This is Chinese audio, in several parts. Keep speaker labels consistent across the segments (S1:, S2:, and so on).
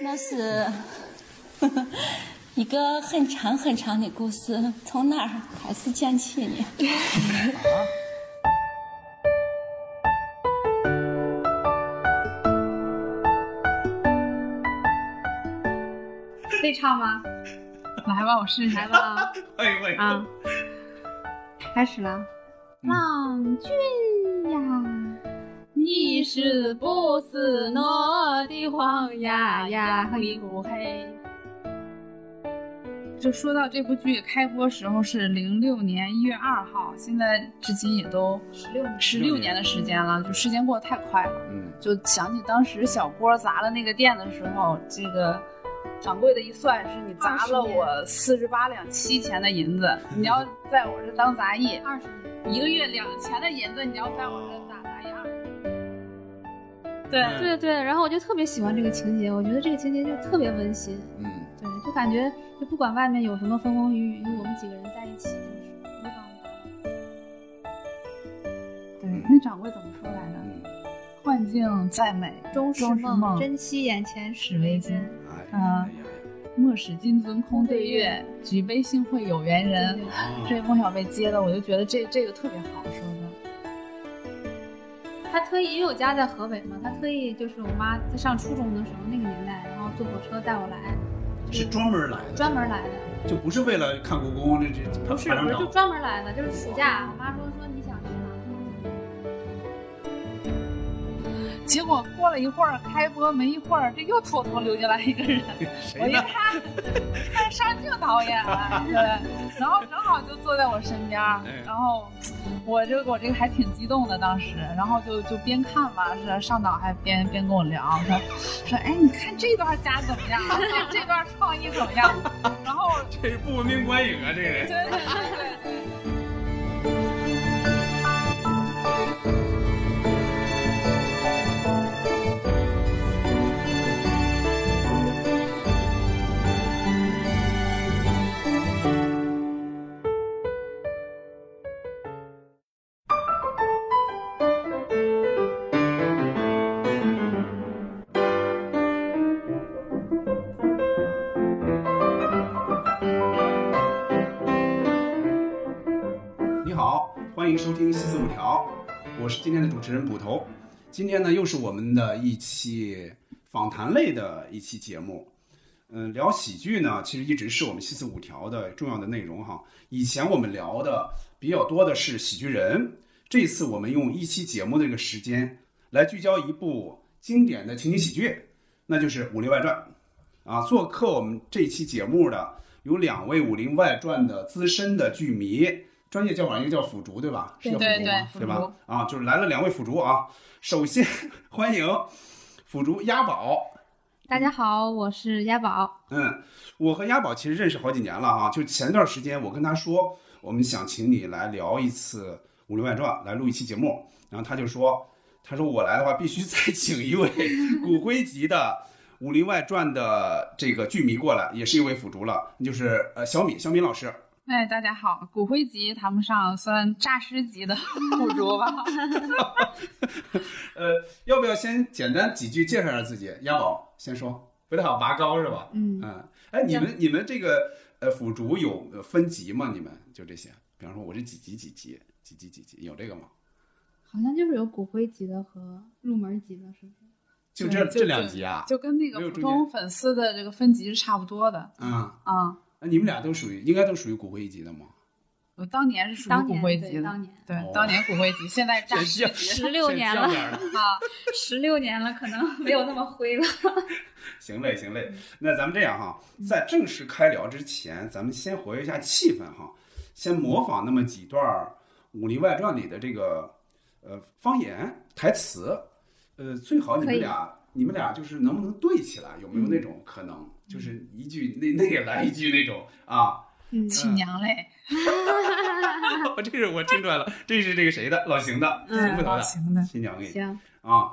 S1: 那是 呵呵一个很长很长的故事，从哪儿开始讲起呢？
S2: 可以唱吗？来吧，我试试。来 吧，
S3: 喂喂，
S2: 啊，开始了。嗯郎君呀，你是不是我的黄呀呀黑不黑？就说到这部剧开播时候是零六年一月二号，现在至今也都十六十六年的时间了，就时间过得太快了。
S3: 嗯，
S2: 就想起当时小波砸了那个店的时候，这个掌柜的一算，是你砸了我四十八两七钱的银子，你要在我这当杂役，二十一个月两钱的银子，你要在我这打杂役二十。对，
S4: 对对对，然后我就特别喜欢这个情节，我觉得这个情节就特别温馨，
S3: 嗯，
S4: 对，就感觉就不管外面有什么风风雨雨，我们几个人在一起就是没帮我们
S2: 对，那掌柜怎么说来着？
S3: 嗯，
S2: 幻境再美，
S4: 终
S2: 是
S4: 是
S2: 梦
S4: 梦，珍惜眼前
S2: 始为今。
S3: 哎
S2: 啊
S3: 呀呀
S2: 莫使金樽空对月，举杯幸会有缘
S4: 对
S2: 人
S4: 对。
S3: 呀，啊
S2: 这孟小贝接的，我就觉得这这个特别好说的。
S4: 对他特意，因为我家在河北嘛，他特意就是我妈在上初中的时候那个年代，然后坐火车带我来，
S3: 是专门来的，
S4: 专门来的。
S3: 就不是为了看故宫这这
S4: 不是
S3: 拍
S4: 不
S3: 张
S4: 是，就
S3: 照，
S4: 专门来的，就是暑假。我妈说说你想去哪？
S2: 结果过了一会儿，开播没一会儿，这又偷偷溜进来一个人。我
S3: 谁
S2: 一
S3: 呢？
S2: 看，看上镜导 演了，对，然后正好就坐在我身边儿
S3: 哎，
S2: 然后我这我这个还挺激动的当时，然后就就边看吧，是上导还边边跟我聊，说说哎，你看这段加怎么样？这这段创意怎么样？然后
S3: 这不文明观影啊，这
S2: 对
S3: 人。
S2: 对对对。
S3: 你好，欢迎收听西四五条，我是今天的主持人捕头。今天呢，又是我们的一期访谈类的一期节目。嗯，聊喜剧呢，其实一直是我们西四五条的重要的内容哈。以前我们聊的比较多的是喜剧人，这次我们用一期节目的这个时间来聚焦一部经典的情景喜剧，那就是《武林外传》啊。做客我们这期节目的有两位《武林外传》的资深的剧迷，专业叫法应该叫腐竹对吧？是叫腐
S2: 对
S3: 竹
S2: 对
S3: 吗？
S2: 腐
S3: 对吧
S2: 竹？
S3: 啊，就是来了两位腐竹啊。首先 欢迎腐竹押宝。
S4: 大家好，我是押宝。
S3: 嗯，我和押宝其实认识好几年了哈、就前段时间我跟他说，我们想请你来聊一次《武林外传》，来录一期节目，然后他就说，他说我来的话必须再请一位骨灰级的《武林外传》的这个剧迷过来，也是一位辅助了，就是呃小米小米老师。
S2: 哎，大家好，骨灰级谈不上，算诈尸级 的骨竹吧。
S3: 呃，要不要先简单几句介绍一下自己？押宝先说，不太好拔高是吧？
S4: 嗯，
S3: 嗯，哎，你们你们这个呃辅助有呃分级吗？你们就这些，比方说我这几级几级几级几级有这个吗？
S4: 好像就是有骨灰级的和入门级的，是不是？
S3: 就
S2: 对
S3: 这
S2: 就
S3: 这两级啊？
S2: 就跟那个
S3: 没有
S2: 普
S3: 中间
S2: 通粉丝的这个分级是差不多的
S3: 啊，
S2: 啊、
S3: 那你们俩都属于应该都属于骨灰级的 吗？
S2: 我当年是属于
S4: 当
S2: 骨
S4: 年
S2: 灰级
S4: 对，
S2: 的
S4: 当，年
S2: 对
S3: 哦，
S2: 当年骨灰级，现在诈尸级
S4: 十六年了，
S2: 啊。
S4: 十六年了，可能没有那么灰了。
S3: 行嘞，行
S4: 嗯
S3: 嘞，那咱们这样哈，在正式开聊之前，咱们先活跃一下气氛哈，先模仿那么几段《武林外传》里的这个呃方言台词，呃，最好你
S4: 可
S3: 们
S4: 以嗯
S3: 俩你们俩就是能不能对起来，有没有那种可能，就是一句那那个来一句那种啊？
S4: 嗯
S2: 亲娘嘞，
S3: 我 这是我听出来了，这是这个谁的老邢的，
S4: 嗯
S3: 邢捕头的，
S2: 行的，
S3: 新娘给你
S4: 行，
S3: 啊，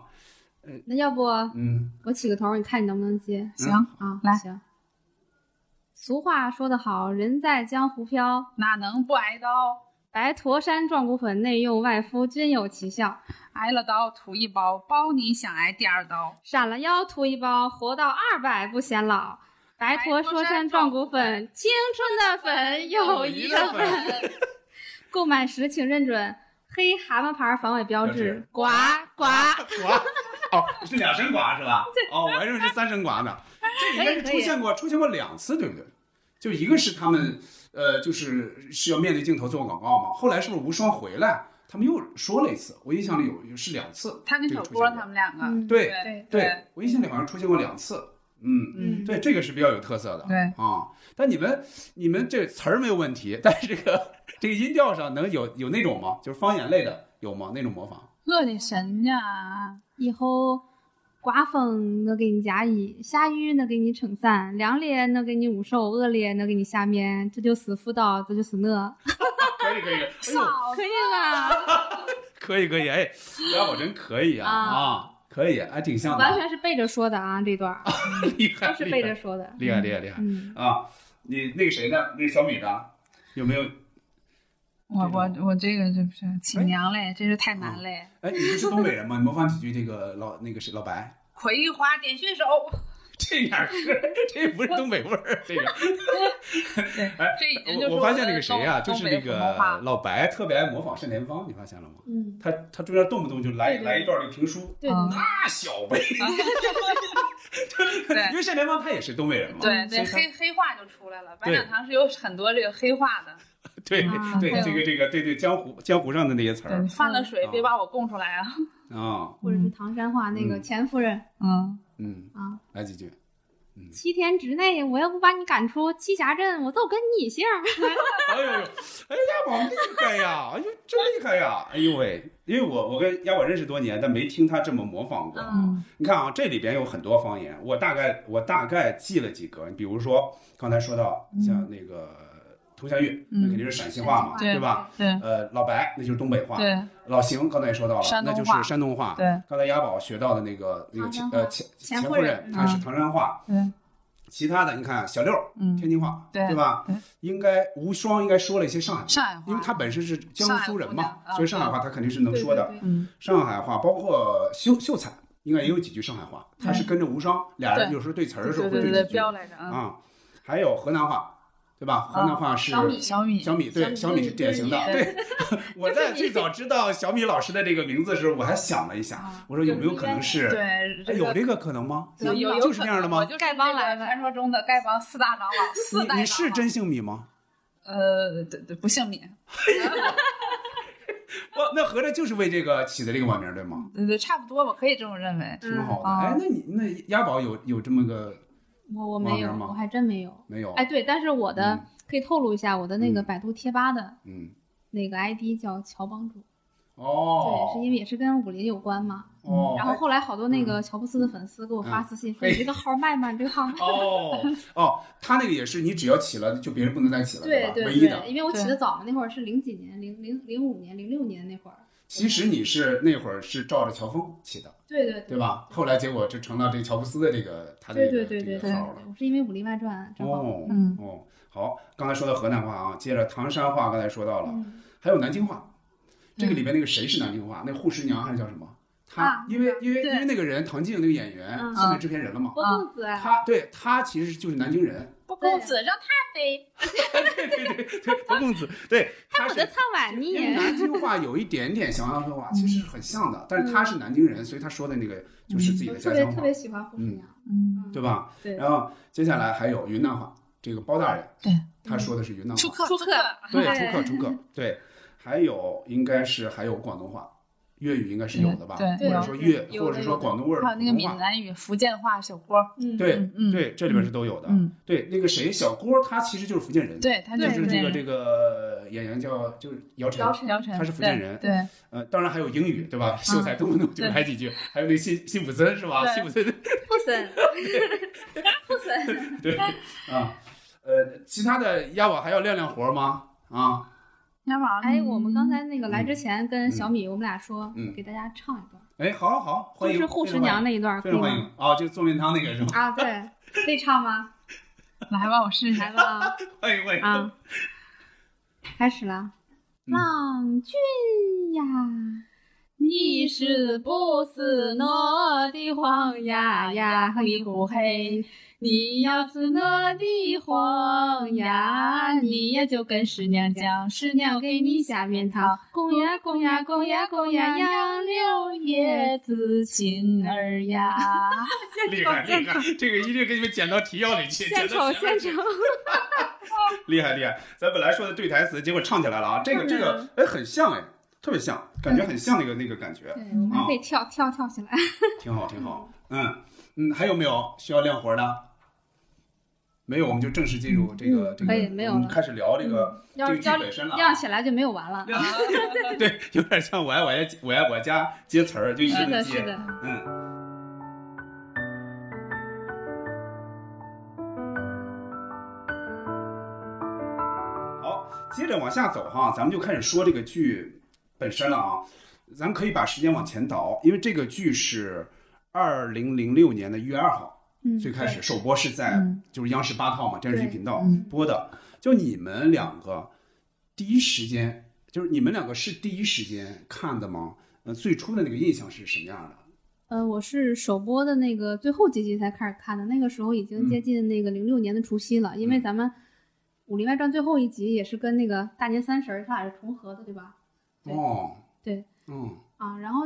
S4: 那要不
S3: 嗯，
S4: 我起个头，你看你能不能接
S2: 行，
S4: 啊？
S2: 来
S4: 行。俗话说得好，人在江湖飘，
S2: 哪能不挨刀？
S4: 白驼山壮骨粉内用外敷均有奇效。
S2: 挨了刀涂一包，包你想挨第二刀。
S4: 闪了腰涂一包，活到二百不显老。白驼说山壮骨粉，青春的粉，友谊的粉。购买时请认准黑蛤蟆牌防伪标志，呱呱。
S3: 呱， 哦，是两声呱是吧？哦，我还认为是三声呱呢。这应该是出现过，出现过两次，对不对？就一个是他们，呃，就是是要面对镜头做广告嘛。后来是不是无双回来，他们又说了一次？我印象里有有是两次，
S2: 他跟
S3: 这
S2: 小
S3: 个出
S2: 郭
S3: 现过
S2: 他们两个，
S4: 嗯
S3: 对
S2: 对
S3: 对，我印象里好像出现过两次。嗯，
S2: 嗯，
S3: 对，这个是比较有特色的。
S2: 对
S3: 啊，但你们你们这词儿没有问题，但是这个这个音调上能有有那种吗？就是方言类的有吗？那种模 仿？
S2: 我的神呀！
S4: 以后刮风我给你加衣，下雨我给你撑伞，凉了我给你捂手，饿了我给你下面。这就是辅导，这就是我，
S3: 可以可以，哎呦，
S2: 嫂
S4: 可以吧？
S3: 可以可以，哎，梁宝真可以啊
S4: 啊
S3: 啊，可以，还挺像的
S4: 完
S3: 啊，
S4: 全是背着说的啊，这 段儿
S3: 厉害
S4: 都是背
S3: 厉
S4: 着
S3: 害
S4: 说的。
S3: 厉害厉害厉害
S4: 嗯，
S3: 啊！你那个谁呢？那个小米呢？有没有？
S2: 我我我这个这不是
S3: 哦哎
S2: 亲娘嘞，真是太难嘞！
S3: 哎，你不是东北人吗？你模仿几句这个老那个谁老白。
S2: 葵花点穴手，
S3: 这哪是？这不是东北味儿，这个。哎，
S2: 这已经就是
S3: 我我发现那个谁呀、
S2: 的
S3: 就
S2: 东
S3: 是那
S2: 东北普通话
S3: 个老白特别爱模仿单田芳，你发现了吗？
S4: 嗯，
S3: 他他中间动不动就
S4: 对
S3: 来
S4: 对
S3: 来一段这个评书，
S4: 对
S2: 啊
S4: 对
S3: 那小辈，
S2: 对
S3: 因为单田芳他也是东北人嘛，
S2: 对对，
S3: 所以
S2: 黑黑话就出来了。白
S3: 嗯对
S2: 展堂是有很多这个黑话的，
S3: 他 对
S4: 啊
S3: 对
S2: 对
S3: 这个这个对对江湖江湖上的那些词
S2: 对
S3: 儿
S2: 你犯了水，
S3: 嗯
S2: 别把我供出来啊！
S3: 啊，
S4: 或者是唐山话那个
S3: 嗯
S4: 钱夫人
S2: 嗯，
S3: 嗯，
S4: 啊，
S3: 来几句，
S4: 七天之内我要不把你赶出栖霞镇，我就跟你姓。
S3: 哎呦呦，哎呀，好厉害呀！哎呦，真厉害呀！哎呦喂，因为我我跟丫我认识多年，但没听他这么模仿过。
S4: 嗯
S3: 你看啊，这里边有很多方言，我大概我大概记了几个，比如说刚才说到像那个佟湘玉，那
S2: 嗯
S3: 肯定是陕西话嘛，
S4: 陕
S2: 西话
S3: 对吧？
S2: 对
S3: 呃，老白那就是东北话，
S2: 对
S3: 老邢刚才也说到了，
S2: 山
S3: 那
S2: 东
S3: 就是
S2: 话
S3: 山东话。
S2: 对
S3: 刚才丫宝学到的那个那个
S4: 唐
S3: 钱
S4: 山
S3: 呃
S4: 话
S3: 钱
S4: 钱
S3: 钱
S4: 夫
S3: 夫
S4: 人
S3: 人，他是唐山话，
S2: 对，
S3: 其他的你看小六天
S2: 嗯，
S3: 津话，
S2: 对
S3: 对吧
S2: 对？
S3: 应该无双应该说了一些上海话，
S2: 上海话，
S3: 因为他本身是江苏人
S2: 上海
S3: 嘛
S2: 姑，娘
S3: 所以上海话他肯定是能说的。
S4: 啊对。对对
S2: 嗯
S3: 上海话包括秀秀才，应该也有几句上海话，他是跟着无双俩人
S2: 对
S3: 有时候对词儿的
S2: 对
S3: 时候
S2: 对
S3: 会
S2: 对
S3: 几
S2: 对，
S3: 句
S2: 标来着啊。
S3: 啊。还有河南话，对吧？河南话是
S4: 小米
S2: 小米
S3: 小米，对，小
S4: 小米
S3: 米是典型的。
S2: 对
S3: 对， 我在最早知道小米老师的这个名字的时候，我还想了一下，
S2: 啊
S3: 我说有没有可能是？
S2: 对，
S3: 哎
S2: 这
S3: 有
S2: 个
S3: 这个可能吗？
S2: 有有
S3: 就是这样的吗
S2: 我就是
S4: 丐帮来的
S2: 传说中的丐帮四大长老，四代长
S3: 你
S2: 老
S3: 你是真姓米吗？
S2: 呃，对对，不姓米，
S3: 哦，那合着就是为这个起的这个网名对吗？
S2: 对对，差不多吧，可以这么认为。
S3: 挺好的。
S4: 啊
S2: 嗯
S3: 哎，那你那丫宝有有这么个
S4: 我我没有，
S3: 网名吗
S4: 我还真没有。
S3: 没有？
S4: 哎，对，但是我的、
S3: 嗯
S4: 可以透露一下，我的那个
S3: 嗯
S4: 百度贴吧的
S3: 嗯，
S4: 那个 ID 叫乔帮主，
S3: 哦，
S4: 对，是因为也是跟武林有关嘛。
S3: 哦，
S4: 然后后来好多那个乔布斯的粉丝给我发私信说：“
S3: 嗯
S4: 你这个号卖吗？你这个 号卖吗
S3: 哦哦，他那个也是，你只要起了，就别人不能再起了，
S4: 对
S3: 吧？
S4: 对
S3: 唯一
S4: 对，
S3: 的。
S4: 因为我起
S2: 对
S4: 的早嘛，那会儿是零几年，零零零五年、零六年那会儿。
S3: 其实你是那会儿是照着乔峰起的，
S4: 对对
S3: 对吧？后来结果就成了这乔布斯的这个他的
S4: 对
S3: 这
S4: 对
S3: 个
S4: 对对
S3: 这
S4: 对
S3: 个号了。
S4: 我是因为《武林外传》正好。
S3: 哦
S2: 嗯
S3: 哦，好，刚才说到河南话啊，接着唐山话，刚才说到了，
S4: 嗯，
S3: 还有南京话。这个
S2: 嗯
S3: 里面那个谁是南京话？那护士娘还是叫什么？他
S4: 啊
S3: 因为因为
S4: 对
S3: 因为那个人唐静那个演员
S4: 嗯
S3: 现在制片人了嘛，
S4: 郭
S2: 啊
S4: 公子，
S3: 他对他其实就是南京人，
S2: 不公子让他飞，
S3: 对对 对对，何公子， 对，他
S4: 看我
S3: 是
S4: 的苍碗
S3: 因为
S4: 泥。
S3: 南 京话有一点点襄阳
S4: 嗯
S3: 话，其实是很像的，但是他是南京人，所以他说的那个就是自己
S4: 我
S3: 的
S4: 嗯特
S3: 家
S4: 别
S3: 乡
S4: 特
S3: 话，
S4: 别喜欢胡师娘，
S2: 嗯，
S4: 嗯
S3: 对吧？
S4: 对
S3: 然后接下来还有云南话，这个包大人，
S2: 对，
S3: 他说的是云南话，
S2: 客，出客，
S3: 对，
S4: 对
S3: 出客出客，对，还有应该是还有广东话，粤语应该是有的吧？
S2: 对
S3: 或
S4: 对
S3: 者
S4: 有
S3: 说粤，
S4: 有的
S3: 或者说广东味儿，
S2: 还有那
S3: 普
S2: 个
S3: 通
S2: 闽
S3: 话，
S2: 南语、福建话，小郭，
S4: 嗯，
S3: 对
S2: 嗯嗯
S3: 对，这里边是都有的
S2: 嗯。
S3: 对，那个谁，小郭他其实就是福建人，，
S2: 对他
S3: 就
S2: 就是是
S3: 这
S2: 那
S3: 个
S2: 个
S3: 这个演员叫就是姚晨，
S4: 姚晨
S2: 姚晨，
S3: 他是福建人
S2: 对，
S3: 呃，当然还有英语，对吧？秀才动不动就来几句，还有那辛辛普森是吧？
S2: 对
S3: 辛普森
S4: 不 森，不森，
S3: 对啊，呃，其他的压我还要亮亮活儿吗？啊，
S2: 要不然
S4: 哎，我们刚才那个来之前跟小米，我们俩说
S3: 嗯
S4: 给大家唱一段，
S3: 哎，好好好，欢
S4: 就
S3: 迎，
S4: 是护师娘那一段，可
S3: 非
S4: 以
S3: 常欢迎
S4: 吗？
S3: 啊，就做面汤那个是吗？
S4: 啊，对，可以唱吗？
S2: 来吧，我试试。
S4: 来吧
S3: 哎欢迎欢迎，
S4: 啊，啊，开始了。郎君呀，你是不是我的黄呀哎呀？哎嘿呼嘿，你要是我的黄呀，你也就跟师娘讲，师娘给你下面套。公呀公呀公呀公呀，杨柳叶子青儿呀。
S3: 厉害厉害，这个一定给你们剪到提要里 去，
S4: 献
S3: 剪
S4: 丑
S3: 到前面
S4: 献
S3: 去
S4: 丑，
S3: 厉害厉害！咱本来说的对台词，结果唱起来了啊，这个这个，哎，很像哎，特别像，感觉很像那个那个感觉，
S4: 对，哎我们还可以跳跳跳起来。
S3: 挺好挺好。嗯嗯，还有没有需要亮活的？没有，我们就正式进入这个这个，
S4: 嗯可以没有
S3: 我们
S4: 了
S3: 开始聊这个这
S4: 要
S3: 个
S4: 是
S3: 剧
S4: 要
S3: 本身了啊。
S4: 亮起来就没有完了。嗯
S3: 对，有点像我爱我爱我爱我家接词儿，就一
S4: 是
S3: 个
S4: 的，
S3: 接
S4: 是。的。
S3: 嗯，好，接着往下走哈，咱们就开始说这个剧本身了啊。咱们可以把时间往前倒，因为这个剧是二零零六年的一月二号、
S4: 嗯
S3: 最开始首播是在、
S5: 嗯
S3: 就是央视八套嘛电视剧
S4: 对
S3: 频道
S5: 嗯
S3: 播的。就你们两个第一时间，就是你们两个是第一时间看的吗？呃，最初的那个印象是什么样的？
S4: 呃，我是首播的那个最后几集才开始看的，那个时候已
S3: 嗯
S4: 经接近那个零六年的除夕了，因为咱们《武林外传》最后一集也是跟那个大年三十儿它俩是重合的，对吧？对
S3: 哦，
S4: 对，
S3: 嗯
S4: 啊，然后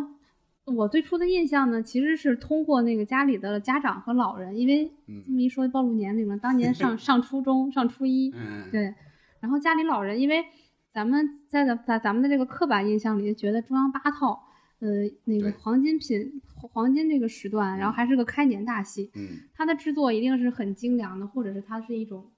S4: 我最初的印象呢，其实是通过那个家里的家长和老人，因为这
S3: 嗯
S4: 么一说暴露年龄了，当年 上上初中、上初一，
S3: 嗯，
S4: 对，然后家里老人，因为咱们在咱在咱们的这个刻板印象里，觉得中央八套，呃，那个
S3: 对
S4: 黄金品黄金这个时段，然后还是个开年大戏，
S3: 嗯，
S4: 它的制作一定是很精良的，或者是它是一种，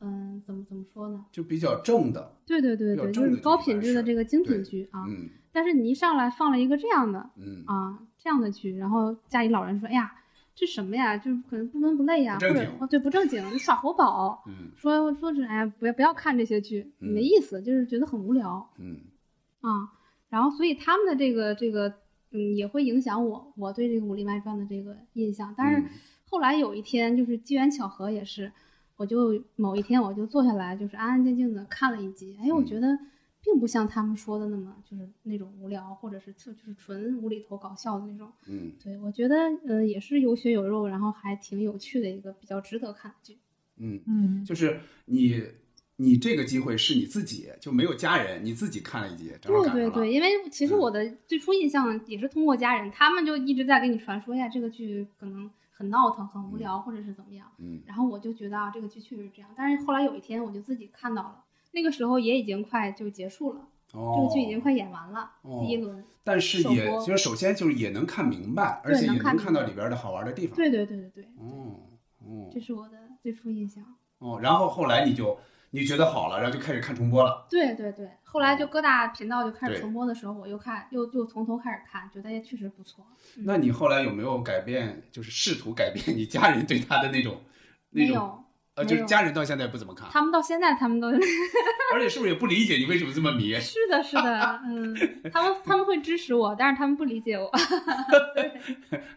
S4: 嗯、怎么怎么说呢？
S3: 就比较正的，
S4: 对对对
S3: 比较
S4: 对，
S3: 正
S4: 就
S3: 的
S4: 是
S3: 剧
S4: 高
S3: 还
S4: 品质的
S3: 是
S4: 这个精
S3: 对
S4: 品剧啊。
S3: 嗯
S4: 但是你一上来放了一个这样的
S3: 嗯，
S4: 啊这样的剧，然后家里老人说，哎呀。这什么呀？就是可能不伦不类呀，
S3: 不
S4: 或
S3: 正
S4: 者
S3: 经
S4: 哦对不正经，你耍活宝，
S3: 嗯
S4: 说说是哎呀，不要不要看这些剧，
S3: 嗯
S4: 没意思，就是觉得很无聊
S3: 嗯
S4: 啊。然后所以他们的这个这个嗯，也会影响我我对这个《武林外传》的这个印象。但是
S3: 嗯
S4: 后来有一天，就是机缘巧合，也是我就某一天我就坐下来，就是安安静静的看了一集，哎，我
S3: 嗯
S4: 觉得并不像他们说的那么就是那种无聊，或者是就就是纯无厘头搞笑的那种。
S3: 嗯
S4: 对我觉得嗯、呃也是有血有肉，然后还挺有趣的一个比较值得看的剧。
S3: 嗯，
S5: 嗯，
S3: 就是你你这个机会是你自己就没有家人，你自己看了一集，正好
S4: 对
S3: 赶上
S4: 对
S3: 了
S4: 对，，因为其
S3: 嗯
S4: 实我的最初印象也是通过家人，他们就一直在给你传说哎呀，这个剧可能很闹腾、很无聊，或者是怎么样。
S3: 嗯
S4: 然后我就觉得啊，这个剧确实是这样。但是后来有一天，我就自己看到了，那个时候也已经快就结束了，
S3: 哦，
S4: 这个剧已经快演完了，
S3: 哦
S4: 第一轮。
S3: 但是也
S4: 首播
S3: 就是首先就是也能看明白，而
S4: 对
S3: 且也
S4: 能看
S3: 能
S4: 明
S3: 看到
S4: 白
S3: 里边的好玩的地方。
S4: 对对对对对，
S3: 哦哦
S4: 这是我的最初印象。
S3: 哦，然后后来你就你觉得好了，然后就开始看重播了。
S4: 对对对，后来就各大频道就开
S3: 哦对
S4: 始重播的时候，我又看，又又从头开始看，觉得也确实不错。嗯
S3: 那你后来有没有改变，就是试图改变你家人对他的那种那
S4: 没
S3: 种
S4: 有，没
S3: 呃，就是
S4: 有
S3: 家人到现在不怎么看，
S4: 他们到现在他们都。
S3: 而且是不是也不理解你为什么这么迷？
S4: 是的，是的，嗯，他们他们会支持我，但是他们不理解我。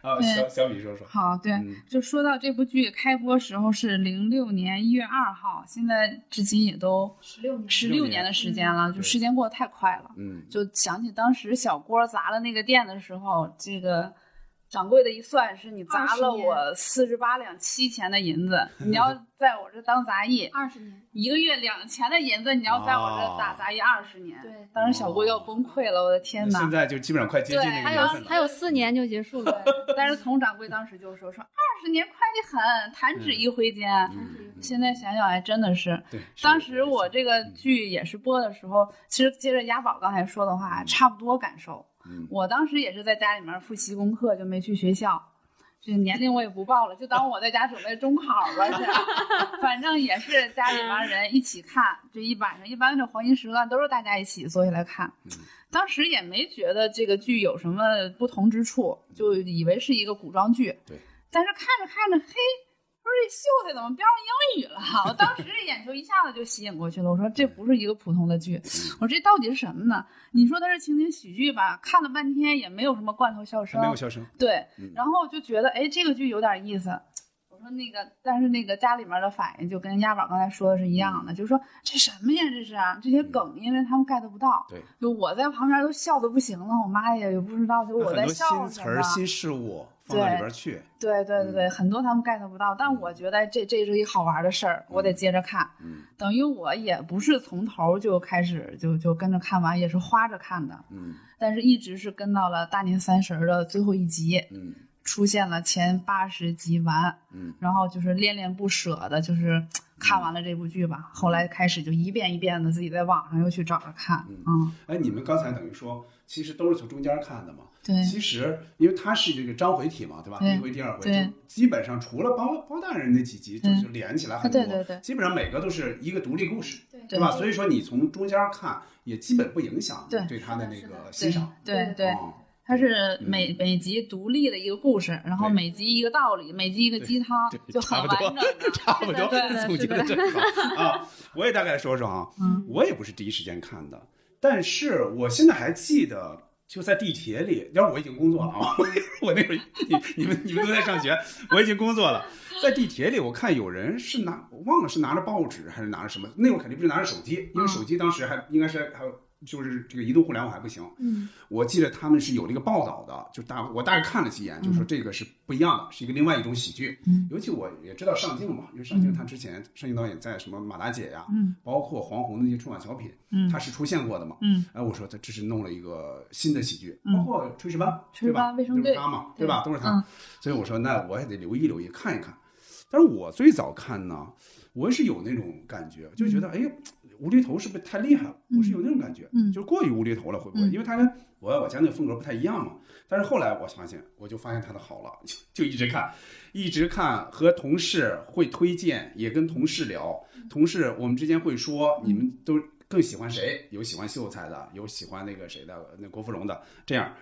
S3: 啊，
S2: 对
S3: 小小米说说，
S2: 好，对，
S3: 嗯
S2: 就说到这部剧开播时候是零六年一月二号，现在至今也都
S4: 十六年
S2: 十
S3: 16
S2: 六
S3: 年
S2: 年的时
S4: 嗯
S2: 间了，
S3: 对
S2: 就时间过得太快了。
S3: 嗯
S2: 就想起当时小郭砸了那个店的时候，这个掌柜的一算，是你砸了
S4: 20年
S2: 我四十八两七钱的银子，你要在我这当杂役，
S4: 二十年，
S2: 一个月两钱的银子，你要在我
S3: 哦
S2: 这打杂役二十年，
S4: 对，
S2: 当时小郭要崩溃了，我的天
S3: 那现
S2: 哪！
S3: 在就基本上快接近
S2: 对
S3: 那个
S2: 还
S3: 年
S2: 有
S3: 份了。
S4: 还有四年就结束 了。
S2: 但是佟掌柜当时就说说二十年快得很，弹指一挥间。
S3: 嗯嗯
S2: 现在想想，哎，真的是。
S3: 对，是嗯
S2: 当
S3: 有
S2: 时
S3: 有有
S2: 我这个剧也是播的时候，其实接着雅宝刚才说的话，差不多感受。
S3: 嗯
S2: 我当时也是在家里面复习功课，就没去学校，这年龄我也不报了，就当我在家准备中考了似的。 反正也是家里面人一起看，这一晚上一般这黄金时段都是大家一起坐下来看。当时也没觉得这个剧有什么不同之处，就以为是一个古装剧。
S3: 对。
S2: 但是看着看着，嘿，我说这秀才怎么飙上英语了？我当时这眼球一下子就吸引过去了。我说这不是一个普通的剧，我说这到底是什么呢？你说它是情景喜剧吧，看了半天也没有什么罐头笑
S3: 还
S2: 声
S3: 没，有笑声，
S2: 对
S3: 嗯，
S2: 然后就觉得哎，这个剧有点意思。我说说那个，但是那个家里面的反应就跟丫宝刚才说的是一样
S3: 嗯
S2: 的，就是说这什么呀，这是啊，这些梗，因为他们 get 不到。
S3: 对，
S2: 就我在旁边都笑的不行了，我妈也不知道，就我
S3: 很
S2: 在
S3: 多
S2: 笑
S3: 新
S2: 什
S3: 词
S2: 么
S3: 儿、。新嗯事物放到里边去，
S2: 对对对对，很多他们 get 不到，但我觉得这这是一好玩的事儿，我得接着看。
S3: 嗯
S2: 等于我也不是从头就开始就就跟着看完，也是花着看的，
S3: 嗯
S2: 但是一直是跟到了大年三十儿的最后一集，
S3: 嗯
S2: 出现了前八十集完，
S3: 嗯
S2: 然后就是恋恋不舍的，就是嘖看完了这部剧吧。后来开始就一遍一遍的自己在网上又去找着看，
S3: 嗯
S2: 嗯，
S3: 哎，你们刚才等于说，其实都是从中间看的嘛。
S2: 对
S3: 其实，因为它是这个章回体嘛，对吧？
S2: 对
S3: 一回、第二回，
S2: 对
S3: 就基本上除了包包大人那几集，就
S2: 对
S3: 是连起来很多，
S2: 对对对
S3: 基本上每个都是一个独立故事，
S2: 对
S3: 吧？所以说你从中间看，也基本不影响
S2: 对
S3: 你对他的那
S5: 是的
S3: 个
S2: 对
S3: 欣赏。
S2: 对对，
S3: 哦
S2: 它是每每集独立的一个故事，然后
S3: 对
S2: 每集一个道理，每集一个鸡汤
S3: 对，
S2: 就很
S3: 差不
S2: 完
S3: 多。
S2: 整的
S3: 差不多
S2: 是的是的
S3: 总结的真好啊！我也大概说说啊，我也不是第一时间看的，但是我现在还记得，就在地铁里，要是我已经工作了啊， 我那会儿你你们你们都在上学， 我已经工作了，在地铁里我看有人是拿我忘了是拿着报纸还是拿着什么，那会儿肯定不是拿着手机，因为手机当时还应该是还有。就是这个移动互联网还不行，
S5: 嗯，
S3: 我记得他们是有这个报道的，就大我大概看了几眼，就说这个是不一样的，是一个另外一种喜剧。
S2: 嗯
S3: 尤其我也知道上镜嘛，因为上镜他之前上镜导演在什么马大姐呀，
S2: 嗯
S3: 包括黄宏的那些春晚小品，
S2: 嗯
S3: 他是出现过的嘛。
S2: 嗯，
S3: 哎，我说他这是弄了一个新的喜剧，
S2: 嗯
S3: 包括炊事班，
S2: 炊事
S3: 对吧
S2: 班卫生队
S3: 都是他嘛，对吧？都是他
S2: 嗯，
S3: 所以我说那我也得留意留意，看一看。但是我最早看呢，我是有那种感觉，就觉得哎，无厘头是不是太厉害了？我是有那种感觉，
S2: 嗯
S3: 就是过于无厘头了，会不会？
S2: 嗯
S3: 因为他跟我爱我家那个风格不太一样嘛。但是后来我发现，我就发现他的好了， 就就一直看，一直看，和同事会推荐，也跟同事聊，
S2: 嗯
S3: 同事我们之间会说，你们都更喜欢谁？有喜欢秀才的，有喜欢那个谁的，那郭芙蓉的，这样。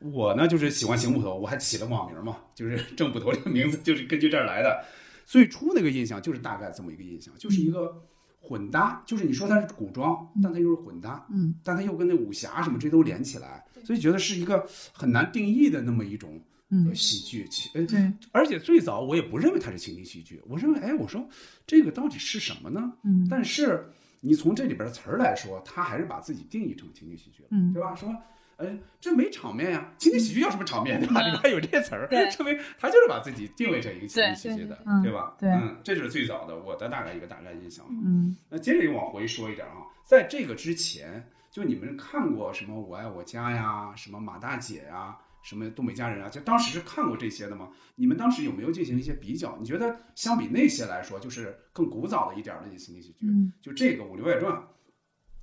S3: 我呢，就是喜欢邢捕头，我还起了网名嘛，就是 郑捕头这个名字就是根据这儿来的。最初那个印象就是大概这么一个印象，就是一个混搭，就是你说它是古装，但它又是混搭，
S2: 嗯，
S3: 但它又跟那武侠什么这都连起来，所以觉得是一个很难定义的那么一种
S2: 嗯
S3: 呃喜剧。其呃
S2: 对，
S3: 而且最早我也不认为它是情景喜剧，我认为哎，我说这个到底是什么呢？
S2: 嗯
S3: 但是你从这里边的词儿来说，他还是把自己定义成情景喜剧了，
S2: 嗯
S3: 对吧？说，哎，这没场面呀、情景喜剧要什么场面，对吧？里边有这词儿，
S2: 嗯对
S3: 证明他就是把自己定位成一个情景喜剧的，
S2: 对对对
S3: 对吧？
S2: 对
S3: 嗯，这就是最早的我的大概一个大概印象。
S2: 嗯
S3: 那接着又往回说一点啊，在这个之前，就你们看过什么《我爱我家》呀，什么《马大姐》呀，什么《东北家人》啊，就当时是看过这些的吗？你们当时有没有进行一些比较？你觉得相比那些来说，就是更古早的一点儿的那些情景喜剧，
S2: 嗯
S3: 就这个《武林外传》，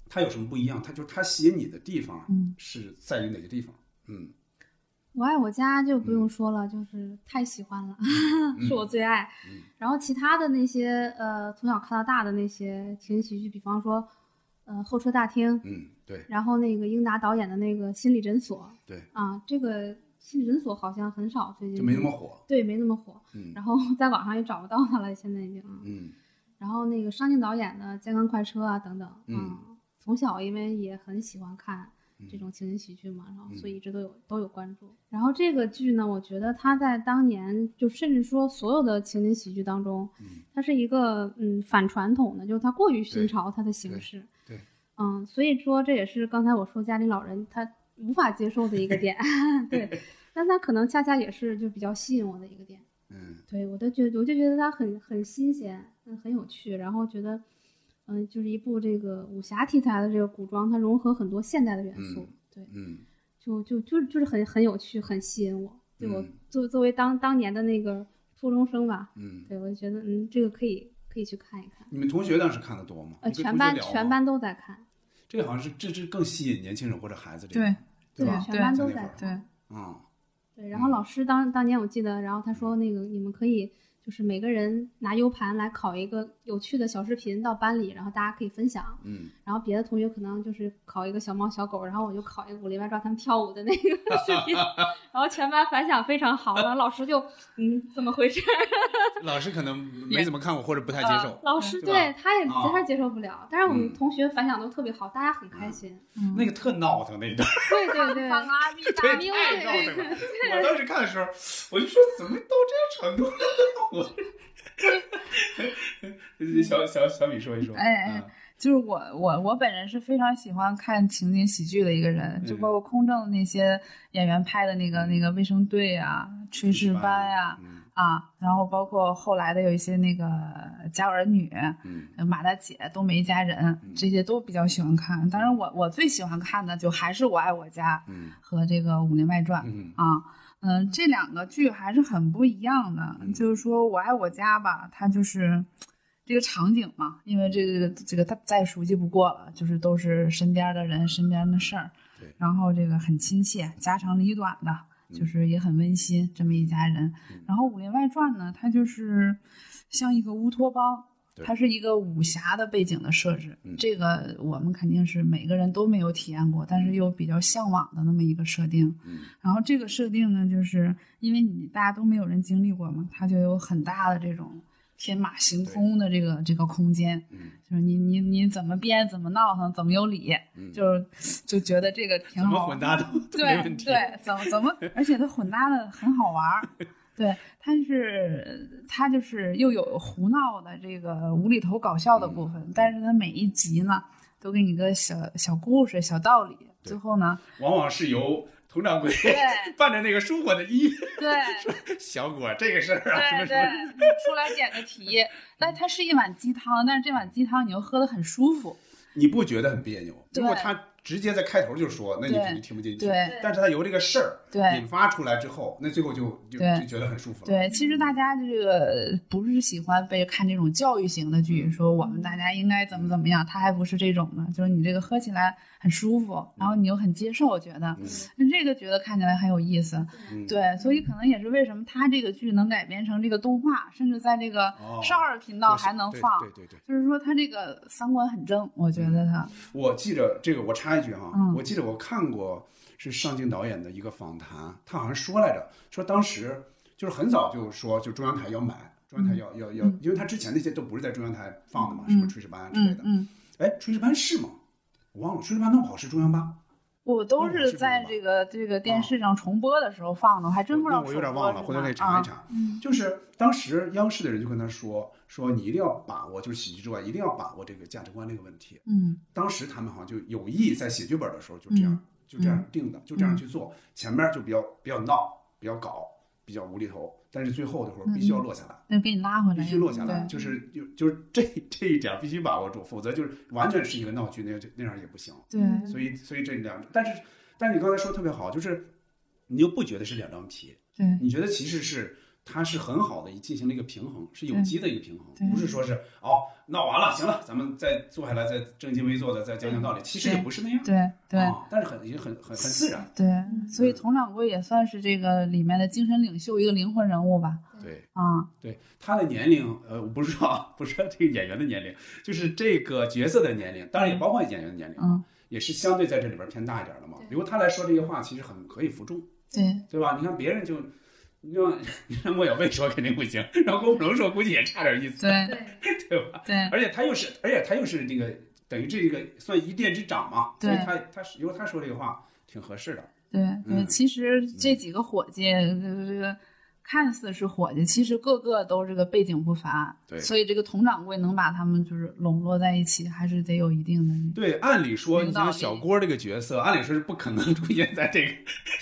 S3: 它有什么不一样？它就是它吸引你的地方
S2: 嗯
S3: 是在于哪些地方？嗯，
S4: 我爱我家就不用说了，就是太喜欢了， 是我最爱。
S3: 嗯
S4: 然后其他的那些呃，从小看到大的那些情景喜剧，比方说呃候车大厅，
S3: 嗯，对
S4: 然后那个英达导演的那个心理诊所
S3: 对，
S4: 啊，这个心理诊所好像很少最近
S3: 就没那么火。
S4: 对没那么火，
S3: 嗯
S4: 然后 在网上也找不到它了，现在已经。嗯
S3: 嗯
S4: 然后那个商静导演的《健康快车》啊等等，
S3: 嗯
S4: 从小因为也很喜欢看
S3: 嗯
S4: 这种情景喜剧嘛，然后
S3: 嗯
S4: 所以一直都有都有关注。然后这个剧呢，我觉得它在当年就甚至说所有的情景喜剧当中，
S3: 嗯
S4: 它是一个嗯反传统的，就是它过于新潮它的形式。
S3: 对对
S4: 嗯，所以说这也是刚才我说家里老人他无法接受的一个 点，对，但他可能恰恰也是就比较吸引我的一个点。
S3: 嗯
S4: 对，我都觉得，我就觉得它很很新鲜，嗯，很有趣，然后觉得，嗯、就是一部这个武侠题材的这个古装，它融合很多现代的元素，
S3: 嗯
S4: 对，
S3: 嗯
S4: 就就就就是很很有趣，很吸引我。对我
S3: 嗯
S4: 作作为当当年的那个初中生吧，
S3: 嗯，
S4: 对我就觉得，嗯，这个可以可以去看一看。
S3: 你们同学当时看的多吗？
S4: 呃，
S3: 你跟
S4: 全
S3: 同学
S4: 班
S3: 聊啊吗
S4: 全班都在看，
S3: 这好像是这这更吸引年轻人或者孩子这个，对吧？
S4: 全班
S3: 在
S4: 都
S3: 那
S4: 在
S3: 会
S4: 看。
S3: 儿
S2: 对，
S3: 嗯
S4: 对，然后老师当当年我记得，然后他说那个你们可以就是每个人拿 U 盘来拷一个有趣的小视频到班里，然后大家可以分享。
S3: 嗯，
S4: 然后别的同学可能就是考一个小猫小狗，然后我就考一个《武林外传》他们跳舞的那 个视频，然后全班反响非常好，然后老师就嗯怎么回事？
S3: 老师可能没怎么看过或者不太接受。
S4: 老师
S3: 对吧
S4: 对他也
S3: 啊
S4: 他接受不了，但是我
S3: 嗯
S4: 们同学反响都特别好，大家很开心。
S3: 那个特闹腾那一段，
S4: 对对对，
S2: 放阿 密
S3: 对，
S2: 嗯大
S4: 明
S3: 太
S4: 白
S3: 闹腾了。我当时看的时候，我就说怎么到这程度了？ 我。 小小小米说一说，
S2: 嗯哎
S3: 嗯
S2: 就是我我我本人是非常喜欢看情景喜剧的一个人，
S3: 嗯
S2: 就包括空政的那些演员拍的那个那个卫生队啊、炊事班呀
S3: 嗯
S2: 啊，然后包括后来的有一些那个《家有儿女》，呃
S3: 嗯
S2: 马大姐、东北一家人
S3: 嗯
S2: 这些都比较喜欢看。当然我，我最喜欢看的就还是《我爱我家》
S3: 嗯
S2: 和这个《武林外传》
S3: 嗯
S2: 啊，嗯、这两个剧还是很不一样的。
S3: 嗯
S2: 就是说我爱我家吧，它就是这个场景嘛，因为这个这个它再熟悉不过了，就是都是身边的人、身边的事儿
S3: 对，
S2: 然后这个很亲切，家长里短的。就是也很温馨，这么一家人。
S3: 嗯
S2: 然后《武林外传》呢，它就是像一个乌托邦
S3: 对，
S2: 它是一个武侠的背景的设置。
S3: 嗯
S2: 这个我们肯定是每个人都没有体验过，但是又比较向往的那么一个设定。
S3: 嗯
S2: 然后这个设定呢，就是因为你大家都没有人经历过嘛，它就有很大的这种天马行空的这个这个空间，
S3: 嗯
S2: 就是你你你怎么编怎么闹腾怎么有理，
S3: 嗯，
S2: 就是就觉得这个挺
S3: 怎么
S2: 好
S3: 混。 搭都都没
S2: 对
S3: 问题，
S2: 对，怎么怎 么，而且它混搭的很好玩儿。对，它是它就是又有胡闹的这个无厘头搞
S3: 嗯
S2: 笑的部分，但是它每一集呢都给你个小小故事、小道理，
S3: 对
S2: 最 后呢，
S3: 往往是由佟掌柜 伴着那个舒缓的音 乐，
S2: 对
S3: 小果这个事儿 啊，什
S2: 对
S3: 么什
S2: 对嗯
S3: 么，，
S2: 出来点个题，但它是一碗鸡汤，但是这碗鸡汤你又喝得很舒服，
S3: 你不觉得很别扭？
S2: 对
S3: 如果他直接在开头就说，那你
S2: 对
S3: 肯定听不进去。
S2: 对
S3: 但是他由这个事儿
S2: 对
S3: 引发出来之后，那最后就就
S2: 对
S3: 就觉得很舒服了。
S2: 对，其实大家这个不是喜欢被看这种教育型的
S3: 嗯
S2: 剧，说我们大家应该怎么怎么样，它还不是这种的，就是你这个喝起来很舒服，然后你又很接受，我觉得
S3: 嗯
S2: 那这个觉得看起来很有意思。
S3: 嗯，
S2: 对，所以可能也是为什么它这个剧能改编成这个动画，甚至在这个
S3: 哦
S2: 少儿频
S3: 对
S2: 道还能放，
S3: 对对对对，
S2: 就是说它这个三观很正，我觉得它，
S3: 我记着这个，我插一句哈，
S2: 嗯
S3: 我记得我看过是尚敬导演的一个访谈，他好像说来着，说当时就是很早就说，就中央台要买，中央台要要要，
S2: 嗯
S3: 因为他之前那些都不是在中央台放的嘛，什么
S2: 嗯
S3: 炊事班啊之类
S2: 嗯
S3: 的。
S2: 嗯，
S3: 哎，炊事班是吗？我忘了，炊事班弄不好是中央八，
S2: 我都
S3: 嗯是
S2: 是
S3: 这
S2: 在
S3: 种吧
S2: 这个这个电视上重播的时候放的，我还真不知
S3: 那哦
S2: 道
S3: 我有点
S2: 重播
S3: 忘了，
S2: 是
S3: 回头可以
S2: 吗
S3: 查
S2: 啊
S3: 一查。就是当时央视的人就跟他说，说你一定要把握，就是喜剧之外一定要把握这个价值观这个问题。
S2: 嗯
S3: 当时他们好像就有意在写剧本的时候就这样、
S2: 嗯
S3: 就这样定的，就这样去做。前面就比较比较闹，比较搞，比较无厘头，但是最后的时候
S2: 嗯
S3: 必须要落下来，
S2: 那给你拉回
S3: 必
S2: 来，
S3: 须落下来，
S2: 对嗯
S3: 就是就就是这这一点必须把握住，否则就是完全是一个闹剧，那样那样也不行。
S2: 对，
S4: 嗯
S3: 所以所以这两，但是但是你刚才说得特别好，就是你又不觉得是两张皮，
S2: 对
S3: 你觉得其实是它是很好的进行了一个平衡，是有机的一个平
S2: 嗯对
S3: 衡，不是说是哦闹完了行了，咱们再坐下来再正襟危坐的再讲讲道理，其实也不是那样，
S2: 对对
S3: 啊，但是很也很很很自然，嗯
S2: 对，所以佟掌柜也算是这个里面的精神领袖，一个灵魂人物吧。
S3: 对
S2: 啊，
S3: 对，他的年龄呃我不知道啊，不是这个演员的年龄，就是这个角色的年龄，当然也包括演员的年龄，
S2: 嗯，
S3: 也是相对在这里边偏大一点的嘛
S4: 对，
S3: 由他来说这些话其实很可以服众，
S2: 对
S3: 对吧？你看别人就。你让 你让莫小贝说肯定不行， 让郭富城说估计也差点意思，
S2: 对
S4: 对，
S3: 对吧？
S2: 对
S3: 而且他又是，而且他又是那个等于这个算一店之长嘛，所
S2: 对
S3: 以他他是由他说这个话挺合适的。
S2: 对对，
S3: 嗯
S2: 其实这几个伙计，呃这个看似是伙计，其实个个都这个背景不凡。
S3: 对
S2: 所以这个佟掌柜能把他们就是笼络在一起，还是得有一定的
S3: 对，按理说
S2: 有
S3: 你
S2: 道理
S3: 像小郭这个角色，按理说是不可能 出现在这个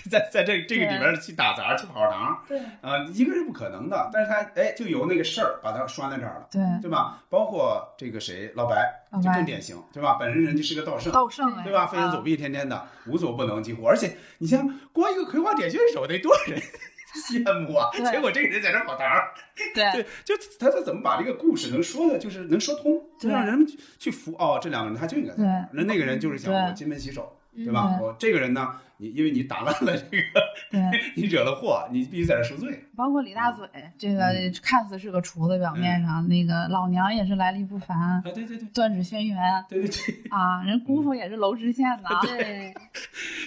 S3: 在在这这个里边儿去打杂去跑堂，
S4: 对
S3: 啊、一个是不可能的。但是他哎，就由那个事儿把他拴在这儿了，
S2: 对
S3: 对吧？包括这个谁老白，
S2: 老
S3: 就
S2: 白
S3: 更典型，对吧？本身人家是个道圣。
S2: 道圣哎，
S3: 对吧？飞檐
S2: 啊
S3: 走壁，天天的，无所不能，几乎。而且你像光一个葵花点穴手，得多少人 羡慕啊！
S2: 对
S3: 结果这个人在这儿跑堂，
S2: 对
S3: 对，就他他怎么把这个故事能说的，就是能说通，就
S2: 对
S3: 让人们去去服哦，这两个人他就应该在这儿，那那个人就是想
S2: 对
S3: 我金盆洗手，对吧？
S2: 嗯
S3: 我这个人呢，你因为你打烂了这个，
S2: 对。
S3: 你惹了祸，你必须在这儿赎罪。
S2: 包括李大嘴，这个
S3: 嗯
S2: 看似是个厨子，表面上、那个老娘也是来历不凡，
S3: 啊，对对对
S2: 断指轩辕
S3: 对对对
S2: 啊，人姑
S3: 嗯
S2: 父也是娄知县的啊，
S4: 对，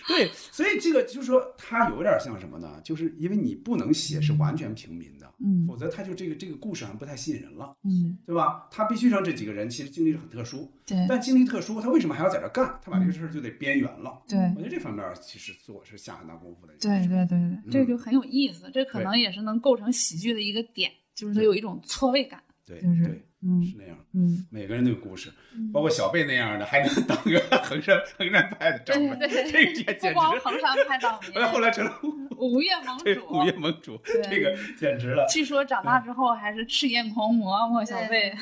S3: 对，所以这个就是说，他有点像什么呢？就是因为你不能写是完全平民的，
S2: 嗯
S3: 否则他就这个这个故事好像不太吸引人了，
S2: 嗯，
S3: 对吧？他必须让这几个人其实经历是很特殊，
S2: 对
S3: 但经历特殊，他为什么还要在这儿干？他把这个事儿就得边缘了。
S2: 对
S3: 我觉得这方面其实做是下很大功夫的。嗯
S2: 对对对，对这就很有意思，这可能也是能构成喜剧的一个点，就是它有一种错位感。
S3: 对
S2: 就是
S3: 对，
S2: 嗯
S3: 是那样。
S2: 嗯，
S3: 每个人都有故事，
S4: 嗯
S3: 包括小贝那样的，还能当个 横山横山派的掌门，
S4: 对对
S3: 这个
S2: 不
S3: 简
S2: 光
S3: 直。
S2: 衡山 派掌
S3: 后来后
S2: 门，
S3: 来成了
S2: 五岳盟
S3: 对
S2: 主
S4: 啊
S3: 五。岳盟主，
S2: 对
S3: 这个简直了。
S2: 据说长大之后还是赤焰狂魔莫小贝，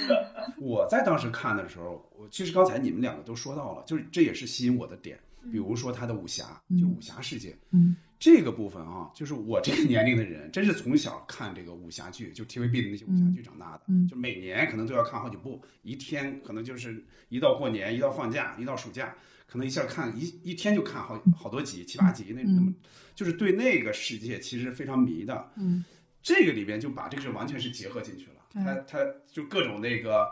S3: 我在当时看的时候，我其实刚才你们两个都说到了，就是这也是吸引我的点。比如说他的武侠，就武侠世界，
S2: 嗯，
S3: 这个部分啊，就是我这个年龄的人，真是从小看这个武侠剧，就 TVB 的那些武侠剧长大的，
S2: 嗯
S3: 就每年可能都要看好几部，一天可能就是一到过年，一到放假，一到暑假，可能一下看一一天就看好
S2: 嗯
S3: 好多集，七八集那那么，就是对那个世界其实非常迷的，
S2: 嗯，
S3: 这个里边就把这个是完全是结合进去了，
S2: 对
S3: 他他就各种那个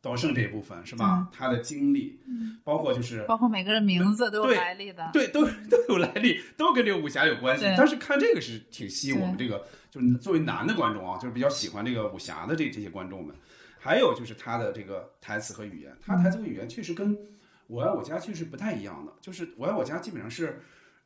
S3: 道圣这一部分是吧？他的经历，包括就是
S2: 嗯包括每个人名字都有
S3: 对
S2: 来历的。
S3: 对都都有来历，都跟这个武侠有关系
S2: 对。
S3: 但是看这个是挺吸引我们
S2: 对
S3: 这个，就是作为男的观众啊，就是比较喜欢这个武侠的这这些观众们。还有就是他的这个台词和语言，他台词和语言确实跟《我爱我家》确实不太一样的，就是《我爱我家》基本上是，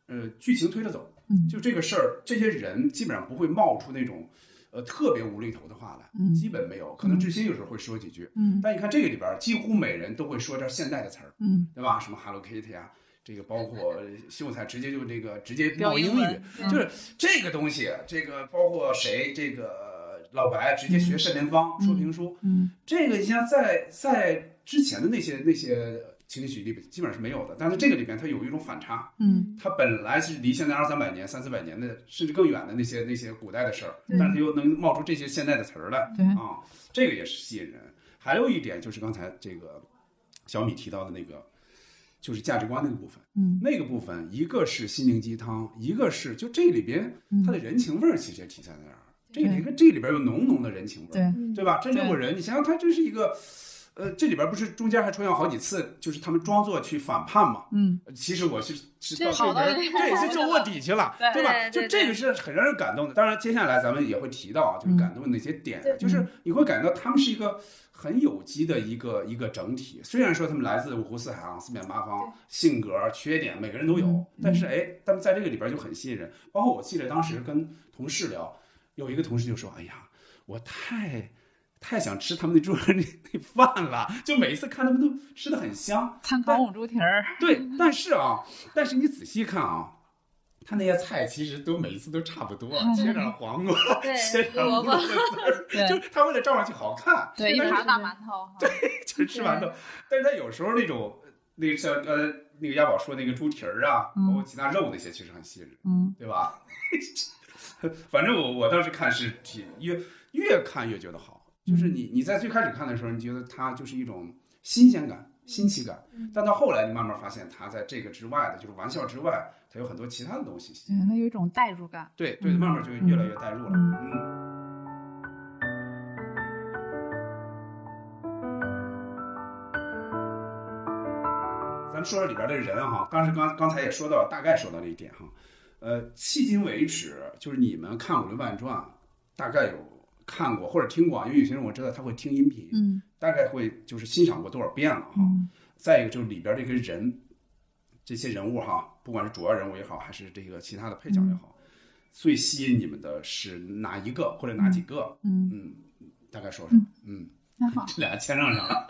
S3: 呃，剧情推着走，
S2: 嗯
S3: 就这个事儿，这些人基本上不会冒出那种，呃，特别无厘头的话来，基本没有，可能志新有时候会说几句，
S2: 嗯
S3: 但你看这个里边儿，几乎每人都会说点现代的词儿，
S2: 嗯，
S3: 对吧？什么 Hello Kitty 啊，这个包括秀才直接就这个直接
S2: 标
S3: 冒英
S2: 英
S3: 语
S2: 文，嗯
S3: 就是这个东西，这个包括谁，这个老白直接学单田芳说评书，
S2: 嗯，
S3: 这个你像在在之前的那些那些情景喜剧里基本上是没有的，但是这个里边它有一种反差，
S2: 嗯
S3: 它本来是离现在二三百年、三四百年的，甚至更远的那些那些古代的事儿，
S4: 对
S3: 但是它又能冒出这些现代的词儿来，
S2: 对
S3: 啊，这个也是吸引人。还有一点就是刚才这个小米提到的那个，就是价值观那个部分，
S2: 嗯
S3: 那个部分一个是心灵鸡汤，一个是就这里边它的人情味儿其实也体现在那儿，这里跟这里边有浓浓的人情味儿，
S2: 对
S3: 嗯
S4: 嗯
S3: 对吧？这六个人，你想想，他这是一个，呃，这里边不是中间还出现好几次，就是他们装作去反叛嘛。
S2: 嗯，
S3: 呃其实我是是
S4: 这
S3: 到
S2: 跑到
S3: 这边，对，这就卧底去了，
S2: 对
S3: 对吧？
S4: 对
S3: 就
S4: 对
S3: 这个是很让人感动的。当然，接下来咱们也会提到，啊就是感动的那些点，啊就是你会感觉到他们是一个很有机的一个一个整体。虽然说他们来自五湖四海啊，四面八方，性格、缺点每个人都有，但是哎，他们在这个里边就很吸引人。包括我记得当时跟同事聊，有一个同事就说：“哎呀，我太。”太想吃他们那桌上 那那饭了，就每一次看他们都吃的很香，
S2: 参考五猪蹄儿，
S3: 对，但是啊，但是你仔细看啊，他那些菜其实都每一次都差不多，切点黄瓜，
S4: 嗯对
S3: 切点
S4: 萝 卜
S2: 对
S3: 就是他为了照上去好看，
S2: 对，一
S3: 但
S2: 盘
S3: 是
S2: 大馒头，
S3: 就是吃馒头，但是他有时候那种那个像呃那个亚宝说那个猪蹄儿啊，
S4: 嗯
S3: 包括其他肉那些，其实很吸引人，
S2: 嗯，
S3: 对吧？ 反正我我当时看是挺越越看越觉得好，就是你你在最开始看的时候，你觉得它就是一种新鲜感、新奇感，但到后来你慢慢发现，它在这个之外的，就是玩笑之外，它有很多其他的东西。
S2: 对，它有一种代入感。
S3: 对对，慢慢就越来越代入了。嗯，咱们说说里边的人哈，当时刚刚才也说到，大概说到这一点哈。呃，迄今为止，就是你们看《武林外传》，大概有看过或者听过啊，因为有些人我知道他会听音频，
S2: 嗯
S3: 大概会就是欣赏过多少遍了哈。再一个就是里边这个人，这些人物哈，不管是主要人物也好，还是这个其他的配角也好，
S2: 嗯
S3: 最吸引你们的是哪一个或者哪几个？
S2: 嗯，
S3: 嗯，大概说说。嗯，
S2: 那好，
S3: 这俩谦让上了。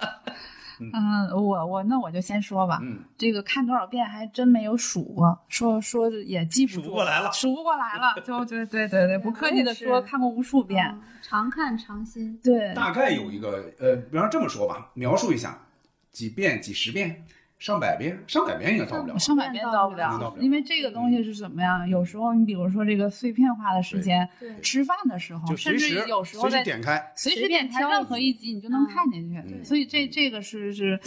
S2: 嗯，我我那我就先说吧。
S3: 嗯，
S2: 这个看多少遍还真没有数过，说说也记不住，
S3: 数不过来了
S2: 数不过来了，就对对对对，不客气的
S4: 我
S2: 说
S4: 也是
S2: 看过无数遍，
S4: 嗯常看常新，
S2: 对，
S3: 大概有一个呃，比方这么说吧，描述一下，几遍、几十遍、上百遍、上百遍应该到不了吧。
S2: 上百遍到不
S3: 到
S2: 了
S3: 不，了
S2: 因为这个东西是怎么样？有时候你比如说这个碎片化的时间，
S4: 对对
S2: 吃饭的时候，
S3: 就
S2: 甚
S3: 随时
S2: 至有时候
S3: 随时
S2: 在
S3: 点开，
S2: 随时
S4: 随便
S2: 点开
S4: 挑
S2: 任
S4: 一
S2: 何
S4: 集
S2: 一集，你就能
S4: 嗯
S2: 看进去。
S3: 对
S2: 所以这这个是是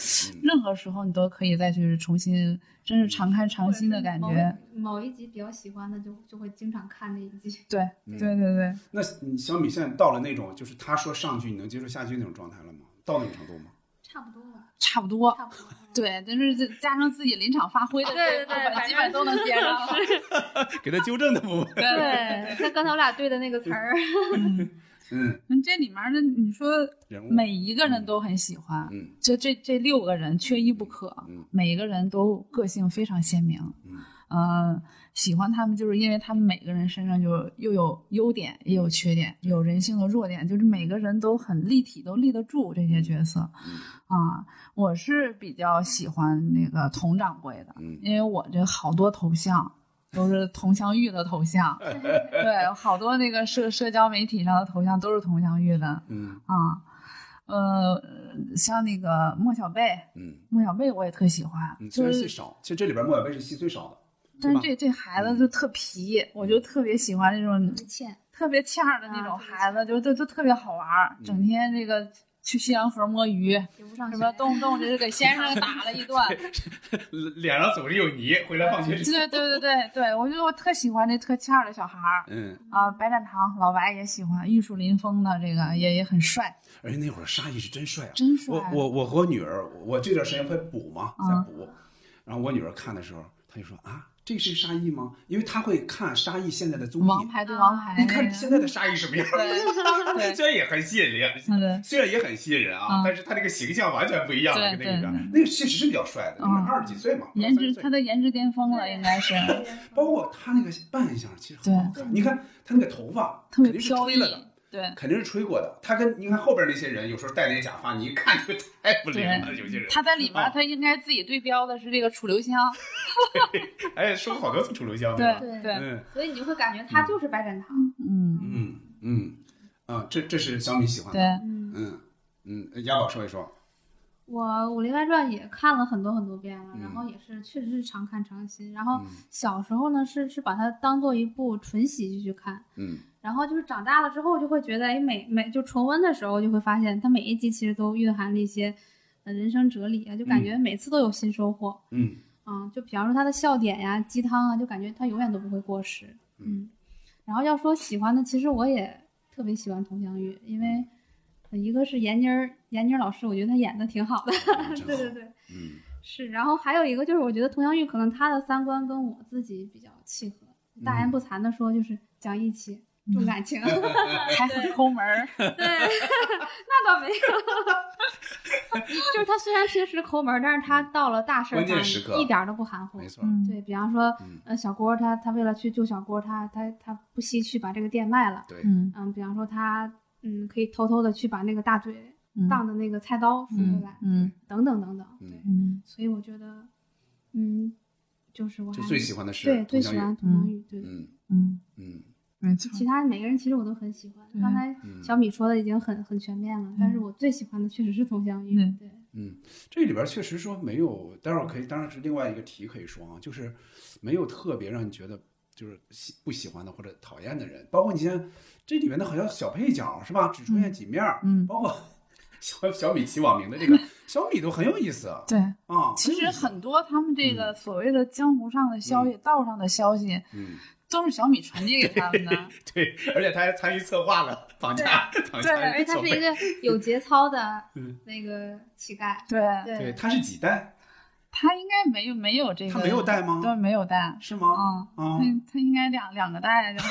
S2: 任何时候你都可以再去重新，真是常看常新的感
S4: 或者
S2: 觉
S4: 是。某。某一集比较喜欢的就就会经常看那一集。
S2: 对对对对，
S3: 那你小米现在到了那种，就是他说上句你能接受下句那种状态了吗？到那个程度吗？
S4: 差不多了，
S2: 差不多。
S4: 差不多了。
S2: 对，但是这加上自己临场发挥的
S4: 嗯对对对
S2: 这部分
S4: 反
S2: 基本
S4: 正
S2: 都能接上。
S3: 给他纠正的部分。
S2: 对，
S4: 对，他刚才我俩对的那个词儿，
S2: 嗯，
S3: 嗯，
S2: 这里面的你说
S4: 嗯
S3: 人物。
S2: 每一个人都很喜欢，
S3: 嗯
S2: 这这这六个人缺一不可，
S3: 嗯
S2: 每一个人都个性非常鲜明。
S3: 嗯
S2: 呃，喜欢他们就是因为他们每个人身上就又有优点，也有缺点，有人性的弱点，就是每个人都很立体，都立得住这些角色。
S3: 嗯
S2: 啊，我是比较喜欢那个佟掌柜的，
S3: 嗯
S2: 因为我这好多头像都是佟湘玉的头 像，对，好多那个社社交媒体上的头像都是佟湘玉的
S3: 嗯
S2: 啊。呃，像那个莫小贝，
S3: 嗯
S2: 莫小贝我也特喜欢，
S3: 嗯，虽
S2: 就
S3: 然
S2: 是
S3: 戏少，其实这里边莫小贝是戏最少的。
S2: 但是
S3: 对
S2: 这这孩
S3: 嗯
S2: 子就特皮，我就特别喜欢这种
S4: 欠
S2: 特别欠儿的那种
S4: 啊
S2: 孩子，就就就特别好玩儿，
S3: 嗯
S2: 整天这个去西洋河摸鱼，
S4: 比不上
S2: 什么动不动就是给先生打了 一顿，
S3: 脸上总是有泥，回来放学
S2: 对对对对对，我就我特喜欢这特欠儿的小孩儿
S3: 嗯，
S2: 啊，白展堂老白也喜欢，玉树临风的这个也也很帅，
S3: 而且那会儿沙溢是真帅啊！
S2: 真帅
S3: 我。我我和我女儿，我这段时间会补嘛，
S2: 嗯
S3: 在补。然后我女儿看的时候，她就说啊，这是沙溢吗？因为她会看沙溢现在的综
S2: 王
S3: 艺，
S2: 牌对王牌，
S3: 嗯你看现在的沙溢什么样？
S2: 对
S3: 虽然也很吸引人，
S2: 那个
S3: 虽然也很吸引人啊，
S2: 嗯
S3: 但是他这个形象完全不一样了，跟
S2: 对
S3: 那个里
S2: 对
S3: 边那个确实是比较帅的，
S2: 嗯
S3: 那个二十几岁嘛，
S2: 颜
S3: 二
S2: 值，
S3: 十三
S2: 他
S3: 岁
S2: 的颜值巅峰了，应 该是
S3: 包括他那个扮相其实很好看。你看他那个头发
S2: 特
S3: 肯
S2: 别
S3: 定是
S2: 飘
S3: 吹
S2: 逸
S3: 了的，。
S2: 对，
S3: 肯定是吹过的。他跟你看后边那些人，有时候戴那些假发，你一看就太不灵了。有些人，
S2: 他在里面
S3: 啊
S2: 儿，他应该自己对标的是这个楚留香，
S3: 哎，说过好多次楚留香，
S2: 对
S3: 吧？
S2: 对，
S3: 嗯
S4: 所以你就会感觉他就是白展堂。
S2: 嗯，
S3: 嗯嗯，啊，这这是小米喜欢的。
S2: 对，
S4: 嗯，
S3: 嗯嗯，雅宝说一说，
S4: 我《武林外传》也看了很多很多遍了，
S3: 嗯
S4: 然后也是确实是常看常新。然后
S3: 嗯
S4: 小时候呢，是是把它当做一部纯喜剧去看。
S3: 嗯
S4: 然后就是长大了之后，就会觉得，哎，每每就重温的时候，就会发现它每一集其实都蕴含了一些呃人生哲理啊，就感觉每次都有新收获。
S3: 嗯
S4: 嗯，就比方说它的笑点呀、鸡汤啊，就感觉它永远都不会过时。
S3: 嗯
S4: 嗯，然后要说喜欢的，其实我也特别喜欢佟湘玉，因为呃一个是闫妮儿，闫妮儿老师，我觉得她演的挺好的。
S3: 嗯，真
S4: 对对
S3: 好，
S4: 对，
S3: 嗯
S4: 是。然后还有一个就是，我觉得佟湘玉可能她的三观跟我自己比较契合。
S3: 嗯
S4: 大言不惭的说，就是讲义气、重感 情。
S2: 还很抠门儿，
S4: 对，那倒没有。 就是他虽然平时抠门儿，但是他到了大事儿
S3: 嗯关键
S4: 上
S3: 时刻
S4: 一点儿都不含糊
S3: 没。错，
S2: 嗯，
S4: 对比方说
S3: 嗯，
S4: 呃，小郭他他为了去救小郭，他他他不惜去把这个店卖了。
S3: 对，
S2: 嗯
S4: 嗯，比方说他嗯可以偷偷的去把那个大嘴
S2: 嗯
S4: 当的那个菜刀赎回
S2: 嗯
S4: 来，
S2: 嗯
S4: 等等等等。对，
S2: 嗯
S4: 所以我觉得，嗯，就是我
S3: 就
S4: 还
S3: 最喜欢的是
S4: 对最
S3: 佟湘
S4: 喜欢
S3: 玉，
S4: 佟湘玉，对。
S3: 嗯
S2: 嗯，
S3: 嗯
S2: 没错，
S4: 其他每个人其实我都很喜欢，
S2: 嗯
S4: 刚才
S3: 嗯
S4: 小米说的已经很很全面了，但是我最喜欢的确实是佟湘玉，
S2: 嗯
S4: 对，
S3: 嗯，这里边确实说没有，待会儿可以，当然是另外一个题可以说啊，就是没有特别让你觉得就是喜不喜欢的或者讨厌的人，包括你像这里面的好像小配角是吧，只出现几面儿，
S2: 嗯
S3: 包括 小小米起网名 的这个小米都很有意思啊，
S2: 对，
S3: 啊
S2: 其实，很多他们这个所谓的江湖上的消息、道上的消息，
S3: 嗯，
S2: 都是小米传递给他们的。
S3: 对，而且他还参与策划了绑架绑
S2: 对
S4: 因
S3: 架
S4: 为他
S3: 小
S4: 是一
S3: 贝，
S4: 个有节操的
S3: 嗯
S4: 那个乞丐，
S2: 对
S3: 对，
S4: 对，
S3: 他是几代？
S2: 他应该没有没有这个，
S3: 他没有带吗？
S2: 对，没有带。
S3: 是
S4: 哦
S3: 吗？
S2: 嗯，
S3: 啊，
S2: 他他应该两两个带 着。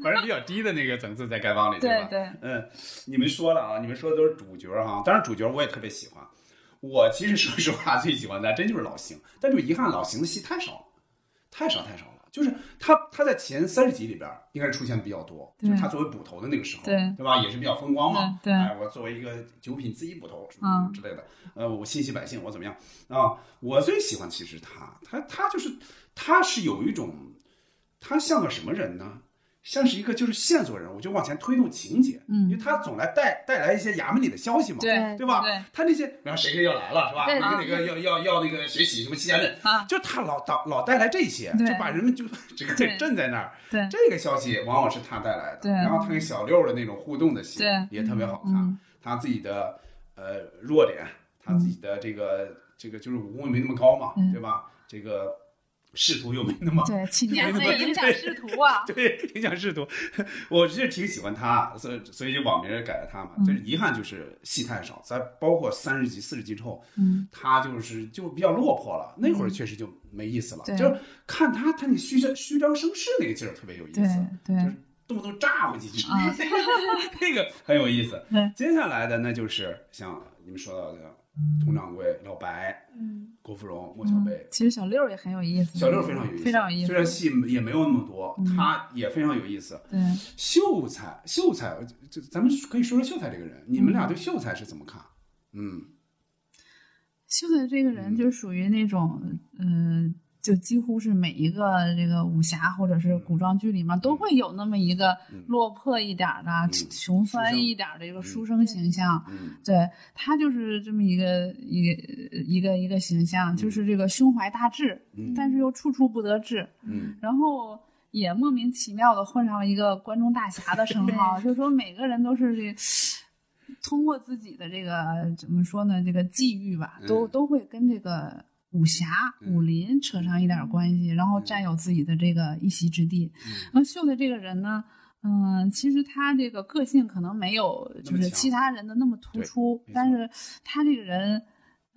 S3: 反正比较低的那个层次在丐帮里，吧
S2: 对？对，
S3: 嗯，你们说了啊，你们说的都是主角哈、当然主角我也特别喜欢。我其实说实话，最喜欢的真就是老邢，但就遗憾老邢的戏太少了，太少太少了。就是他他在前三十集里边儿应该是出现的比较多，就
S2: 对
S3: 是他作为捕头的那个时候，
S2: 对
S3: 吧？也是比较风光嘛。
S2: 对对嗯
S3: 哎，我作为一个九品自一捕头什么之类的，呃，我心系百姓，我怎么样啊？我最喜欢其实他，他他就是他是有一种，他像个什么人呢？像是一个就是线索人物，就往前推动情节，
S2: 嗯
S3: 因为他总来带带来一些衙门里的消息嘛，
S2: 对
S3: 对吧？
S2: 对
S3: 他那些，然后谁谁要来了是吧？
S4: 对
S3: 哪个哪个要要要那个谁洗什么七家阵
S2: 啊
S3: 就他老导老带来这些，
S2: 对
S3: 就把人们就 整个给
S2: 对
S3: 震在那儿。
S2: 对
S3: 这个消息往往是他带来的，
S2: 对
S3: 然后他跟小六的那种互动的戏
S2: 对
S3: 也特别好看，
S2: 嗯
S3: 他自己的呃弱点，他自己的这个、这个就是武功也没那么高嘛，
S2: 嗯
S3: 对吧？这个仕途又没那么
S2: 对，青年
S3: 对
S2: 会影响仕途 啊。
S3: 对，挺想仕途，我是挺喜欢他，所以所以就网名也改了他嘛。
S2: 嗯
S3: 但是遗憾就是戏太少，在包括三十集、四十集之后，
S2: 嗯，
S3: 他就是就比较落魄了。那会儿确实就没意思了，
S2: 对
S3: 就是看他他那虚张虚张声势那个劲儿特别有意
S2: 对
S3: 思，
S2: 对
S3: 就是动不动炸回去，
S2: 啊，
S3: 那个很有意思
S2: 对。
S3: 接下来的那就是像你们说到的佟掌柜、老白、
S4: 嗯，
S3: 郭芙蓉、莫小贝，
S2: 其实小六也很有意思，
S3: 小六非常有意思，
S2: 嗯非常有意
S3: 虽然
S2: 思。嗯
S3: 戏也没有那么多，他也非常有意思。
S2: 对，
S3: 秀才，秀才，这咱们可以说说秀才这个人，你
S2: 嗯
S3: 们俩对秀才是怎么看？嗯，
S2: 秀才这个人就属于那种，嗯、就几乎是每一个这个武侠或者是古装剧里面都会有那么一个落魄一点儿的、穷酸一点儿的一个书生形象。
S3: 嗯
S2: 对他就是这么一个一个一个一个形象，就是这个胸怀大志，
S3: 嗯
S2: 但是又处处不得志，
S3: 嗯
S2: 然后也莫名其妙的混上了一个关中大侠的称 号，就说每个人都是这。通过自己的这个怎么说呢，这个际遇吧，都
S3: 嗯
S2: 都会跟这个武侠、
S3: 嗯
S2: 武林扯上一点关系，然后占有自己的这个一席之地。
S3: 嗯
S2: 那秀才这个人呢，嗯，其实他这个个性可能没有
S3: 那
S2: 就
S3: 么
S2: 是
S3: 强
S2: 其他人的那么突
S3: 对
S2: 出
S3: 没，
S2: 但
S3: 错
S2: 是他这个人。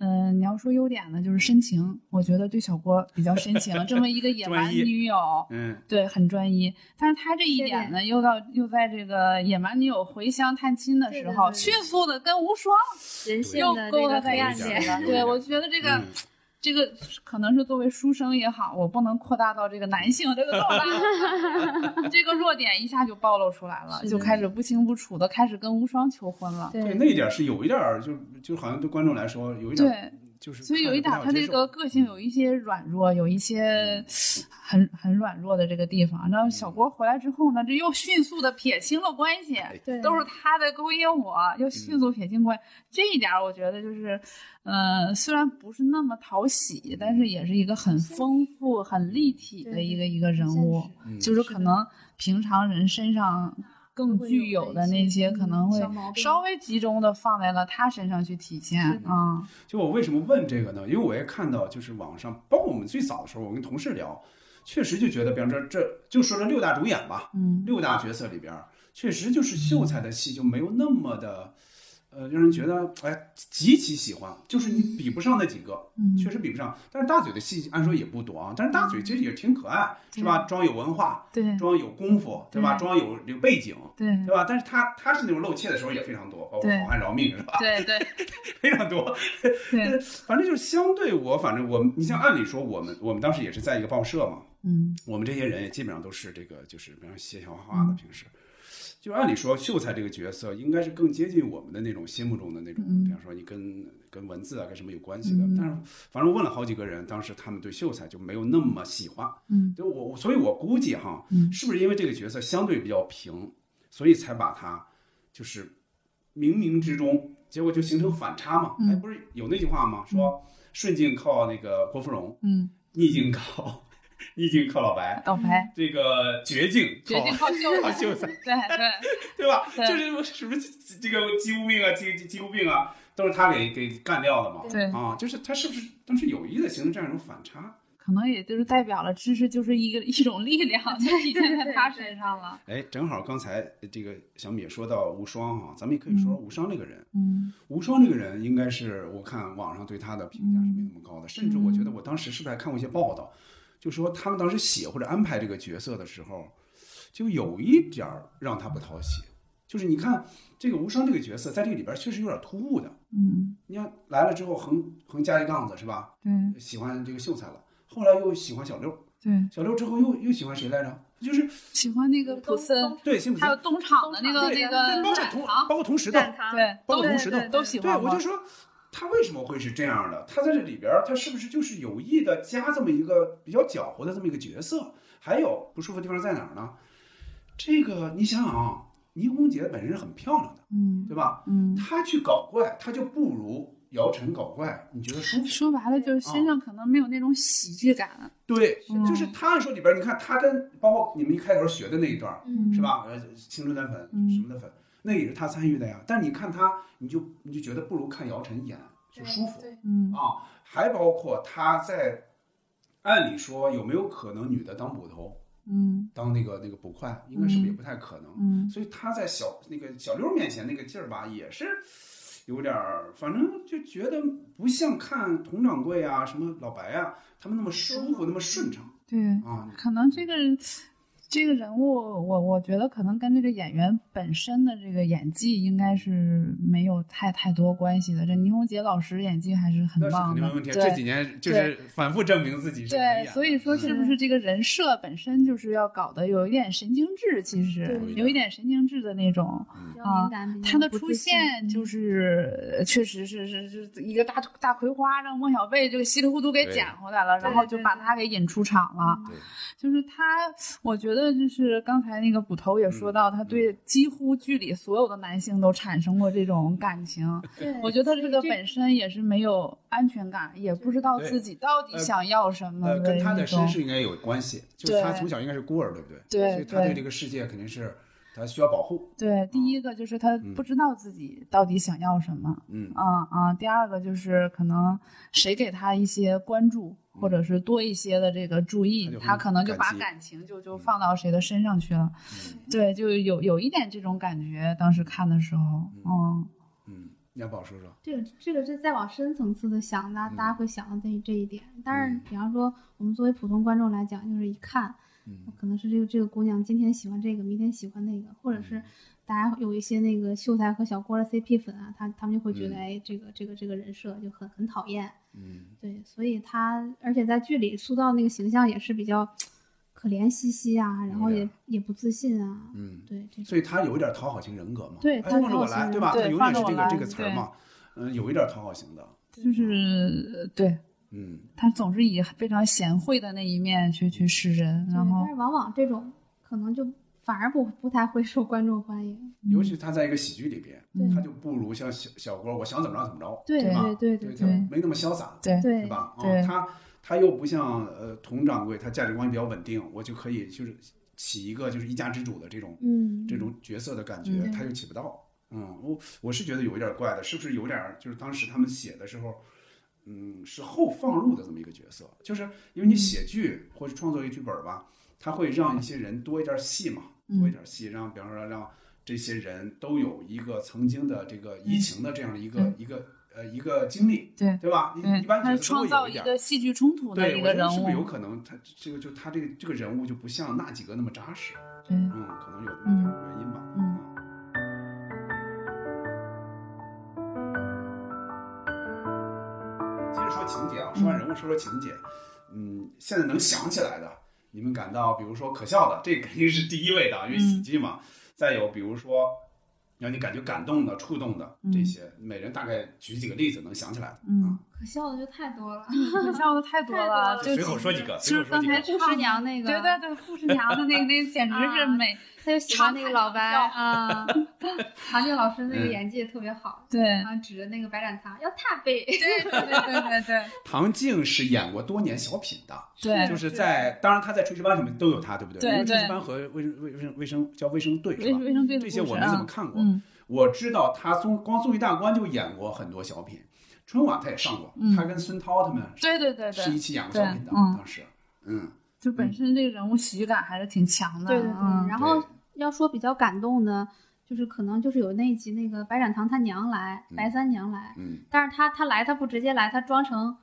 S2: 嗯，你要说优点呢，就是深情，我觉得对小郭比较深情，这么一个野
S3: 专
S2: 蛮
S3: 一
S2: 女友，
S3: 嗯
S2: 对，很专一。但是他这一
S4: 缺
S2: 点呢，又到又在这个野蛮女友回乡探亲的
S4: 对
S2: 时
S4: 对
S2: 候，
S4: 对
S2: 迅速的跟无双
S4: 人性
S2: 又
S4: 的这
S2: 勾搭
S4: 个
S2: 在
S4: 黑
S2: 一
S4: 暗
S2: 起
S3: 有
S4: 面，
S2: 了
S3: 点。
S2: 对，
S3: 有
S2: 我
S3: 点
S2: 觉得这个、
S3: 嗯
S2: 这个可能是作为书生也好，我不能扩大到这个男性这个弱大， 这个弱点一下就暴露出来了，
S4: 是的
S2: 就开始不清不楚的开始跟无双求婚了。
S4: 对
S3: 对，那一点是有一点儿，就就好像对观众来说有一点儿，就是
S2: 所以有一点
S3: 看
S2: 儿，
S3: 着不太好
S2: 他这
S3: 接受
S2: 个个性有一些软弱，有一些很很软弱的这个地方。然后
S3: 嗯
S2: 小郭回来之后呢，这又迅速的撇清了关系，
S3: 哎
S4: 对，
S2: 都是他在勾引我，又迅速撇清关系。这一点儿我觉得就是，呃，虽然不是那么讨喜，但是也是一个很丰富、很立体的一个一个人物，
S3: 嗯
S2: 就是可能平常人身上。更
S4: 会有
S2: 具有的那些
S4: 一些
S2: 可能会
S4: 小毛病
S2: 稍微集中的放在了他身上去体现
S4: 是的
S2: 啊，嗯
S3: 就我为什么问这个呢？因为我也看到，就是网上，包括我们最早的时候，我跟同事聊，确实就觉得，比方说这就说这六大主演吧，
S2: 嗯
S3: 六大角色里边儿，确实就是秀才的戏就没有那么的，呃，让人觉得哎极其喜欢，就是你比不上那几个，
S2: 嗯
S3: 确实比不上。但是大嘴的戏按说也不多啊，但是大嘴其实也挺可爱，是吧？装有文化，
S2: 嗯对嗯
S3: 装有功夫，对吧？
S2: 对
S3: 装有这个背景。
S2: 对
S3: 对吧？但是他他是那种露怯的时候也非常多，包括
S2: 嗯对
S3: 好汉饶命是吧？
S2: 对 对
S3: 非常多。
S2: 对，
S3: 反正就是相对我，反正我们，你像按理说我们，我们当时也是在一个报社嘛，
S2: 嗯
S3: 我们这些人也基本上都是这个，就是比方说写小画的，平时。就按理说，秀才这个角色应该是更接近我们的那种心目中的那种，
S2: 嗯
S3: 比方说你跟跟文字啊跟什么有关系的。但是反正问了好几个人，当时他们对秀才就没有那么喜欢。
S2: 嗯
S3: 就我，我所以我估计哈，
S2: 嗯
S3: 是不是因为这个角色相对比较平，所以才把他就是冥冥之中，结果就形成反差嘛？
S2: 嗯
S3: 哎，不是有那句话吗？说顺境靠那个郭芙蓉，
S2: 嗯，
S3: 逆境靠 逆境靠老白，
S2: 倒牌
S3: 这个绝境
S2: 绝境
S3: 靠
S2: 靠秀
S3: 靠
S2: 才，
S3: 秀才，
S2: 对对
S3: 对吧？
S2: 对
S3: 就是什么这个鸡无病啊，鸡鸡鸡无病啊，都是他给给干掉的嘛。
S2: 对，
S3: 啊，就是他是不是当时有意的形成这样一种反差？
S2: 可能也就是代表了知识就是一个一 种力量，就体现在他身上了。
S3: 哎，正好刚才呃这个小米也说到无双哈、咱们也可以说说无双这个人。
S2: 嗯
S3: 无双这个人应该是我看网上对他的评价是没那么高的，甚至我觉得我当时是不是还看过一些报道，就说他们当时写或者安排这个角色的时候，就有一点儿让他不讨喜。就是你看这个无双这个角色在这个里边确实有点突兀的。
S2: 嗯，
S3: 你看来了之后横横加一杠子是吧？
S2: 对
S3: 喜欢这个秀才了，后来又喜欢小六，
S2: 对，
S3: 小六之后又又喜欢谁来着？就是
S2: 喜欢那个普森，
S3: 对辛普森
S2: 还有，东厂的那个
S3: 对
S2: 那
S3: 对包
S2: 个
S3: 括
S2: 展
S3: 同
S2: 堂，
S3: 包括同时
S4: 蛋
S3: 的，
S4: 糖，
S2: 对，
S3: 包括
S2: 都
S4: 对
S3: 同时的
S4: 对
S2: 都喜
S3: 对，
S2: 欢
S3: 我
S2: 吗
S3: 就？说他为什么会是这样的？他在这里边儿，他是不是就是有意的加这么一个比较搅和的这么一个角色？还有不舒服的地方在哪儿呢？这个你想想啊，倪虹洁本身很漂亮的，
S2: 嗯
S3: 对吧？
S2: 嗯，
S3: 她去搞怪，她就不如姚晨搞怪，你觉得舒服？
S2: 说白了
S3: 哦
S2: 就是身上可能没有那种喜剧感。
S3: 对，
S2: 嗯
S3: 就是她按说里边儿，你看她跟包括你们一开头学的那一段儿，
S4: 嗯
S3: 是吧？呃，青春的粉
S2: 嗯
S3: 什么的粉，那也是她参与的呀。但你看她，你就你就觉得不如看姚晨演就舒服。
S2: 嗯
S3: 啊，还包括他在，按理说有没有可能女的当捕头，
S2: 嗯
S3: 当那个那个捕快，应该是不是也不太可能？
S2: 嗯，
S3: 所以他在小那个小六面前那个劲儿吧，也是有点儿，反正就觉得不像看佟掌柜啊、什么老白啊他们那么舒服、那么顺畅
S2: 对，
S3: 啊。
S2: 可能这个这个人物，我我觉得可能跟这个演员本身的这个演技应该是没有太太多关系的。这倪虹洁老师演技还是很
S3: 那是肯
S2: 棒
S3: 定
S2: 的
S3: 没问题。，啊这
S2: 对
S3: 几年就是反复证明自己是嗯能演
S2: 对
S3: 的，
S2: 所以说是
S4: 嗯
S2: 不是这个人设本身就是要搞得有一点神经质？其实
S3: 对
S2: 有一点神经质的那种。
S4: 比较敏感，比较
S2: 他啊的
S4: 嗯不
S2: 出
S4: 自信嗯
S2: 现就是，呃确实是是是一个大大葵花，让孟小贝这个稀里糊涂给
S3: 对
S2: 捡回来了，然后就把他给引出场了。
S4: 嗯
S3: 对
S2: 就是他，我觉得就是刚才那个捕头也
S3: 嗯
S2: 说到，他对几乎剧里所有的男性都产生过这种感情。
S4: 对
S2: 我觉得这个
S4: 这
S2: 本身也是没有安全感，也不知道
S3: 对
S2: 自己到底想要什么
S3: 呃，跟他
S2: 那
S3: 的
S2: 种
S3: 身。世应该有关系，就是
S2: 对
S3: 他从小应该是孤儿，对不对？
S2: 对
S3: 所以他对
S2: 对
S3: 这个世界肯定是他需要保护。
S2: 对，第一个就是他不知道自己到底想要什么。
S3: 嗯，
S2: 啊啊！第二个就是可能谁给他一些关注，或者是多一些的这个注
S3: 嗯他
S2: 意
S3: 就，很
S2: 他可能就
S3: 感
S2: 把
S3: 激嗯
S2: 感情就就放到谁的身上去了。对，就有有一点这种感觉，当时看的时候，嗯，
S3: 嗯，你要不好说说，
S4: 这个这个是再往深层次的想，大家
S3: 嗯
S4: 大家会想到这这一点。当然，比方说我们作为普通观众来讲，就是一看，
S3: 嗯
S4: 可能是这个这个姑娘今天喜欢这个，明天喜欢那个，或者是大家有一些那个秀才和小郭的 CP 粉啊，他他们就会觉得，
S3: 嗯
S4: 哎，这个这个这个人设就很很讨厌。
S3: 嗯，
S4: 对，所以他而且在剧里塑造那个形象也是比较可怜兮兮啊，然后
S3: 有点
S4: 也也不自信啊，
S3: 嗯，
S4: 对，这种
S3: 所以他有一点讨好型人格嘛，
S4: 对
S3: 哎
S4: 他
S3: 放着
S4: 讨好
S3: 我
S4: 型
S3: 来，
S4: 人
S3: 对吧？他
S2: 对
S3: 永远
S2: 放
S3: 是
S2: 着
S3: 这
S2: 我
S3: 个
S2: 来
S3: 这个词儿嘛，嗯，有一点讨好型的，
S2: 就是对
S3: 嗯，
S2: 他总是以非常贤惠的那一面去去示人，
S4: 对
S2: 然后
S4: 但是往往这种可能就反而不不太会受观众欢迎。
S3: 尤其他在一个喜剧里边，
S2: 嗯
S3: 他就不如像小小郭，我想怎么着怎么着，
S4: 对
S2: 对
S3: 吧？
S4: 对
S3: 对，
S4: 对
S3: 就
S2: 对
S3: 没那么潇洒，
S2: 对
S4: 对
S3: 对吧？啊、
S2: 对
S3: 他他又不像呃佟掌柜，他价值观比较稳定，我就可以就是起一个就是一家之主的这种
S4: 嗯，
S3: 这种角色的感觉，
S2: 嗯
S3: 他就起不到。嗯，我我是觉得有一点怪的，是不是有点儿就是当时他们写的时候，嗯，是后放入的这么一个角色，就是因为
S2: 嗯
S3: 你写剧或者创作一个剧本儿吧，它会让一些人多一点儿戏嘛，多
S2: 嗯
S3: 一点儿戏，让比方说让这些人都有一个曾经的这个移情的这样的一个、
S2: 嗯
S3: 一个呃一个经历，
S2: 对
S3: 对吧？一
S2: 对
S3: 一般
S2: 他
S3: 角
S2: 是
S3: 色都
S2: 创
S3: 会
S2: 造
S3: 有
S2: 一
S3: 点儿。
S2: 个戏剧冲突的
S3: 对，
S2: 一
S3: 我
S2: 个
S3: 觉得
S2: 人
S3: 是不是有
S2: 物，
S3: 可能他这个就他这个这个人物就不像那几个那么扎实？
S2: 对，
S3: 嗯，可能有这么点原因吧。
S2: 嗯
S3: 接着说情节啊，说完人物，说说情节。嗯，现在能想起来的，你们感到比如说可笑的，这肯定是第一位的，啊因为
S2: 嗯
S3: 喜剧嘛。再有比如说让你感觉感动的、触动的这些，每人大概举几个例子能想起来的。
S2: 嗯，
S4: 可笑的就太多了。
S2: 可笑的太多
S4: 太多了
S2: 了，就
S3: 随口说几个，
S2: 就
S3: 随
S2: 是
S3: 口说
S2: 刚
S3: 几
S2: 才
S3: 个。
S4: 护士娘那个
S2: 对对对，护士娘的那个那简直是
S4: 啊
S2: 美，
S4: 他就喜欢那个老白啊， 韩静老师那个
S3: 嗯
S4: 演技也特别好，
S2: 对
S4: 然后指着那个白展堂要踏 背，
S2: 对对对对对
S3: 唐静是演过多年小品的，
S2: 对
S3: 就是是在，当然他在炊事班里面都有他，对不对？
S2: 对
S3: 因为炊事
S2: 对
S3: 班和卫生卫生卫生叫卫生队是
S2: 卫
S3: 吧？
S2: 卫生队的
S3: 这些
S2: 故事
S3: 我没怎么
S2: 啊
S3: 看过。
S2: 嗯
S3: 我知道他综光综艺大观就演过很多小品，春晚他也上过，
S2: 嗯
S3: 他跟孙涛他们
S2: 对对对
S3: 是一
S2: 对，
S3: 起演过小品的，
S2: 对嗯
S3: 当时，嗯，
S2: 就本身这个人物喜剧感还是挺强的，
S4: 对对对。
S2: 嗯
S4: 然后要说比较感动的，就是可能就是有那一集那个白展堂他娘来，
S3: 嗯
S4: 白三娘来，
S3: 嗯，
S4: 但是他他来他不直接来，他装成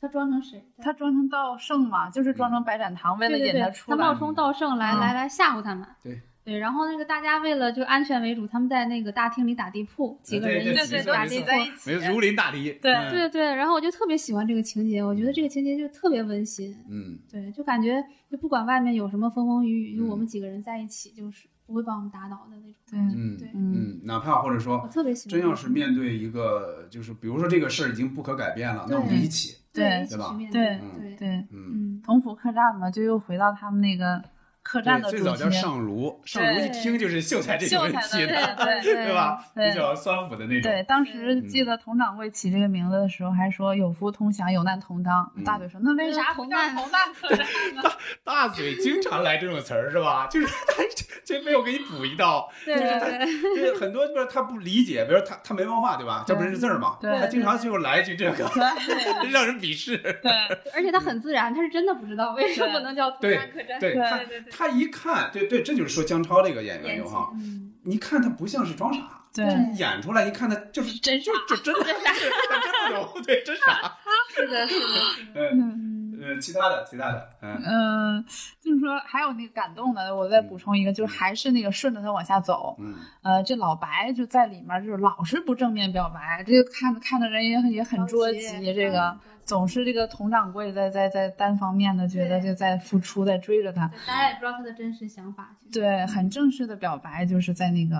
S4: 他装成谁？
S2: 他装成道圣嘛，就是
S3: 嗯
S2: 装成白展堂，为
S4: 对
S2: 了
S4: 对
S2: 引
S4: 对，
S2: 出
S4: 他冒
S2: 来，
S4: 充道圣来
S2: 嗯
S4: 来来吓唬他们。
S3: 对
S4: 对，然后那个大家为了就安全为主，他们在那个大厅里打地铺，几个人
S3: 哎对
S4: 一
S3: 对
S4: 起
S3: 对
S2: 对
S3: 对
S4: 打
S2: 对，
S4: 地
S2: 挤
S4: 铺。
S2: 在一起，
S3: 如临大敌，
S2: 对
S3: 嗯
S4: 对对对，然后我就特别喜欢这个情节，我觉得这个情节就特别温馨。
S3: 嗯，
S4: 对，就感觉就不管外面有什么风风雨雨，就
S3: 嗯
S4: 我们几个人在一起，就是不会把我们打倒的那种。
S2: 对
S3: 嗯
S4: 对，
S2: 嗯
S3: 嗯，哪怕或者
S4: 我
S3: 说，
S4: 特别喜欢。
S3: 真要是面对一个，就是比如说这个事儿已经不可改变了，那我们就
S4: 对
S3: 一起，
S4: 对
S2: 对
S4: 一起
S3: 对吧
S4: 去面
S2: 对
S4: 对对，
S2: 对，
S3: 嗯，
S4: 嗯，
S2: 同府客栈嘛，就又回到他们那个客栈
S3: 对，
S2: 的
S3: 最
S2: 主
S3: 早叫
S2: 题，
S3: 上炉，上炉一
S2: 对
S3: 听就是秀才这个
S2: 秀
S3: 问题的，
S2: 才的，对对
S3: 对吧？
S2: 对
S3: 比较酸腐的那种，
S2: 对，当时
S3: 嗯
S2: 记得佟掌柜起这个名字的时候，还说“有福同享，有难同当”
S3: 嗯
S2: 大嘴说：“那为啥
S4: 同
S2: 叫
S4: 难
S2: 同难客栈 呢
S3: 大嘴经常来这种词儿是吧？ 就是他这这被我给你补一刀，
S4: 对对 对，
S3: 就是很多就是他不理解，比如他他没文化对吧？他不认识字儿嘛，
S2: 对
S3: 他经常最后来一句这个， 让人鄙视。？”
S2: 对
S4: 而且他很自然，他是真的不知道为什么
S2: 对
S4: 能叫同
S3: 对
S4: 山客栈。
S3: 对
S4: 对对对，
S3: 他一看，对对，这就是说姜超这个演员
S4: 演
S3: 刘
S4: 技
S3: 哈，，
S4: 嗯
S3: 你看他不像是装傻，
S2: 对，
S3: 演出来一看他就是
S2: 真傻
S3: 就就真的真傻，他真不懂，对，真傻。
S4: 是的，是的，是的。
S3: 嗯，
S4: 嗯，
S3: 呃，其他的，其他的，嗯，
S2: 嗯，就是说还有那个感动的，我再补充一个，就是还是那个顺着他往下走，
S3: 嗯，
S2: 呃，这老白就在里面就是老是不正面表白，这个看看的人也很也很捉急，嗯
S4: 嗯
S2: 这个总是这个佟掌柜在在在单方面的觉得
S4: 对
S2: 就在付出，在追着他，
S4: 对大家也不知道他的真实想法。其实，
S2: 对，很正式的表白就是在那个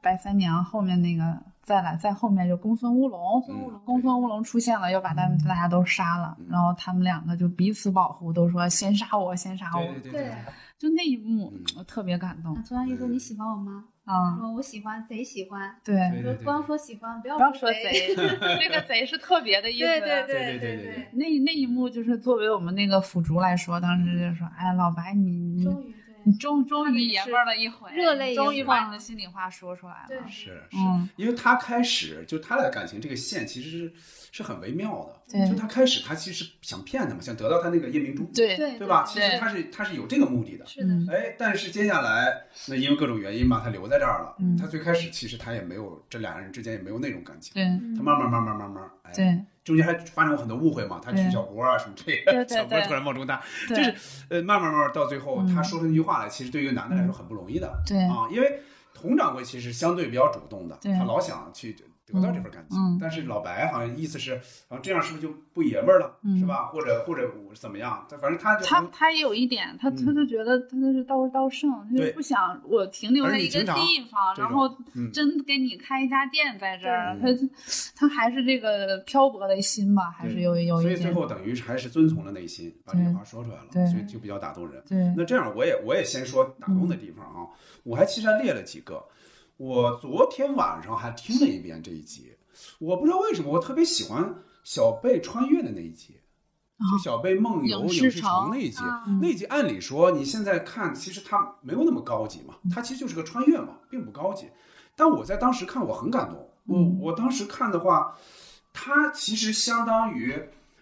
S2: 白三娘后面那个再来再后面就公孙乌龙，
S3: 嗯
S2: 公孙乌龙出现了，要把他们大家都杀了，然后他们两个就彼此保护，都说先杀我，先杀我
S3: 对，对对对，
S2: 就那一幕
S3: 嗯
S2: 我特别感动
S4: 那涂大玉说你喜欢我吗？
S2: 啊、
S4: 说我喜欢，贼喜欢。
S2: 对，
S3: 对对
S4: 说
S3: 对对
S4: 光说喜欢，不要
S2: 不要 说。贼，这个贼是特别的意思。
S4: 对对
S3: 对
S4: 对
S3: 对对
S4: 对，
S2: 那那一幕就是作为我们那个腐竹来说，当时就说，哎，老白你你
S4: 终于
S2: 你
S4: 对。
S2: 终终
S4: 看
S2: 于
S4: 的也
S2: 爷
S4: 是
S2: 们儿了一回，
S4: 热泪盈
S2: 终于把
S4: 眶
S2: 你的心里话说出来
S4: 对
S2: 了。
S3: 是是，
S2: 嗯
S3: 因为他开始就他俩的感情这个线其实是是很微妙的，
S2: 对
S3: 就他开始他其实想骗他嘛，想得到他那个夜明珠，
S2: 对
S4: 对
S3: 对吧？其
S4: 对
S3: 实他是他是有这个目的的，
S4: 是的，
S2: 嗯
S3: 哎，但是接下来那因为各种原因嘛，他留在这儿了，
S2: 嗯
S3: 他最开始其实他也没有这俩人之间也没有那种感情，
S2: 对
S4: 嗯
S3: 他慢慢慢慢慢慢，哎，
S2: 嗯对
S3: 中间还发生过很多误会嘛，他娶
S2: 对
S3: 小郭啊什么这
S2: 对
S3: 个，
S2: 对
S3: 小郭
S2: 对
S3: 突然冒充他，
S2: 对，
S3: 就是呃，慢慢慢慢到最后，
S2: 嗯
S3: 他说出那句话来，其实对于一个男的来说很不容易的。
S2: 对
S3: 啊，因为佟掌柜其实相对比较主动的，
S2: 对
S3: 他老想去得到这份感情。
S2: 嗯嗯
S3: 但是老白好像意思是，啊，这样是不是就不爷们儿了，
S2: 嗯
S3: 是吧？或者或者我怎么样？他反正他就
S2: 他他也有一点，他他
S3: 嗯
S2: 就觉得他就是道道圣，他
S3: 对
S2: 就不想我停留
S3: 而
S2: 在
S3: 你
S2: 一个
S3: 经常
S2: 地方，
S3: 这
S2: 然
S3: 种
S2: 后
S3: 嗯
S2: 真给你开一家店在这儿，他
S3: 对
S2: 他还是这个漂泊的心吧，还是有有
S3: 所以
S2: 一
S3: 最
S2: 点
S3: 后等于是还是遵从了内心，把这句话说出来了，
S2: 对
S3: 所以就比较打动人。
S2: 对嗯
S3: 那这样我也我也先说打动的地方啊，我还其实还列了几个。我昨天晚上还听了一遍这一集，我不知道为什么我特别喜欢小贝穿越的那一集，就小贝梦游
S2: 哦影视
S3: 影视城
S2: 城
S3: 那一集。
S4: 啊
S3: 那一集按理说你现在看，其实它没有那么高级嘛，
S2: 嗯
S3: 它其实就是个穿越嘛，并不高级。但我在当时看，我很感动。我
S2: 嗯
S3: 我当时看的话，它其实相当于，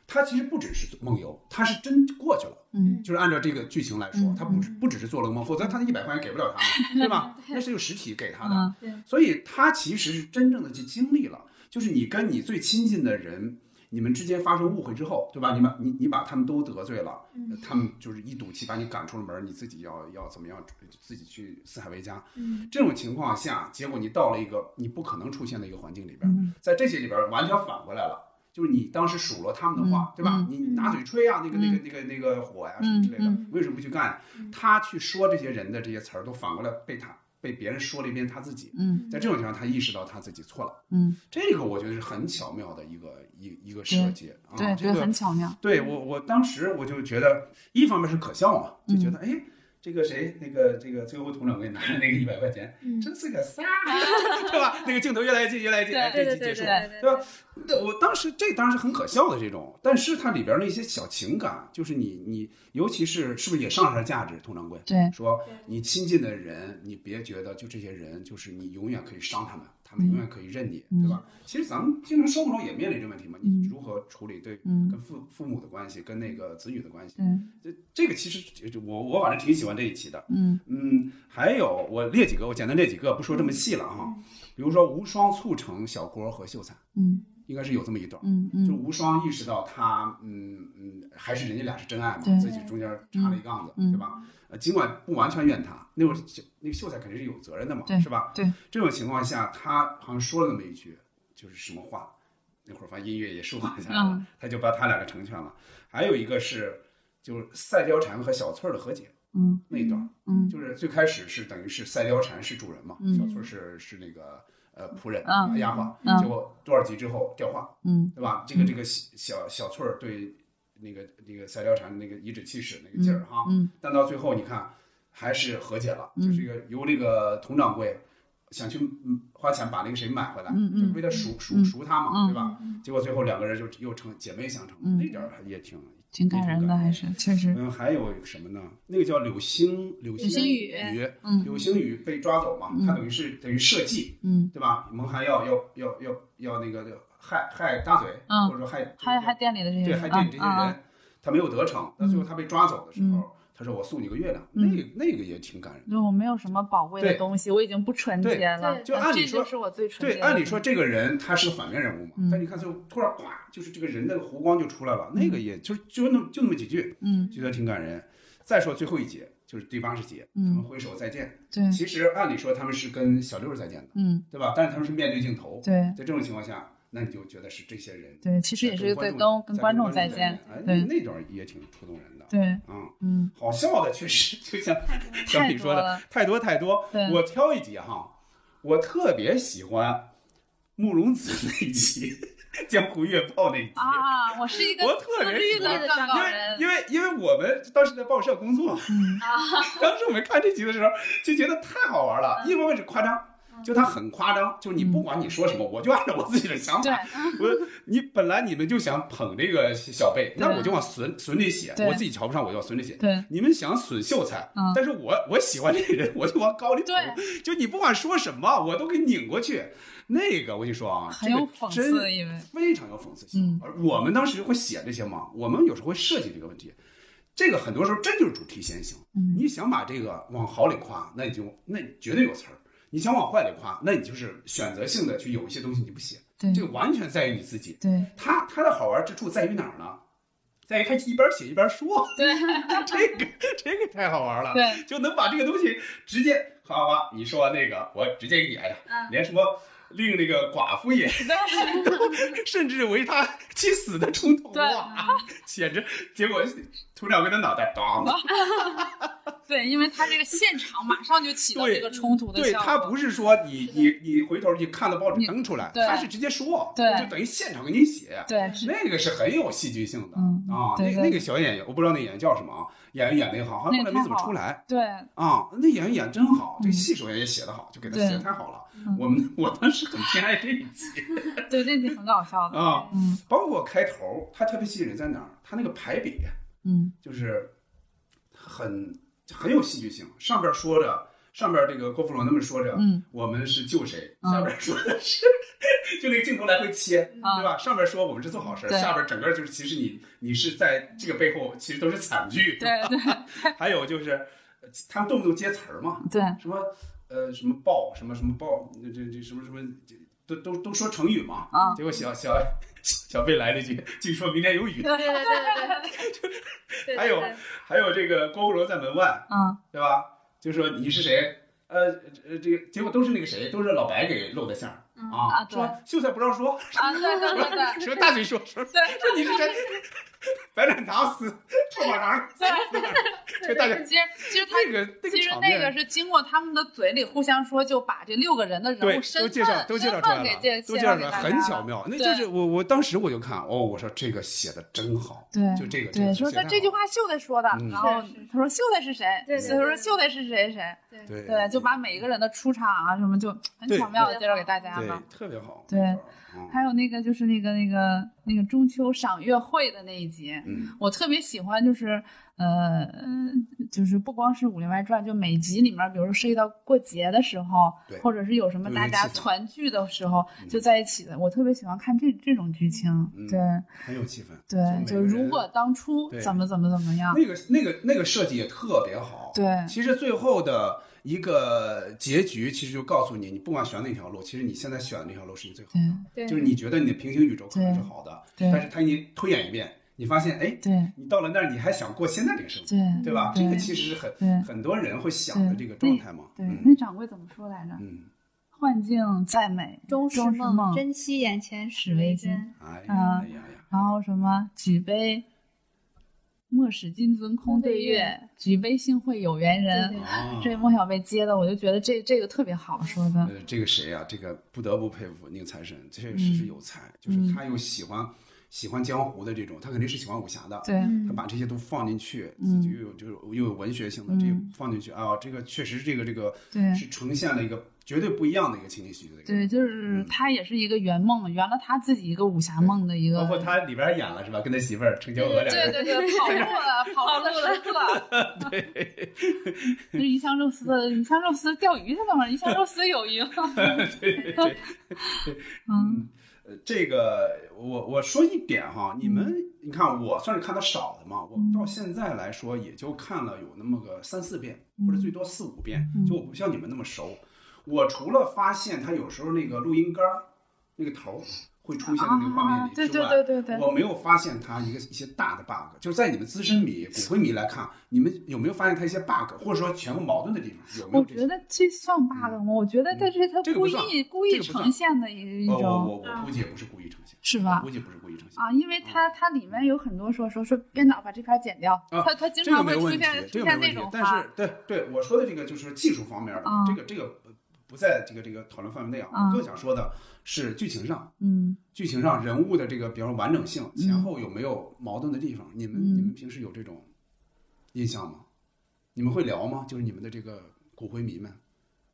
S3: 它其实不只是梦游，它是真过去了。
S2: 嗯，
S3: 就是按照这个剧情来说，他不只不只是做了个梦，否则他那一百块钱给不了他嘛，对吧？那是有实体给他的
S2: 嗯，
S4: 对
S3: 所以他其实是真正的去经历了，就是你跟你最亲近的人，你们之间发生误会之后，对吧？你把你你把他们都得罪了，
S4: 嗯
S3: 他们就是一赌气把你赶出了门，你自己要要怎么样，自己去四海为家。
S4: 嗯
S3: 这种情况下，结果你到了一个你不可能出现的一个环境里边，
S2: 嗯
S3: 在这些里边完全反过来了。就是你当时数落他们的
S2: 嗯
S3: 话，对吧？你拿嘴吹啊，那个、那个、那个、那个火呀、什么之类的，
S2: 嗯
S3: 为什么不去干？他去说这些人的这些词儿，都反过来被他被别人说了一遍他自己。
S2: 嗯，
S3: 在这种情况下，他意识到他自己错了。
S2: 嗯，
S3: 这个我觉得是很巧妙的一个一一个设计啊，
S2: 对
S3: 这
S2: 对，
S3: 个
S2: 很巧妙，
S3: 对我，我当时我就觉得，一方面是可笑嘛，就觉得哎、
S2: 嗯
S3: 这个谁，那个这个最后佟掌柜拿着那个一百块钱，
S4: 嗯
S3: 真是个傻， 对吧？那个镜头越来越近，越来越近，哎，这集结束，啊对吧？对我当时这当然是很可笑的这种，但是它里边那些小情感，就是你你，尤其是是不是也上了下价值？佟掌柜
S2: 对
S3: 说，你亲近的人，你别觉得就这些人，就是你永远可以伤他们，他们永远可以认你，对吧？其实咱们经常生活中也面临这个问题嘛，你如何处理对跟父父母的关系，跟那个子女的关系？
S2: 嗯
S3: 这这个其实呃我我反正挺喜欢这一期的。
S2: 嗯
S3: 嗯，还有我列几个，我简单列几个，不说这么细了哈。比如说无双促成小郭和秀才，
S2: 嗯
S3: 应该是有这么一段。
S2: 嗯
S3: 就
S2: 嗯
S3: 无双意识到他，嗯嗯，还是人家俩是真爱嘛，
S2: 对
S3: 自己中间插了一杠子，
S2: 嗯
S3: 对吧？呃，尽管不完全怨他，那会儿秀那个秀才肯定是有责任的嘛，
S2: 对
S3: 是吧？
S2: 对，
S3: 这种情况下，他好像说了那么一句，就是什么话，那会儿反正音乐也舒缓下来了，
S2: 嗯
S3: 他就把他两个成全了。还有一个是，就是赛貂蝉和小翠儿的和解
S2: 嗯
S3: 那一段，
S2: 嗯
S3: 就是最开始是等于是赛貂蝉是主人嘛，
S2: 嗯
S3: 小翠儿是是那个呃仆人、
S2: 嗯
S3: 丫鬟，
S2: 嗯
S3: 结果多少集之后调换，
S2: 嗯
S3: 对吧？这个这个小小翠儿对那个那个赛貂蝉那个颐指气使那个劲儿哈，
S2: 嗯
S3: 但到最后你看还是和解了，
S2: 嗯
S3: 就是一个由这个佟掌柜想去嗯花钱把那个谁买回来，
S2: 嗯嗯
S3: 就为了赎赎
S2: 嗯
S3: 赎他嘛，
S2: 嗯
S3: 对吧？结果最后两个人就又成姐妹相称，
S2: 嗯
S3: 那点儿也挺
S2: 挺感人的，还是确实，
S3: 嗯，还有什么呢？那个叫柳星柳
S4: 柳星
S3: 宇
S4: 雨，
S2: 嗯
S3: 柳星雨被抓走嘛，他等于是等于设计，
S2: 嗯，
S3: 对吧？蒙汗要要要要要那个害害大嘴，
S2: 嗯
S3: 或者说害
S2: 还还店里的这些
S3: 对
S2: 人，
S3: 害店里这些
S2: 啊啊
S3: 人，他没有得逞，到最后他被抓走的时候，他说我送你个月亮，那个那个也挺感人。
S2: 那我没有什么宝贵的
S3: 对
S2: 东西，我已经不纯
S3: 对
S2: 洁了。
S3: 就按理说
S2: 呃这就是我最纯洁
S3: 对，
S2: 的。
S3: 按理说这个人他是个反面人物嘛，
S2: 嗯
S3: 但你看最后突然哗，就是这个人那个弧光就出来了，那个也就是就那么就那么几句，
S2: 嗯，
S3: 觉得挺感人。再说最后一节就是第八十节，他
S2: 嗯
S3: 们挥手再见。
S2: 对，
S3: 其实按理说他们是跟小六儿再见的，
S2: 嗯，
S3: 对吧？但是他们是面对镜头，
S2: 对
S3: 在这种情况下，那你就觉得是这些人
S2: 对，其实也是在跟跟观众再见。
S3: 哎，那
S2: 对
S3: 那种也挺触动人的。
S2: 对，
S3: 嗯，
S2: 嗯，
S3: 好笑的确实就像小
S2: 太
S3: 米
S2: 多
S3: 说的
S2: 了。
S3: 太多太多
S2: 对。
S3: 我挑一集哈，我特别喜欢慕容子那一集， 江湖月报那一集。
S2: 啊，我是一个
S3: 我特
S2: 自
S3: 别
S2: 律
S3: 喜欢
S2: 的撰稿人
S3: 因为因为我们当时在报社工作，
S2: 嗯啊
S3: 当时我们看这集的时候就觉得太好玩
S2: 嗯
S3: 了。一方面是夸张，就他很夸张，就是你不管你说什么，我就按照我自己的想
S2: 对
S3: 法。我你本来你们就想捧这个小贝，那我就往损损里写，
S2: 对
S3: 我自己瞧不上我就往损里写。
S2: 对
S3: 你们想损秀才
S2: 嗯，
S3: 但是我我喜欢这个人，我就往高里捧。就你不管说什么，我都给拧过去。那个我跟你说啊，
S2: 很有讽
S3: 这个
S2: 刺
S3: 真
S2: 的意味。
S3: 非常有讽刺性。
S2: 嗯
S3: 而我们当时会写这些嘛，我们有时候会设计这个问题。这个很多时候真就是主题先行。
S2: 嗯
S3: 你想把这个往好里夸，那你就那绝对有词儿；你想往坏里夸，那你就是选择性的去有一些东西你不写。
S2: 对
S3: 这个完全在于你自己。
S2: 对
S3: 它它的好玩之处在于哪儿呢？在于它一边写一边说。
S2: 对
S3: 这个这个太好玩了。
S2: 对，
S3: 就能把这个东西直接，好吧，你说完那个，我直接给你，哎呀，
S2: 嗯
S3: 连什么令那个寡妇也甚至为他去死的冲动
S2: 对
S3: 啊！简直，结果佟掌柜的脑袋当，
S2: 对，因为他这个现场马上就起到
S3: 对
S2: 这个冲突的
S3: 对
S2: 效果。
S3: 他不是说你你你回头你看了报
S2: 你
S3: 纸登出来，
S2: 对
S3: 他是直接说，
S2: 对
S3: 就等于现场给你写，
S2: 对是
S3: 那个是很有戏剧性的
S2: 嗯
S3: 啊。
S2: 对
S3: 那那
S2: 对
S3: 个小演员，我不知道那演员叫什么啊，演员演的也好，好像后
S2: 那个
S3: 来没
S2: 太
S3: 怎么
S2: 好
S3: 出来，
S2: 对
S3: 啊，那演员演得真好，这
S2: 嗯
S3: 个戏首先也写得好，就给他
S2: 对嗯
S3: 写得太好了。我们我当时很偏爱这一集
S2: 对，那挺很搞笑的。
S3: 啊
S2: 嗯，
S3: 包括开头，他特别吸引人在哪儿？他那个排比
S2: 嗯
S3: 就是很很有戏剧性，上边说着。上边这个郭芙蓉他们说着，
S2: 嗯，
S3: 我们是救谁？
S2: 嗯
S3: 下边说的是， 就那个镜头来回切，对吧？上边说我们是做好事，
S2: 对
S3: 下边整个就是其实你你是在这个背后其实都是惨剧，
S2: 对 对
S3: 还有就是呃他们动不动接词儿嘛，
S2: 对
S3: 什么呃什么报什么什么报，这这这什么什么，这都都都说成语嘛。
S2: 啊
S3: 结果小小小贝来了一句，据说明天有雨。
S4: 对对对对对对，
S3: 还有
S4: 对
S3: 还有这个郭芙蓉在门外，
S2: 嗯，
S3: 对吧？就说你是谁？呃，呃这个结果都是那个谁，都是老白给露的馅儿
S2: 啊
S3: 啊。
S2: 对
S3: 说秀才不让 说，
S2: 啊，对对对对。
S3: 说大嘴说说说你是谁？白展堂死，臭马肠死，这大家
S2: 其实其实他
S3: 那个那
S2: 其
S3: 个
S2: 实
S3: 场
S2: 那
S3: 面
S2: 个是经过他们的嘴里互相说，就把这六个人的人
S3: 对，
S2: 物身
S3: 都
S2: 份
S3: 介绍都介绍
S2: 身
S3: 出来了
S2: 份给，介
S3: 都
S2: 介
S3: 介绍
S2: 绍
S3: 出
S2: 给
S3: 来，
S2: 大家
S3: 很巧妙。那就是我我当时我就看，哦，我说这个写的真好，
S2: 对，
S3: 就这个
S2: 对，说
S3: 他
S2: 他这句，话秀才说的，
S3: 嗯
S2: 然后
S4: 是是
S2: 他说秀才是谁，
S4: 对对
S2: 所以说
S4: 对
S2: 秀才是谁谁，
S4: 对
S3: 对
S2: 对，就把每一个人的出场啊什么就很
S3: 对
S2: 巧妙的
S4: 对
S2: 介绍给大家
S3: 对
S2: 嘛。
S3: 特别好，
S2: 对
S3: 嗯，
S2: 还有那个就是那个那个那个中秋赏月会的那一集，
S3: 嗯，
S2: 我特别喜欢，就是呃，就是不光是《武林外传》，就每集里面，比如说涉及到过节的时候
S3: 对，
S2: 或者是有什么
S3: 有
S2: 大
S3: 一
S2: 家
S3: 气氛
S2: 团聚的时候
S3: 嗯
S2: 就在一起的，我特别喜欢看这这种剧情。
S3: 嗯
S2: 对
S3: 很有气氛。
S2: 对，
S3: 就
S2: 就
S3: 每个
S2: 如
S3: 人
S2: 果当初
S3: 对
S2: 怎么怎么怎么样，
S3: 那个那个那个设计也特别好，
S2: 对
S3: 其实最后的一个结局，其实就告诉你，你不管选哪条路，其实你现在选的那条路是你最好
S2: 对
S4: 对，
S3: 的，就是你觉得你的平行宇宙可能是
S2: 对
S3: 好的，
S2: 对
S3: 但是他给你推演一遍，你发现，哎，
S2: 对
S3: 你到了那儿，你还想过现在这个生活，
S2: 对
S3: 对吧？
S2: 对
S3: 这个其实是
S2: 对
S3: 很很多人会想的
S2: 对
S3: 这个状态嘛。
S2: 对
S3: 嗯，
S2: 那掌柜怎么说来着？
S3: 嗯，
S2: 幻境再美，
S4: 终
S2: 始
S4: 是梦，
S2: 梦。
S4: 珍惜眼前
S2: 始
S4: 始
S2: 为
S4: 为
S2: 今
S4: 真。
S3: 哎呀
S2: 啊
S3: 哎呀哎呀，
S2: 然后什么举杯，莫使金樽空对月，举杯幸会有缘人
S4: 对。对
S3: 啊
S2: 这孟小贝接的，我就觉得这这个特别好说的。
S3: 呃，这个谁呀、这个不得不佩服宁财神，确实
S2: 嗯
S3: 是有才，就是他又喜欢、喜欢江湖的这种，他肯定是喜欢武侠的，
S2: 对，
S3: 他
S4: 嗯
S3: 把这些都放进去，
S2: 嗯
S3: 自己又有就是又有文学性的这个
S2: 嗯
S3: 放进去啊，这个确实这个这个
S2: 对
S3: 是呈现了一个绝对不一样的一个情景喜剧的一个人。
S2: 对，
S3: 嗯
S2: 就是他也是一个圆梦，圆了他自己一个武侠梦的一个
S3: 包。括他里边演了是吧？跟他媳妇儿陈乔娥两个
S2: 对
S3: 人，
S2: 对对，跑路 了，跑路了，时刻。对，就是鱼香肉丝，鱼香肉丝钓鱼去了吗？鱼香肉丝有 鱼吗？ 嗯，
S3: 呃这个我我说一点哈，你们你看我算是看的少的嘛，我
S2: 嗯
S3: 到现在来说也就看了有那么个三四遍，
S2: 嗯
S3: 或者最多四五遍，就我不像你们那么熟。我除了发现他有时候那个录音杆儿那个头儿会出现在那个画面
S2: 啊
S3: 里，哦之
S2: 对
S3: 外，
S2: 对对对对，
S3: 我没有发现它一个一些大的 bug，就是在你们资深 迷、骨灰迷来看，你们有没有发现它一些 bug，或者说前后矛盾的地方？有没
S2: 我
S3: 有这
S2: 觉
S3: 些？嗯
S2: 得这算 bug 吗？我觉得这是他
S3: 这个
S2: 故
S3: 不
S2: 意
S3: 算
S2: 故意
S3: 这个不算
S2: 呈现的一一
S3: 哦，我我嗯
S2: 种，
S3: 我估计也不是故意呈现，
S2: 是
S3: 我
S2: 吧？
S3: 估计不是故意呈现。
S2: 啊，因为它它里面有很多说说说编导把这片儿剪掉，
S3: 啊
S2: 它它经
S3: 这个
S2: 常
S3: 没
S2: 会
S3: 有
S2: 出
S3: 问题
S2: 现，
S3: 这个
S2: 出
S3: 没有问
S2: 现那
S3: 题
S2: 种。
S3: 但
S2: 话
S3: 是对对，我说的这个就是技术方面的，
S2: 啊
S3: 这个这个呃不在这个这个讨论范围内啊。
S2: 啊
S3: 我更想说的是剧情上，
S2: 嗯，
S3: 剧情上人物的这个，比方说完整性，前后有没有矛盾的地方？你
S2: 嗯
S3: 们你们平时有这种印象吗？你们会聊吗？就是你们的这个骨灰迷们。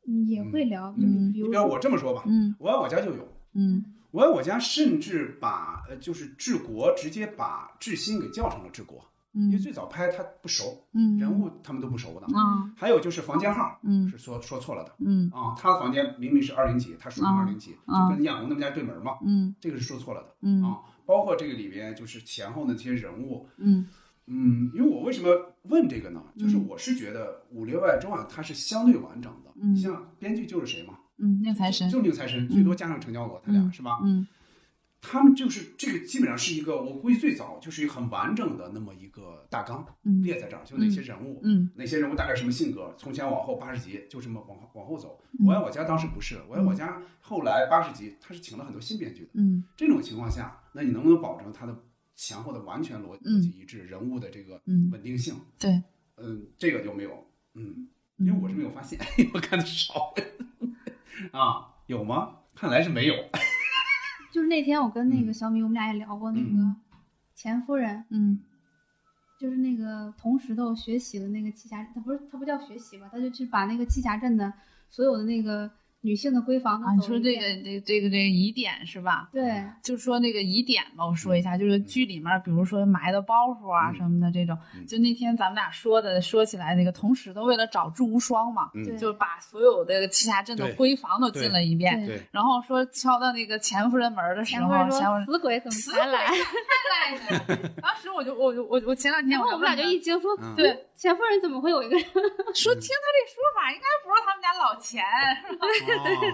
S4: 嗯也会聊，
S2: 嗯
S4: 比
S3: 你
S4: 如
S3: 比方
S4: 说
S3: 我这么说吧，
S2: 嗯
S3: 我爱我家就有，
S2: 嗯
S3: 我爱我家甚至把呃就是治国直接把志新给叫成了治国，因为
S2: 嗯
S3: 最早拍他不熟，
S2: 嗯，
S3: 人物他们都不熟的。
S2: 啊
S3: 还有就是房间号
S2: 嗯
S3: 是说说错了的
S2: 嗯
S3: 啊，他的房间明明是二零几，他说成
S2: 啊
S3: 二零几，
S2: 啊
S3: 就跟艳红他们家对门嘛，
S2: 嗯
S3: 这个是说错了的
S2: 嗯
S3: 啊。包括这个里边就是前后的这些人物，
S2: 嗯
S3: 嗯，因为我为什么问这个呢？就是我是觉得《武林外传》啊它是相对完整的，
S2: 嗯
S3: 像编剧就是谁嘛，
S2: 嗯，宁财神，
S3: 就宁财神，最多加上陈乔国，他俩
S2: 嗯
S3: 是吧？
S2: 嗯
S3: 他们就是这个，基本上是一个，我估计最早就是一个很完整的那么一个大纲
S2: 嗯
S3: 列在这儿，就哪些人物，
S2: 嗯
S3: 哪些人物大概什么性格，从前往后八十集就这么往后往后走
S2: 嗯。
S3: 我爱我家当时不是，我爱我家后来八十集，他是请了很多新编剧的。
S2: 嗯
S3: 这种情况下，那你能不能保证他的前后的完全逻
S2: 嗯
S3: 逻辑一致，人物的这个
S2: 嗯
S3: 稳定性？
S2: 对，
S3: 嗯，这个就没有，嗯，
S2: 嗯
S3: 因为我是没有发现， 因为我看的少啊，有吗？看来是没有。
S4: 就是那天我跟
S3: 嗯
S4: 那个小米，我们俩也聊过那个
S2: 嗯
S4: 钱夫人，
S2: 嗯
S4: 就是那个同石头学习的那个栖霞，他不是他不叫学习吧，他就去把那个栖霞镇的所有的那个女性的闺房都
S2: 啊，你
S4: 走
S2: 说
S4: 了一
S2: 这
S4: 遍。
S2: 个嗯这这个这个疑点是吧？
S4: 对，
S2: 就说那个疑点吧，我说一下，就是剧里面，比如说埋的包袱啊
S3: 嗯
S2: 什么的这种，
S3: 嗯
S2: 就那天咱们俩说的，说起来那个同时都为了找祝无双嘛，
S3: 嗯
S4: 对
S2: 就把所有的栖霞镇的
S3: 对
S2: 闺房都进了一遍，
S4: 对
S3: 对，哦
S2: 然后说敲到那个前夫人门的时
S4: 前
S2: 候，
S4: 夫人
S2: 前夫
S4: 说
S2: 人
S4: 死鬼怎么
S2: 死
S4: 才
S2: 鬼
S4: 来？才来呢？
S2: 当时我就我就我我前两天
S4: 然后我们俩就一惊说
S3: 嗯，
S4: 对，钱夫人怎么会有一个人？
S2: 说，听他这说法应该不是他们家老钱，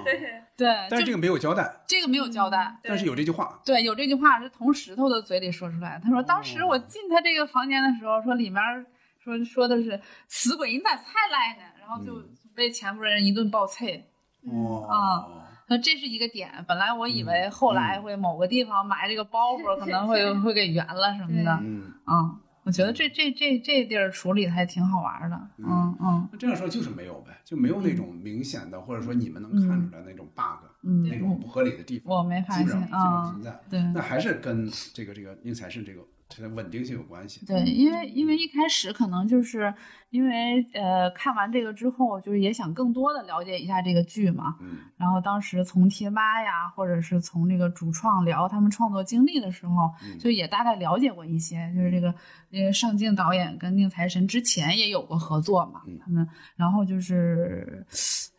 S3: 对，
S2: 对，
S3: 但是
S2: 就
S3: 这个没有交代，
S2: 这个没有交代。
S3: 但是有这句话，
S2: 对，有这句话是从石头的嘴里说出来的。他说，当时我进他这个房间的时候，说里面说说的是死鬼，你咋才来呢？然后就
S3: 嗯
S2: 被前夫人一顿暴啐。
S4: 嗯
S3: 哦，
S2: 那这是一个点，本来我以为后来会某个地方埋这个包袱，
S4: 嗯
S2: 可能会会给圆了什么的啊、
S3: 嗯，
S2: 我觉得这这这这地儿处理的还挺好玩的，嗯嗯
S3: 那这样说就是没有呗，就没有那种明显的，或者说你们能看出来那种 bug，
S2: 嗯，
S3: 那种不合理的地方，
S2: 我没发
S3: 基本
S2: 现
S3: 上基本上不
S2: 啊、
S3: 存在。
S2: 对
S3: 那还是跟这个这个宁财神这个这个稳定性有关系。
S2: 对，因为因为一开始可能就是因为呃看完这个之后，就是也想更多的了解一下这个剧嘛，
S3: 嗯
S2: 然后当时从贴吧呀，或者是从这个主创聊他们创作经历的时候，
S3: 嗯
S2: 就也大概了解过一些，就是这个那个上镜导演跟宁财神之前也有过合作嘛，
S3: 嗯
S2: 他们然后就是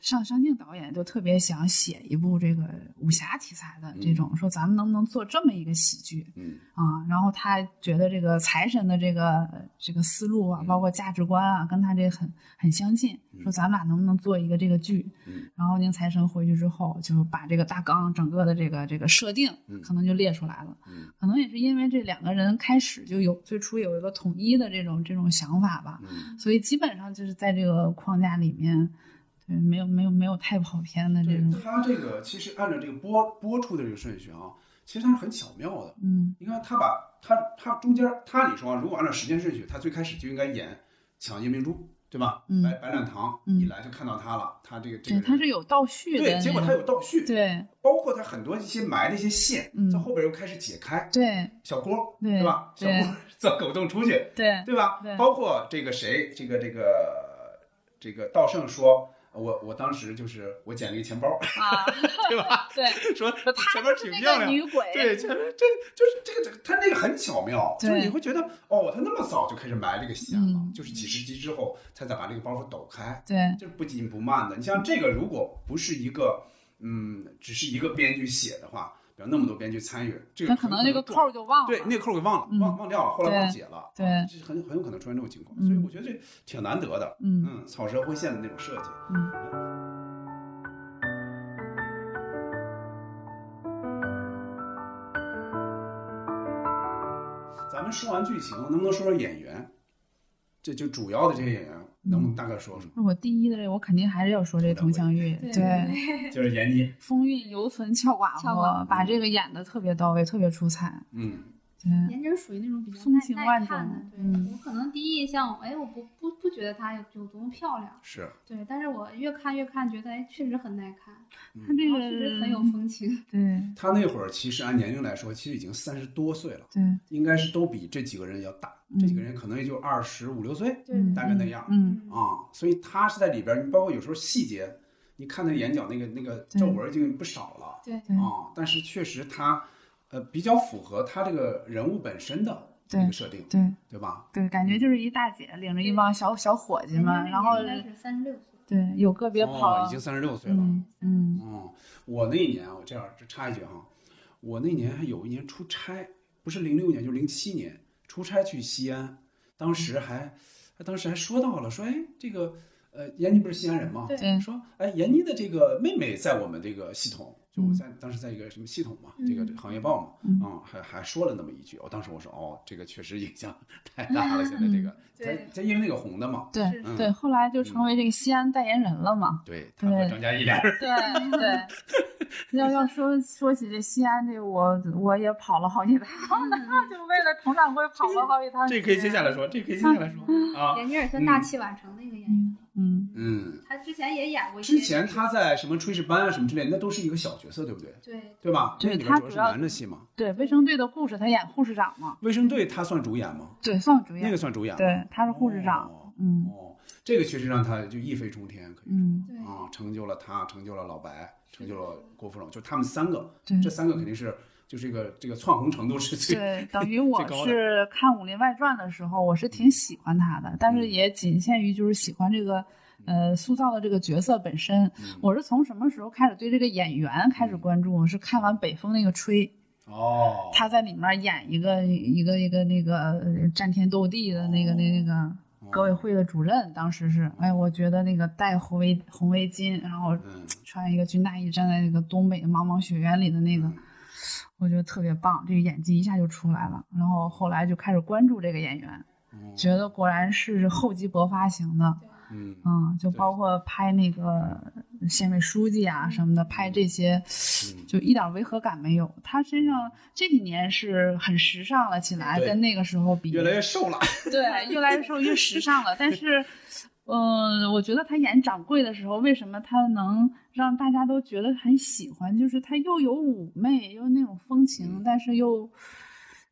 S2: 上上镜导演就特别想写一部这个武侠题材的这种，说咱们能不能做这么一个喜剧
S3: 嗯
S2: 啊？然后他觉得这个财神的这个这个思路啊，
S3: 嗯
S2: 包括价值观啊，跟他这很很相近，说咱们俩能不能做一个这个剧？
S3: 嗯
S2: 然后宁财神回去之后，就把这个大纲整个的这个这个设定
S3: 嗯，
S2: 可能就列出来了。
S3: 嗯
S2: 可能也是因为这两个人开始就有最初有一个统一的这种这种想法吧，
S3: 嗯，
S2: 所以基本上就是在这个框架里面，对，没有没有没有太跑偏的这
S3: 对
S2: 种，
S3: 他这个其实按照这个播播出的这个顺序啊，其实它是很巧妙的。
S2: 嗯
S3: 你看他把他他中间他理说啊，如果按照时间顺序，他最开始就应该演抢夜明珠，对吧？
S2: 嗯
S3: 白白展堂
S2: 嗯
S3: 一来就看到他了，他这个这
S2: 对，
S3: 个
S2: 它
S3: 人
S2: 是有倒叙的
S3: 对，
S2: 那
S3: 结
S2: 种，
S3: 果他有倒叙，
S2: 对
S3: 包括他很多一些埋的一些线
S2: 嗯，
S3: 在后边又开始解开。
S2: 对
S3: 小郭
S2: 对
S3: 对吧？小
S2: 对
S3: 郭钻狗洞出去，
S2: 对
S3: 对吧？
S2: 对
S3: 包括这个谁，这个这个这个道圣说，我我当时就是我捡了一个钱 包，
S2: 啊，
S3: 对吧？
S2: 对，
S3: 说
S2: 说她
S3: 前面
S2: 是
S3: 挺
S2: 那
S3: 漂
S2: 个
S3: 亮，
S2: 女鬼，
S3: 对，前面这就是这个这个，他那个很巧妙，就是
S2: 对
S3: 你会觉得哦，他那么早就开始埋这个线了
S2: 嗯，
S3: 就是几十集之后，他才把这个包袱抖开。
S2: 对
S3: 这不紧不慢的。你像这个，如果不是一个，嗯，只是一个编剧写的话，比如那么多编剧参与，这个
S2: 那可能这个扣
S3: 儿
S2: 儿就忘了，
S3: 嗯对那个扣儿给忘了，
S2: 嗯
S3: 忘忘掉了，后来
S2: 对
S3: 忘解了，
S2: 对
S3: 啊这很很有可能出现这种情况，
S2: 嗯
S3: 所以我觉得这挺难得的。
S2: 嗯
S3: 嗯，草蛇灰线的那种设计，
S2: 嗯
S3: 咱们说完剧情，能不能说说演员？这就主要的这些演员，能
S2: 嗯
S3: 不能大概说说？
S2: 那我第一的，我肯定还是要说这佟湘玉，
S4: 对
S2: 对，
S3: 就是闫妮，
S2: 风韵犹存俏寡
S4: 俏
S2: 妇
S4: 寡，
S2: 把这个演的特别到位，特别出彩，
S3: 嗯，
S2: 对，
S4: 颜值属于那种比较
S2: 风情
S4: 耐
S2: 万
S4: 耐看的
S2: 种。
S4: 对、
S2: 嗯
S4: 我可能第一印象，哎，我不不不觉得她有多么漂亮，
S3: 是，
S4: 对，但是我越看越看，觉得哎，确实很耐看，
S2: 她这
S4: 然
S2: 个嗯
S4: 后确实很有风情。
S2: 对
S3: 她那会儿其实按年龄来说，其实已经三十多岁了，
S2: 对，
S3: 应该是都比这几个人要大，这几个人可能也就二十五六岁，
S4: 对，
S2: 嗯
S3: 大概那样
S2: 嗯，
S3: 啊，所以他是在里边儿，你包括有时候细节，你看他眼角那个那个皱纹儿就不少了
S4: 对，
S2: 对
S3: 啊，但是确实他，呃，比较符合他这个人物本身的
S2: 对
S3: 一个设定，
S2: 对
S3: 对吧？
S2: 对，感觉就是一大姐领着一
S4: 对
S2: 帮小小伙计
S4: 人家
S2: 们，
S4: 那
S2: 然后
S4: 年应该是三十六岁，
S2: 对，有个别
S3: 哦
S2: 跑，
S3: 已经三十六岁了，
S2: 嗯嗯
S3: 嗯，我那一年啊我这样这插一句哈，我那年还有一年出差，不是零六年就是零七年出差去西安，当时还，还当时还说到了说，哎，这个呃，闫妮不是西安人吗？
S4: 对
S2: 对
S3: 说哎，闫妮的这个妹妹在我们这个系统，就我
S2: 嗯
S3: 在当时在一个什么系统嘛，
S4: 嗯
S3: 这个行业报嘛，
S2: 嗯
S3: 嗯，还还说了那么一句，我当时我说哦，这个确实影响 太大了，现在这个，
S4: 对
S3: 才才因为那个红的嘛，
S2: 对
S4: 是
S3: 嗯
S2: 对，后来就成为这个西安代言人了嘛。
S3: 对，他和
S2: 对
S3: 张嘉译俩人儿，
S2: 对对， 要要说说起这西安这个，我我也跑了好几趟呢， 就为了佟掌柜跑了好几趟。
S3: 这可以接下来说，这可以接下来说啊，
S4: 闫妮也算大器晚成的一个演员了。
S2: 嗯，
S3: 嗯。
S4: 她之前也演过一些，
S3: 之前他在什么炊事班啊什么之类，那都是一个小角色，对不对？
S4: 对
S3: 对吧？
S2: 对
S3: 这里边
S2: 他
S3: 主要
S2: 主
S3: 是
S2: 要
S3: 男的戏嘛。
S2: 对，卫生队的护士，他演护士长嘛，
S3: 卫生队他算主演吗？
S2: 对，算主
S3: 那
S2: 演
S3: 个，算主演吗。
S2: 对，他是护士长，
S3: 哦。
S2: 嗯
S3: 哦，这个确实让他就一飞冲天，可以
S2: 嗯，
S4: 对
S3: 说啊，成就了他，成就了老白，成就了郭芙蓉，就他们三个，
S2: 对
S3: 这三个肯定是就是一个这个窜红程度是最
S2: 对，等于
S3: 最
S2: 我
S3: 高的
S2: 是看《武林外传》的时候，我是挺喜欢他的，但
S3: 嗯
S2: 是也仅限于就是喜欢这个。呃，塑造的这个角色本
S3: 嗯
S2: 身，我是从什么时候开始对这个演员开始关注？我是看完《北风》那个吹，
S3: 哦，
S2: 他在里面演一个一个一个那个呃战天斗地的那个那个那个革
S3: 哦
S2: 委会的主任，当时是，哎，我觉得那个戴红围红围巾，然后
S3: 嗯
S2: 穿一个军大衣站在那个东北茫茫雪原里的那个
S3: 嗯，
S2: 我觉得特别棒，这个演技一下就出来了。然后后来就开始关注这个演员，
S3: 嗯
S2: 觉得果然是厚积薄发型的，
S3: 嗯
S2: 嗯，就
S3: 对
S2: 包括拍那个县委书记啊什么的，拍这些
S3: 嗯
S2: 就一点违和感没有。他身上这几年是很时尚了起来，
S3: 对
S2: 跟那个时候比，
S3: 越来越瘦了，
S2: 对，越来越瘦越时尚了。但是，嗯，我觉得他演掌柜的时候，为什么他能让大家都觉得很喜欢？就是他又有妩媚，又有那种风情，
S3: 嗯
S2: 但是又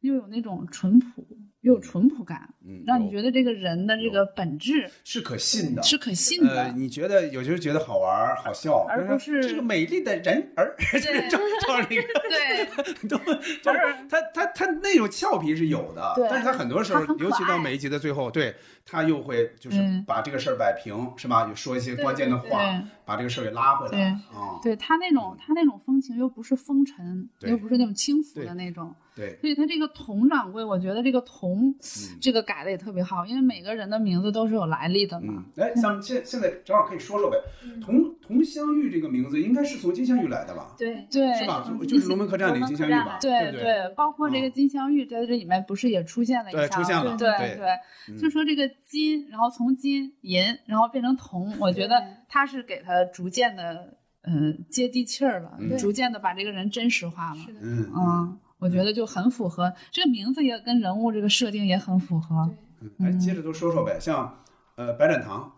S2: 又有那种淳朴，又有淳朴感，
S3: 嗯，
S2: 让你觉
S3: 得
S2: 得这个人的这个本质
S3: 是可信的，
S2: 是可信
S3: 呃，
S2: 的。
S3: 你觉得有时候觉得好玩儿、好笑，
S2: 而不是
S3: 这个美丽的 人儿， 就是照照那个，
S2: 对，
S3: 都就是他他他那种俏皮是有的
S2: 对，
S3: 但是他很多时候
S2: 他很，可爱
S3: 尤其到每一集的最后，对他又会就是
S2: 嗯
S3: 把这个事儿摆平，是吧？有说一些关键的
S4: 对对
S3: 话，把这个事儿给拉回来啊。
S2: 对他那种他那种风情又不是风尘，
S3: 对
S2: 又不是那种轻浮
S3: 对
S2: 的那种，
S3: 对，
S2: 所以他这个佟掌柜，我觉得这个佟
S3: 嗯
S2: 这个改的也特别好，因为每个人的名字都是有来历的嘛。
S3: 嗯，哎，咱们现现在正好可以说说呗，
S4: 嗯
S3: 佟佟湘玉这个名字应该是从金镶玉来的吧？
S4: 对
S2: 对，嗯
S3: 是吧？就就是《龙门客栈》里的金镶玉吧？
S2: 对
S3: 不
S2: 包括这个
S3: 嗯
S2: 金镶玉在这里面不是也出现了一
S3: 对
S2: 下？
S3: 出现了
S2: 对
S3: 对嗯
S2: 就说这个金，然后从金银，然后变成铜，我觉
S4: 对
S2: 得他是给他逐渐的，嗯、接地气儿了
S3: 嗯，
S2: 逐渐的把这个人真实化了。
S4: 是的，
S3: 嗯嗯，
S2: 嗯，我觉得就很符合这个名字也跟人物这个设定也很符合。
S4: 对，
S3: 哎，接着
S2: 嗯
S3: 都说说呗，像呃白展堂。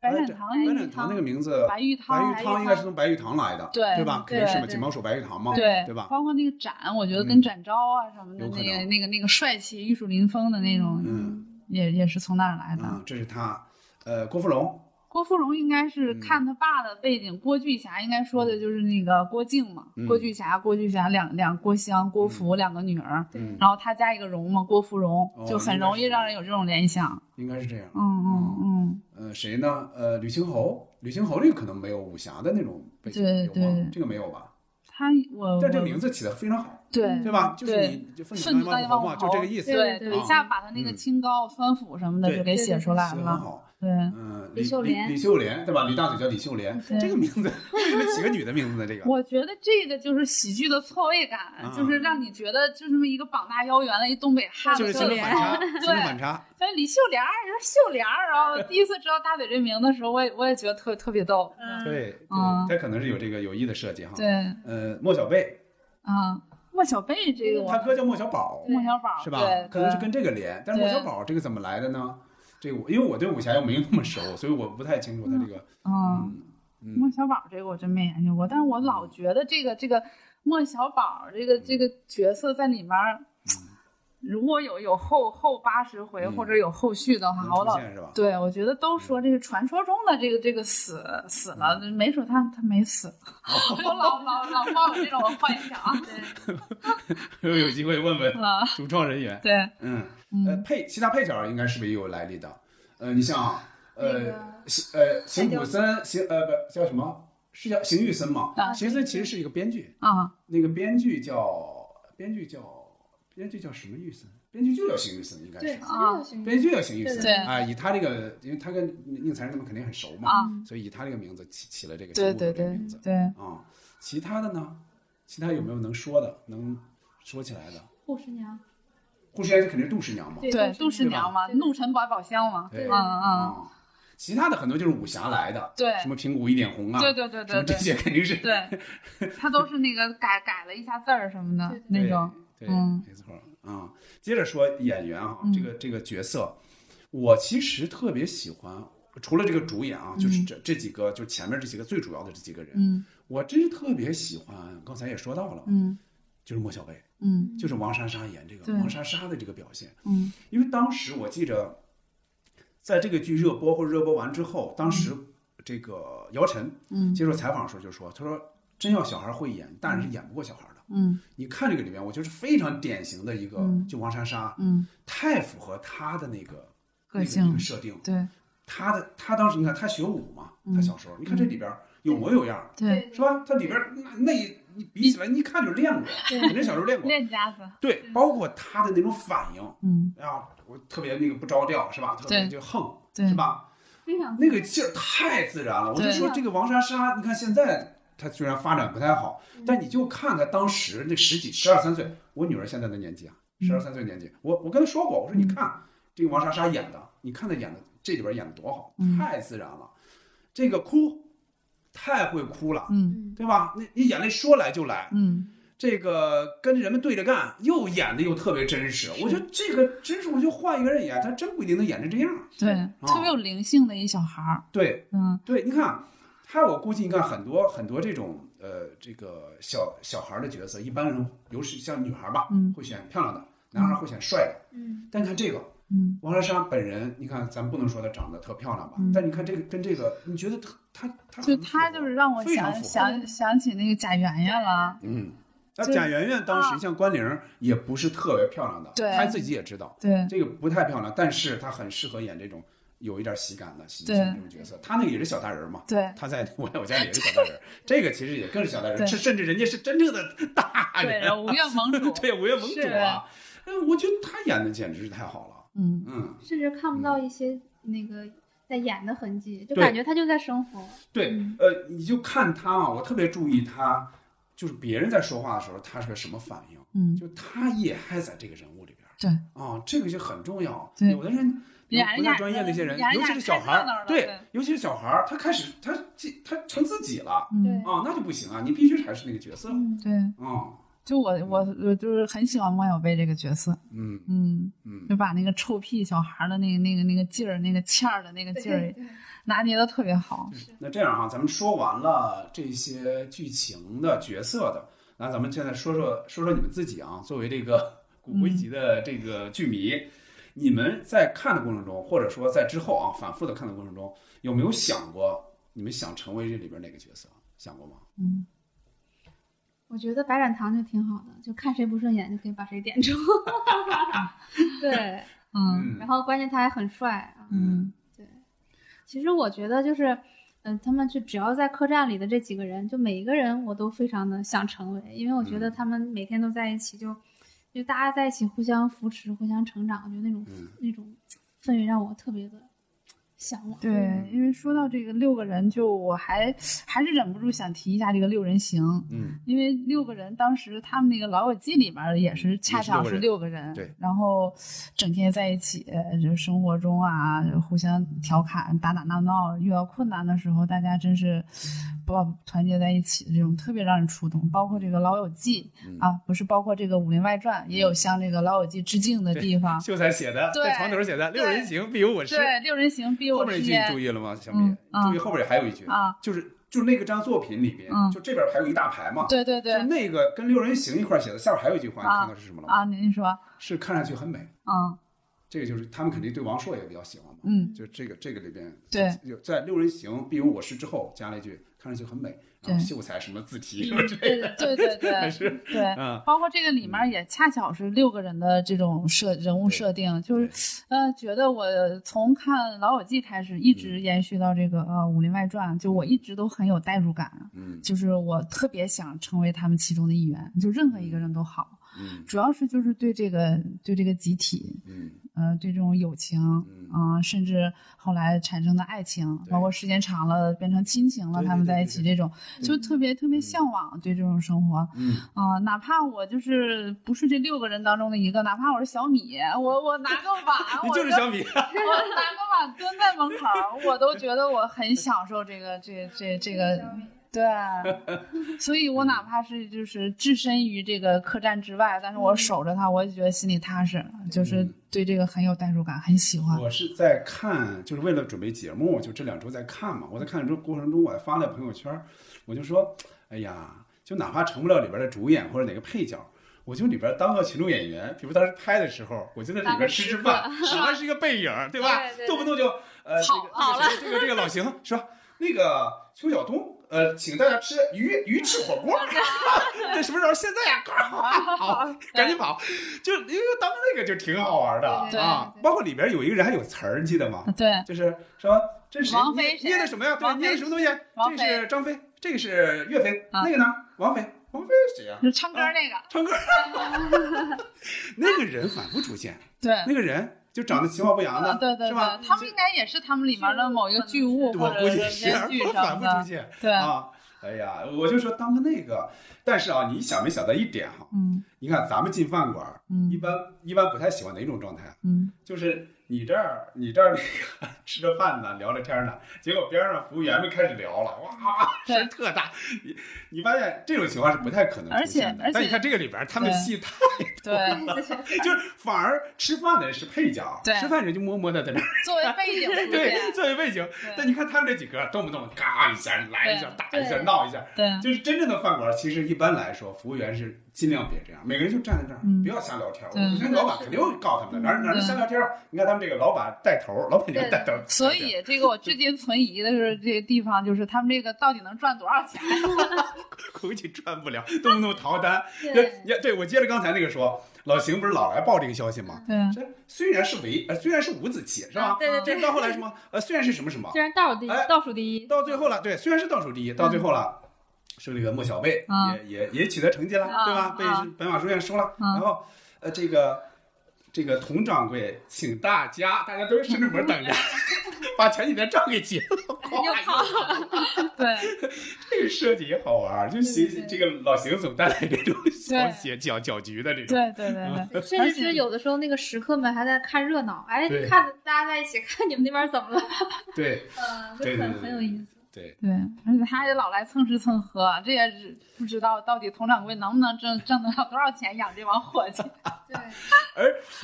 S2: 白展
S3: 展
S2: 堂
S3: 哎白
S2: 那
S3: 展
S2: 个
S3: 堂那个名字，
S2: 白玉
S3: 白
S2: 汤，
S3: 玉汤应该是从白玉堂来的，
S2: 对
S3: 对吧？肯
S2: 对
S3: 定是嘛，
S4: 对
S3: 锦毛手白玉堂嘛，
S2: 对
S3: 对吧？
S2: 包括那个展，我觉得
S3: 嗯
S2: 跟展昭啊什么的
S3: 有可
S2: 那个
S3: 能
S2: 那个那个帅气、玉树临风的那种，
S3: 嗯
S2: 也也是从那儿来的。
S3: 嗯，这是他，呃，郭芙蓉，
S2: 郭芙蓉应该
S3: 嗯
S2: 是看他爸的背景，郭巨侠应该说的就是那个郭靖嘛，
S3: 嗯
S2: 郭巨侠、郭巨侠两两郭襄、郭芙两个女儿，
S3: 嗯，
S2: 然后他加一个蓉嘛，郭芙蓉
S3: 哦
S2: 就很容易让人有这种联想。
S3: 应该是这样。
S2: 嗯嗯嗯，
S3: 呃，谁呢？呃，吕青侯，吕青侯这个可能没有武侠的那种背景，
S2: 对
S3: 有吗
S2: 对
S3: 这个没有吧？
S2: 他我
S3: 但这个
S2: 我
S3: 名字起的非常好，
S2: 对
S3: 对吧？就是
S2: 对
S3: 你就
S2: 奋
S3: 奋
S2: 斗
S3: 当
S2: 当
S3: 一万
S2: 一万
S3: 户
S2: 户
S3: 侯嘛，
S2: 侯，
S3: 就这个意思，啊
S2: 对
S4: 对
S2: 对，一下把他那个
S3: 嗯
S2: 清高、藩府什么的
S3: 对
S2: 就给写出来
S3: 写得很
S2: 了。
S3: 好。
S2: 对，
S3: 嗯，
S4: 李秀
S3: 李
S4: 莲
S3: 李秀莲对吧？李大嘴叫李秀莲，
S2: 对
S3: 这个名字为什么起个女的名字呢？这 个
S2: 我觉得这个就是喜剧的错位感，
S3: 啊
S2: 就是让你觉得就这么一个膀大腰圆的一东北汉
S3: 就
S2: 子
S3: 是形
S2: 就是
S3: 成
S4: 秀
S3: 反
S4: 莲
S3: 差，形 成
S2: 对嗯
S3: 反差。
S2: 所以李秀莲儿就是秀莲儿， 然后第一次知道大嘴这名的时候，我也我也觉得特特别逗。
S3: 啊对，对
S2: 嗯
S3: 它可能是有这个有意的设计哈。
S2: 对，
S3: 呃，莫小贝，
S2: 啊，莫小贝这个我
S3: 他哥叫莫小宝，
S2: 莫小宝
S3: 是吧
S2: 对，？
S3: 可能是
S2: 对
S3: 跟这个连，但是莫
S2: 对
S3: 小宝这个怎么来的呢？这个我因为我对武侠又没那么熟，所以我不太清楚他这个。
S2: 嗯。
S3: 嗯
S2: 莫
S3: 嗯，
S2: 小宝这个我真没研究过，但是我老觉得这个这个莫小宝这个这个角色在里面儿，如果有有后后八十回、
S3: 嗯
S2: 或者有后续的话，
S3: 能
S2: 我
S3: 出
S2: 老
S3: 现是吧？
S2: 对我觉得都说这个传说中的这个这个死死了，没准他他没死，我老老老抱有这种幻想
S3: 有机会问问
S2: 啊，
S3: 主创人员。
S2: 对，
S3: 嗯，呃，
S2: 嗯，
S3: 配其他配角儿应该是没有来历的。呃，你像啊
S5: 那
S3: 呃
S5: 个
S3: 邢呃邢
S5: 还叫
S3: 普森，邢呃不叫什么？是叫邢玉森吗？
S2: 啊
S3: 邢玉森其实是一个编剧，
S2: 啊，
S3: 那个编剧叫编剧叫编剧叫什么玉森？编剧就叫邢玉森，应该
S5: 对，
S3: 是
S5: 是。
S2: 啊
S5: 这个形
S3: 编剧叫邢玉森
S2: 对
S3: 啊，以他这个，因为他跟宁财神他们肯定很熟嘛，
S2: 啊
S3: 所以以他这个名字起起了这个
S2: 对
S3: 邢普森
S2: 对
S3: 这个
S2: 对
S3: 名字
S2: 对，
S3: 啊。其他的呢？其他有没有能说的、能说起来的？
S5: 护士娘，
S3: 顾世贤肯定是杜十娘嘛，
S2: 对，杜十
S3: 娘
S2: 娘嘛，
S5: 对对
S2: 怒沉百宝箱嘛，
S3: 对
S2: 嗯嗯，
S3: 啊，其他的很多就是武侠来的，
S2: 对
S3: 什么平谷一点红啊，
S2: 对对对
S3: 什么
S2: 对
S3: 这
S2: 对。
S3: 些肯定是
S2: 对，他都是那个改改了一下字儿什么的
S5: 对对
S2: 那种。
S3: 对，
S2: 嗯
S3: 没错啊。接着说演员啊，
S2: 嗯
S3: 这个这个角色，我其实特别喜欢，除了这个主演啊，就是这这几个，就前面这几个最主要的这几个人，
S2: 嗯
S3: 我真是特别喜欢。刚才也说到了，
S2: 嗯
S3: 就是莫小贝，
S2: 嗯
S3: 就是王莎莎演这个
S2: 对
S3: 王莎莎的这个表现，
S2: 嗯
S3: 因为当时我记着，在这个剧热播或者热播完之后，当时这个姚晨
S2: 嗯
S3: 接受采访的时候就说：“他说真要小孩会演，大人是演不过小孩的。
S2: 嗯
S3: 你看这个里面，我觉得是非常典型的一个，
S2: 嗯
S3: 就王莎莎
S2: 嗯，
S3: 太符合她的那个那
S2: 个
S3: 个那
S2: 性
S3: 个设定。
S2: 对
S3: 她的她当时你看她学武嘛，
S2: 嗯
S3: 她小时候你看这里边有模有样儿，
S2: 对，
S3: 是吧？她里边那那一你比起来，你一看就练过，人家小时候练过。
S2: 练家子。
S3: 对，包括她的那种反应，
S2: 嗯，
S3: 哎呀，我特别那个不着调是吧？特别
S2: 对
S3: 就横
S2: 对
S3: 是吧？
S5: 非常
S3: 那个劲儿太自然了。我就
S2: 对
S3: 说这个王莎莎，你看现在她虽然发展不太好，
S5: 嗯
S3: 但你就看她当时那十几、十二三岁，我女儿现在的年纪啊，十二三岁年纪，我我跟她说过，我说
S2: 嗯
S3: 你看这个王莎莎演的，你看她演的这里边演的多好，
S2: 嗯
S3: 太自然了。这个哭太会哭了，
S2: 嗯
S5: 嗯，
S3: 对吧？那你眼泪说来就来，
S2: 嗯，
S3: 这个跟人们对着干，又演的又特别真实。我觉得这个真是，我就换一个人演，他真不一定能演成这样。
S2: 对，特别有灵性的一小孩儿。
S3: 对
S2: 嗯
S3: 对，你看啊他，我估计你看很多很多这种呃，这个小小孩的角色，一般人尤其像女孩吧，
S2: 嗯
S3: 会选漂亮的，男孩会选帅的。
S5: 嗯，
S3: 但你看这个
S2: 嗯
S3: 王莎莎本人，你看咱不能说她长得特漂亮吧，
S2: 嗯
S3: 但你看这个跟这个，你觉得她她她
S2: 就
S3: 很符合
S2: 他就是让我
S3: 非常
S2: 想
S3: 符合
S2: 想想起那个贾圆圆了。
S3: 嗯。那
S2: 就啊
S3: 贾圆圆当时像关凌也不是特别漂亮的，
S2: 对
S3: 她自己也知道，
S2: 对
S3: 这个不太漂亮，但是她很适合演这种有一点喜感的喜剧
S2: 对
S3: 这种角色。她那个也是小大人儿嘛，
S2: 对
S3: 她在我在我家里也是小大人 儿，这个其实也更是小大人儿，
S2: 对
S3: 是甚至人家是真正的大
S2: 对，
S3: 人
S2: 然
S3: 儿，
S2: 后吴越 盟主。
S3: 对五岳盟主
S2: 是
S3: 啊，嗯我觉得她演的简直是太好了，
S2: 嗯，
S3: 嗯，
S5: 甚至看不到一些那个在演的痕迹，就
S3: 对
S5: 感觉他就在生活。
S3: 对，
S2: 嗯
S3: 呃，你就看她啊，我特别注意她，就是别人在说话的时候，她是个什么反应，
S2: 嗯
S3: 就她也还在这个人物里边儿，
S2: 对
S3: 啊，这个就很重要，
S2: 对
S3: 有的人。
S2: 演
S3: 不太专业的一些人，
S2: 演
S3: 尤其是小孩
S2: 演太热闹
S3: 儿，
S2: 了
S3: 对
S2: 对，
S3: 尤其是小孩儿，他开始他自他成自己了
S2: 嗯
S3: 啊，那就不行啊，你必须还是那个角色
S5: 嗯，
S2: 对，
S3: 啊，
S2: 就我我我就是很喜欢莫小贝这个角色。
S3: 嗯
S2: 嗯，
S3: 嗯，
S2: 就把那个臭屁小孩儿的那个那个那个劲儿、那个欠儿的那个劲儿
S5: 对，对
S2: 拿捏的特别好。
S3: 那这样啊，咱们说完了这些剧情的角色的，那嗯咱们现在说说说说你们自己啊，作为这个骨灰级的这个剧迷，你们在看的过程中，或者说在之后啊反复的看的过程中，有没有想过你们想成为这里边哪个角色？想过吗？
S5: 我觉得白展堂就挺好的，就看谁不顺眼就可以把谁 点住。对，
S2: 嗯
S5: 然后关键他还很帅。啊
S2: 嗯，
S5: 其实我觉得就是，嗯、他们就只要在客栈里的这几个人，就每一个人我都非常的想成为，因为我觉得
S3: 嗯
S5: 他们每天都在一起就，就大家在一起互相扶持、互相成长，我觉得那种、
S3: 嗯
S5: 那种氛围让我特别的向往。
S2: 对，因为说到这个六个人，就我还还是忍不住想提一下这个六人行。
S3: 嗯
S2: 因为六个人当时他们那个《老友记》里边儿也是恰巧是六个人，
S3: 也是六个人对，
S2: 然后整天在一起，呃就生活中啊互相调侃、打打闹闹，遇到困难的时候，大家真是抱团结在一起，这种特别让人触动。包括这个《老友记
S3: 嗯》
S2: 啊，不是包括这个《武林外传》，也有向这个《老友记》致敬的地方。
S3: 秀才写的，
S2: 对
S3: 在床头写的“
S2: 对
S3: 六人行，必有我师
S2: 对，六人行必”。
S3: 后
S2: 我
S3: 面
S2: 师
S3: 一句你
S2: 焉
S3: 注意了吗，小米
S2: 嗯？啊
S3: 注意后边还有一句，
S2: 啊，
S3: 就是就是那个张作品里边
S2: 嗯，
S3: 就这边还有一大排嘛，
S2: 对对对
S3: 就那个跟六人行一块写的，下边还有一句话，你
S2: 啊
S3: 看到是什么了吗？
S2: 啊，您说，
S3: 是看上去很美，
S2: 嗯
S3: 这个就是他们肯定对王朔也比较喜欢嘛。
S2: 嗯，
S3: 就这个这个里边，
S2: 对，
S3: 有在六人行必有我师之后加了一句，看上去很美，然后
S2: 对嗯
S3: 秀才什么字体，
S2: 对对对对
S3: 还。是
S2: 对，
S3: 嗯
S2: 包括这个里面也恰巧是六个人的这种设人物设定，就是呃，觉得我从看《老友记》开始，一
S3: 嗯
S2: 直延续到这个呃《武林外传》，就我一直都很有代入感，
S3: 嗯
S2: 就是我特别想成为他们其中的一员，就任何一个人都好，
S3: 嗯
S2: 主要是就是对这个对这个集体，
S3: 嗯
S2: 呃，对这种友情。
S3: 嗯
S2: 啊、甚至后来产生的爱情，
S3: 对
S2: 包括时间长了变成亲情了，
S3: 对对
S2: 他们
S3: 对
S2: 在一
S3: 对
S2: 起
S3: 对
S2: 这种，就特别特别向往对这种生活。
S3: 嗯，
S2: 啊、哪怕我就是不是这六个人当中的一个，哪怕我是小米，我我拿个碗，
S3: 你
S2: 我
S3: 就是小米，
S2: 我拿个碗蹲在门口儿，我都觉得我很享受这个这这这个，对，所以我哪怕是就是置身于这个客栈之外，但是我守着它，我也觉得心里踏实，就是
S3: 嗯
S2: 对这个很有代入感，很喜欢。
S3: 我是在看，就是为了准备节目，就这两周在看嘛。我在看的过程中，我还发了朋友圈，我就说，哎呀，就哪怕成不了里边的主演或者哪个配角。我就里边当个群众演员，比如当时拍的时候，我就在里边吃吃饭，哪怕是一个背影，对吧？
S4: 对对对
S3: 动不动就呃，这个那个谁这个这个老邢是吧？那个邱晓东，呃，请大家吃鱼鱼翅火锅，这什么时候？现在呀，呱，好， 赶紧跑！就因为当那个就挺好玩的
S5: 对
S3: 啊
S5: 对，对
S3: 包括里边有一个人还有词儿，你记得吗？
S2: 对，
S3: 就是说这是谁
S2: 王菲谁
S3: 捏捏的什么呀？对，
S2: 王菲
S3: 捏的什么东西？啊
S2: 王菲
S3: 这是张飞，这个是岳飞，
S2: 啊
S3: 那个呢？王菲，王菲是谁呀？啊
S2: 就唱歌那个，
S3: 唱歌，那个人反复出现，
S2: 对。
S3: 那个人就长得其貌不扬的，
S2: 嗯对对
S3: 是
S2: 对
S3: 吧？，
S2: 他们应该也是他们里面的某一个剧务
S3: 我
S2: 或者
S3: 估计
S2: 是
S3: 是
S2: 编剧什
S3: 反
S2: 么
S3: 复出
S2: 的，
S3: 现
S2: 对，
S3: 啊。哎呀，我就说当个那个，但是啊，你想没想到一点哈？
S2: 嗯
S3: 你看咱们进饭馆儿，
S2: 嗯
S3: 一般一般不太喜欢哪种状态啊？
S2: 嗯，
S3: 就是你这儿你这儿那个 吃着饭呢，聊着天呢，结果边上服务员们开始聊了，哇，
S2: 对
S3: 声特大。你你发现这种情况是不太可能出现的。
S2: 而且而且
S3: 但你看这个里边儿，他们戏太
S2: 对。
S5: 嗯
S3: 就是反而吃饭的人是配角，
S2: 对
S3: 吃饭人就默默的在那儿，
S2: 作为背景出
S3: 对，
S2: 现，
S3: 作为背景。但你看他们这几个，动不动嘎一下来一下，
S2: 对
S3: 打一下闹一下，
S2: 对
S3: 就是真正的饭馆，其实一般来说，服务员是尽量别这样，每个人就站在那儿，
S2: 嗯
S3: 不要瞎聊天。
S2: 对
S3: 我觉得老板肯定会告他们的，哪儿哪儿
S2: 对
S3: 瞎聊天儿？你看他们这个老板带头，老板娘带头，
S2: 所以这个我至今存疑的是这个地方，就是他们这个到底能赚多少钱？
S3: 估计赚不了，动不动逃单。
S5: 对
S3: 对，也对我接着刚才那个说，老邢不是老来报这个消息吗？
S2: 对
S3: 这虽然是为，呃，虽然是五子棋是吧？
S4: 嗯啊对对对
S3: 这到后来什么？呃，虽然是什么什么
S4: 虽，然倒数第一
S3: 哎，
S4: 倒数第一，
S3: 到最后了，对，虽然是倒数第一，到最后
S5: 嗯
S3: 了，是这个莫小贝
S2: 啊
S3: 也也也取得成绩了，
S5: 嗯
S2: 啊
S3: 对吧？被
S2: 啊
S3: 本马书院收了，
S2: 啊
S3: 然后呃，这个这个佟掌柜请大家，大家都是门口 等着，把前几天账给结了，
S4: 又跑
S3: 咵，
S2: 对
S3: 这个设计也好玩儿，就
S5: 对
S3: 行，
S5: 对
S3: 这个老邢总带来这种小写搅搅局的这种，嗯
S2: 对对对 对，
S5: 甚至是有的时候，那个食客们还在看热闹，哎，
S3: 哎对
S5: 看大家在一起，看你们那边怎么了，
S3: 对
S5: 嗯，
S3: 对
S5: 就
S3: 对
S5: 很
S3: 对
S5: 很有意思。
S3: 对，
S2: 对，而且他也老来蹭吃蹭喝，这也是不知道到底佟掌柜能不能挣挣得了多少钱养这帮伙计。
S5: 对，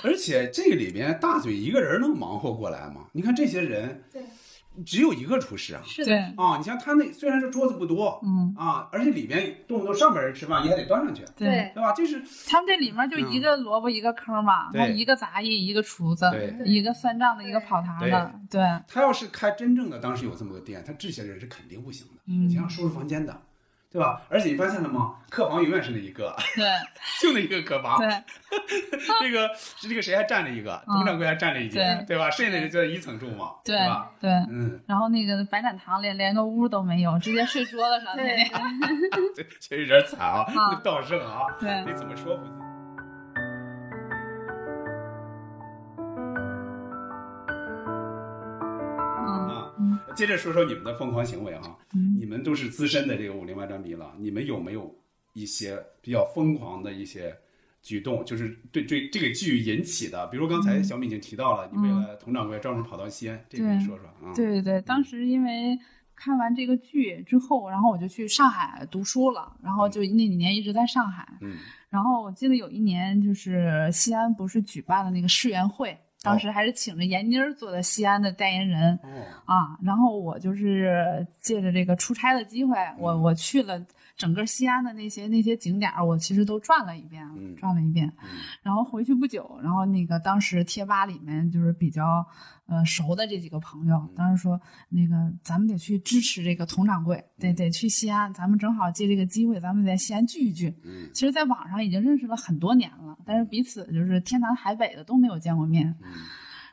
S3: 而且这里边大嘴一个人能忙活过来吗？你看这些人，
S5: 对
S3: 只有一个厨师啊。
S5: 是的，
S2: 对，
S3: 啊，你像他那虽然说桌子不多
S2: 嗯，
S3: 啊，而且里边动不动上边人吃饭也还得端上去，
S2: 对，
S3: 对吧？这是
S2: 他们这里面就一个萝卜一个坑嘛，
S3: 嗯对
S2: 然后一个杂役，一个厨子，
S3: 对
S2: 一个算账的，一个跑堂的，对，
S3: 他要是开真正的当时有这么多店，他这些人是肯定不行的，
S2: 嗯
S3: 你，像收拾房间的，对吧？而且你发现了吗？客房永远是那一个，
S2: 对
S3: 就那一个客房，
S2: 对
S3: 这个这个谁还占着一个，
S2: 嗯
S3: 佟掌柜还占着一间，
S2: 对
S3: 对吧？剩下的人就在一层住嘛，
S2: 对
S3: 吧？
S2: 对。
S3: 嗯，
S2: 然后那个白展堂连连个屋都没有，直接睡桌子上那
S5: 对
S2: 个。
S3: 这确实有点惨啊，
S2: 啊
S3: 那道圣啊，
S2: 对
S3: 得怎么说服自己？
S2: 嗯，
S3: 啊，接着说说你们的疯狂行为啊，你们都是资深的这个武林外传迷了，你们有没有一些比较疯狂的一些举动，就是对对这个剧引起的？比如刚才小米已经提到了，你为了佟掌柜专门跑到西安，这个
S2: 对
S3: 你说说啊？
S2: 对对对，当时因为看完这个剧之后，然后我就去上海读书了，然后就那几年一直在上海。
S3: 嗯，
S2: 然后我记得有一年，就是西安不是举办了那个世园会，当时还是请着闫妮儿做的西安的代言人
S3: 哦，
S2: 啊。然后我就是借着这个出差的机会，我
S3: 嗯
S2: 我去了整个西安的那些那些景点儿，我其实都转了一遍
S3: 嗯，
S2: 转了一遍。
S3: 嗯
S2: 然后回去不久，然后那个当时贴吧里面就是比较呃熟的这几个朋
S3: 嗯
S2: 友，当时说那个咱们得去支持这个佟掌柜，得
S3: 嗯
S2: 得去西安，咱们正好借这个机会，咱们在西安聚一聚。
S3: 嗯
S2: 其实，在网上已经认识了很多年了，但是彼此就是天南海北的都没有见过面。
S3: 嗯，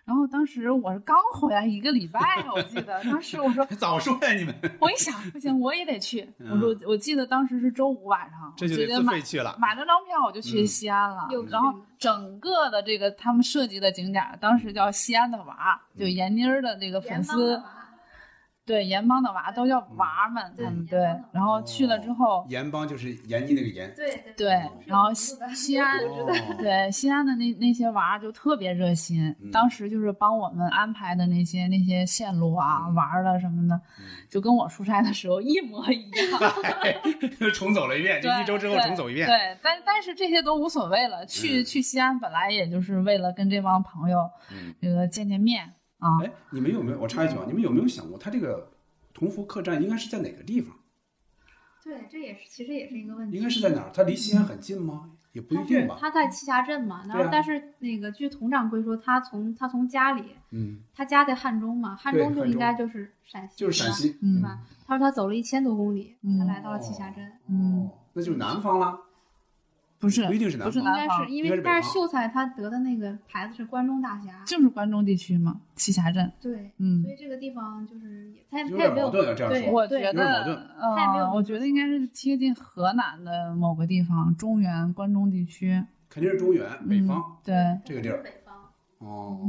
S2: 然后当时我是刚回来一个礼拜，啊我记得当时我说，
S3: 早说呀，你们
S2: 我一想不行，我也得去。我
S3: 嗯
S2: 说我记得当时是周五晚上，
S3: 这就
S2: 我
S3: 得
S2: 觉得
S3: 自
S2: 买
S3: 费去了。
S2: 买了张票我就去
S3: 嗯
S2: 西安了，
S5: 又
S2: 然后
S5: 去了
S2: 整个的这个他们设计的景点儿，当时叫西安的娃，就
S3: 嗯
S2: 闫妮儿的这个粉丝，对盐帮的娃都叫
S3: 嗯
S2: 娃们，他们
S5: 对
S2: 对
S5: 盐帮的娃，
S2: 然后去了之后，
S3: 盐帮就是闫妮那个闫，
S5: 对
S2: 对，然后西西安。
S3: 哦，
S2: 对西安的那那些娃儿就特别热心，
S3: 嗯
S2: 当时就是帮我们安排的那些那些线路啊、
S3: 嗯
S2: 玩儿的什么的，
S3: 嗯
S2: 就跟我出差的时候一模一 样。
S3: 又重走了一遍，就
S2: 对
S3: 一周之后
S2: 对
S3: 重走一遍。
S2: 对，但但是这些都无所谓了。去、
S3: 嗯
S2: 去西安本来也就是为了跟这帮朋友
S3: 嗯，
S2: 这个见见面啊。
S3: 哎，你们有没有？我插一句啊，你们有没有想过，他这个同福客栈应该是在哪个地方？
S5: 对，这也是其实也是一个问题。
S3: 应该是在哪儿？它离西安很近吗？也不一
S5: 他
S3: 定
S5: 是
S3: 吧。
S5: 他在栖霞镇嘛，然
S3: 对
S5: 后
S3: 啊
S5: 但是那个据佟掌柜说，他从他从家里，
S3: 嗯，
S5: 他家在汉中嘛，汉
S3: 对
S5: 中就
S3: 汉
S5: 应该
S3: 中
S5: 就是陕西，
S3: 就是陕
S5: 吧
S3: 西。
S5: 对
S2: 嗯
S5: 吧？他说他走了一千多公里
S2: 嗯
S5: 才来到了栖霞镇，
S2: 嗯
S3: 哦，那就是南方啦。
S2: 不是
S3: 不一定是南
S2: 不是
S5: 应
S2: 南
S5: 该
S2: 方
S5: 是，因
S3: 应该
S5: 为
S3: 是北
S5: 但是
S3: 方
S5: 秀才他得的那个牌子是关中大侠，
S2: 就是关中地区嘛，栖霞镇。
S5: 对，
S2: 嗯
S5: 所，以这个地方就是也他也
S3: 有
S5: 他也没
S3: 点矛
S5: 有
S3: 盾啊，这样
S5: 对
S3: 说。
S2: 我觉
S3: 有点矛盾
S2: 得，嗯、
S5: 他也没有
S2: 我觉得应该是贴近河南的某个地方，中原关中地区。
S3: 肯定是中原北方。
S2: 对，
S3: 这个地儿
S5: 北方，
S3: 哦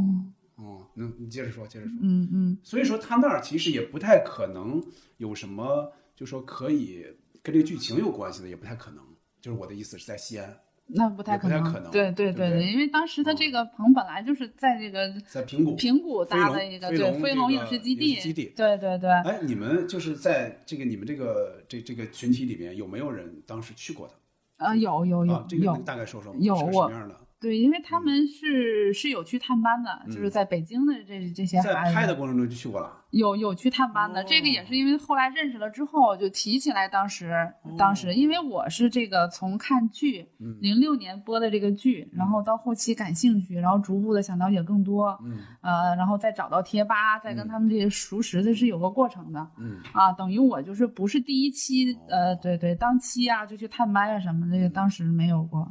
S3: 哦，那你接着说，接着说。
S2: 嗯嗯，
S3: 所以说，他那儿其实也不太可能有什么，就说可以跟这个剧情有关系的，也不太可能。就是我的意思是在西安，
S2: 那不太
S3: 也不
S2: 可
S3: 太
S2: 能。
S3: 可能
S2: 对对
S3: 对不对
S2: 因为当时他这个棚本来就是在这个
S3: 在平谷。
S2: 平谷搭
S3: 飞
S2: 的
S3: 龙
S2: 一
S3: 飞
S2: 个对
S3: 龙
S2: 飞
S3: 这
S2: 龙
S3: 个
S2: 影视基
S3: 影
S2: 地
S3: 视基地
S2: 对对对。
S3: 哎，你们就是在这个你们这个这这个群体里面，有没有人当时去过的？
S2: 呃，有有有、
S3: 啊，这个
S2: 有
S3: 能，大概说说吗？
S2: 有
S3: 是个什
S2: 我
S3: 么样的？
S2: 对，因为他们是是有去探班的，
S3: 嗯
S2: 就是在北京的这这些
S3: 在
S2: 孩
S3: 拍的哦
S2: 子
S3: 过程中就去过了。
S2: 有有去探班的，这个也是因为后来认识了之后就提起来，当时当
S3: 哦
S2: 时因为我是这个从看剧
S3: 嗯
S2: 零六年播的这个剧，然后到后期感兴趣，然后逐步的想了解更多，
S3: 嗯
S2: 呃，然后再找到贴吧，再
S3: 嗯
S2: 跟他们这些熟识，这是有个过程的。
S3: 嗯
S2: 啊，等于我就是不是第一期，呃，
S3: 哦
S2: 对对，当期啊就去探班啊什么的，这个当时没有过。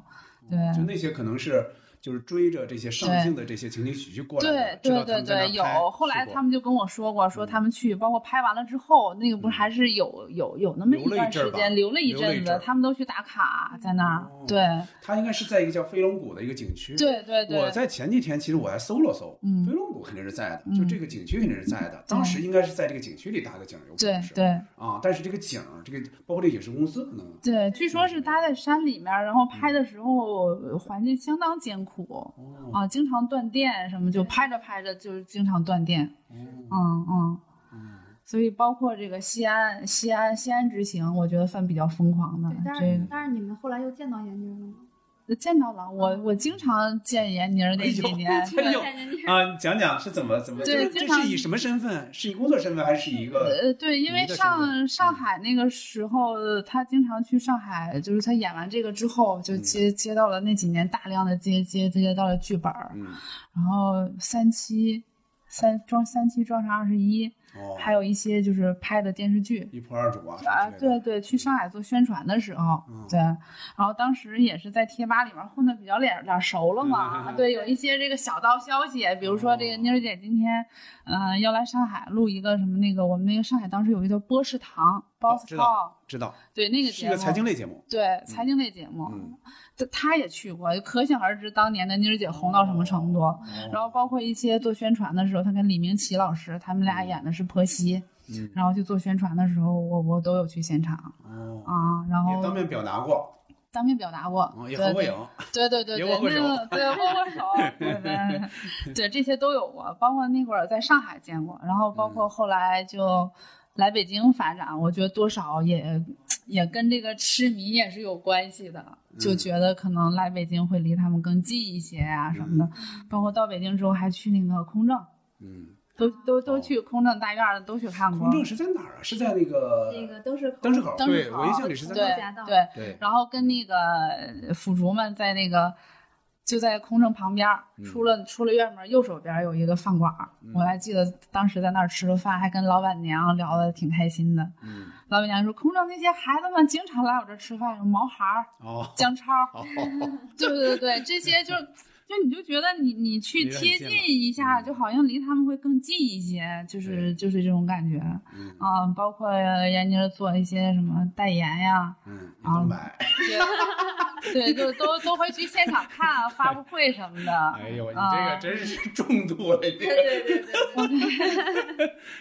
S2: 对
S3: 就那些可能是就是追着这些上镜的这些情景喜剧过来的知
S2: 对，
S3: 道
S2: 对
S3: 他
S2: 对
S3: 们在那儿
S2: 对，有
S3: 拍。
S2: 后来
S3: 去过嗯
S2: 他们就跟我说过，说他们去，包括拍完了之后，那个不是还是有有有那么
S3: 留了一
S2: 段
S3: 阵儿
S2: 时
S3: 吧
S2: 间，留了一
S3: 留了一
S2: 阵
S3: 阵儿
S2: 子，他们都去打卡在那儿
S3: 哦。
S2: 对
S3: 他应该是在一个叫飞龙谷的一个景区。，
S2: 对对
S3: 我
S2: 对，
S3: 在前几天其实我还搜了搜，
S2: 嗯
S3: 飞龙谷肯定是在的，
S2: 嗯
S3: 就这个景区肯定是在的。当时应该是在这个景区里搭的景儿，有可
S2: 对
S3: 能是。
S2: 对
S3: 啊，但是这个景儿，这个包括这个影视公司可能。
S2: 对，据说
S3: 嗯
S2: 是他在山里面，然后拍的时候呃环境相当艰苦
S3: 哦
S2: 啊，经常断电什么，就拍着拍着就经常断电。
S3: 哦
S2: 嗯嗯。
S3: 嗯
S2: 所以包括这个西安、西安、西安之行，我觉得算比较疯狂的
S5: 对，。但
S2: 嗯这
S5: 是
S2: 个
S5: 但是你们后来又见到闫妮了吗？
S2: 见到了，我我经常见闫妮儿那几年，
S3: 嗯哎呦
S6: 看见你
S3: 啊，你讲讲是怎么怎么，
S2: 对
S3: 这
S2: 经
S3: 这
S2: 常
S3: 是以什么身份？是以工作身份还是一个？
S2: 呃，对，因为
S3: 你的嗯身
S2: 上
S3: 份
S2: 上海那个时候，呃他经常去上海，就是他演完这个之后，就
S3: 嗯
S2: 接、接到了那几年大量的接接接到了剧本儿，
S3: 嗯，
S2: 然后三期三装三期装上二十一，
S3: 哦，
S2: 还有一些就是拍的电视剧。
S3: 一仆二主啊，
S2: 啊，
S3: 什么之类
S2: 对
S3: 的，
S2: 对，去上海做宣传的时候，
S3: 嗯
S2: 对，然后当时也是在贴吧里面混的比较脸脸熟了嘛，
S3: 嗯
S2: 对，有一些这个小道消息，比如说这个妮儿姐今天，嗯、要来上海录一个什么那个，我们那个上海当时有一个叫波士堂 Boss
S3: 哦知
S2: Talk，
S3: 道知道，
S2: 对那个
S3: 是
S2: 节
S3: 一
S2: 目，
S3: 个财经类节目，
S2: 对财经类节目，
S3: 嗯
S2: 她她也去过，可想而知当年的妮儿姐红到什么程度。
S3: 哦
S2: 然后包括一些做宣传的时候，她跟李明启老师他们俩演的是婆媳，
S3: 嗯
S2: 然后去做宣传的时候，我我都有去现场
S3: 哦，
S2: 啊，然后
S3: 也当面表达过，
S2: 当面表达过
S3: 哦，，也
S2: 对
S3: 合过
S2: 对
S3: 影，
S2: 对对对
S3: 也
S2: 对，
S3: 握过手
S2: 那个对握 过手，对对对对，这些都有过，包括那会儿在上海见过，然后包
S3: 嗯
S2: 括后来就来北京发展，我觉得多少也也跟这个痴迷也是有关系的，就
S3: 嗯
S2: 觉得可能来北京会离他们更近一些啊什么的，包括到北京之后还去那个空政，
S3: 嗯，
S2: 都都都
S3: 哦
S2: 去空政大院儿的都去看过，
S3: 空政是在哪儿啊？是在那个
S4: 那个都是
S3: 灯市口，
S2: 灯市
S3: 对
S2: 口
S3: 我印象里是在
S2: 对
S3: 那儿
S4: 夹道
S2: 对，
S3: 对，
S2: 然后跟那个腐竹们在那个就在空政旁边儿，
S3: 嗯
S2: 出了出了院门儿右手边儿有一个饭馆儿，我还记得当时在那儿吃了饭，还跟老板娘聊得挺开心的。
S3: 嗯，
S2: 老板娘说，空政那些孩子们经常来我这儿吃饭，有毛孩儿、
S3: 哦，
S2: 姜超儿，
S3: 哦，
S2: 对对对，这 些就。就你就觉得你你
S3: 离
S2: 去
S3: 得很
S2: 贴
S3: 近
S2: 近
S3: 了
S2: 一下，
S3: 嗯
S2: 就好像离他们会更近一些，就是
S3: 对
S2: 就是这种感觉
S3: 嗯
S2: 啊、包括闫妮儿做一些什么代言呀，
S3: 嗯，你都买，
S2: 对，就都都会去现场看啊发布会什么的。
S3: 哎呦，你这
S2: 啊
S3: 个真是重度了，你
S6: 对
S3: 这个
S6: 对对对对，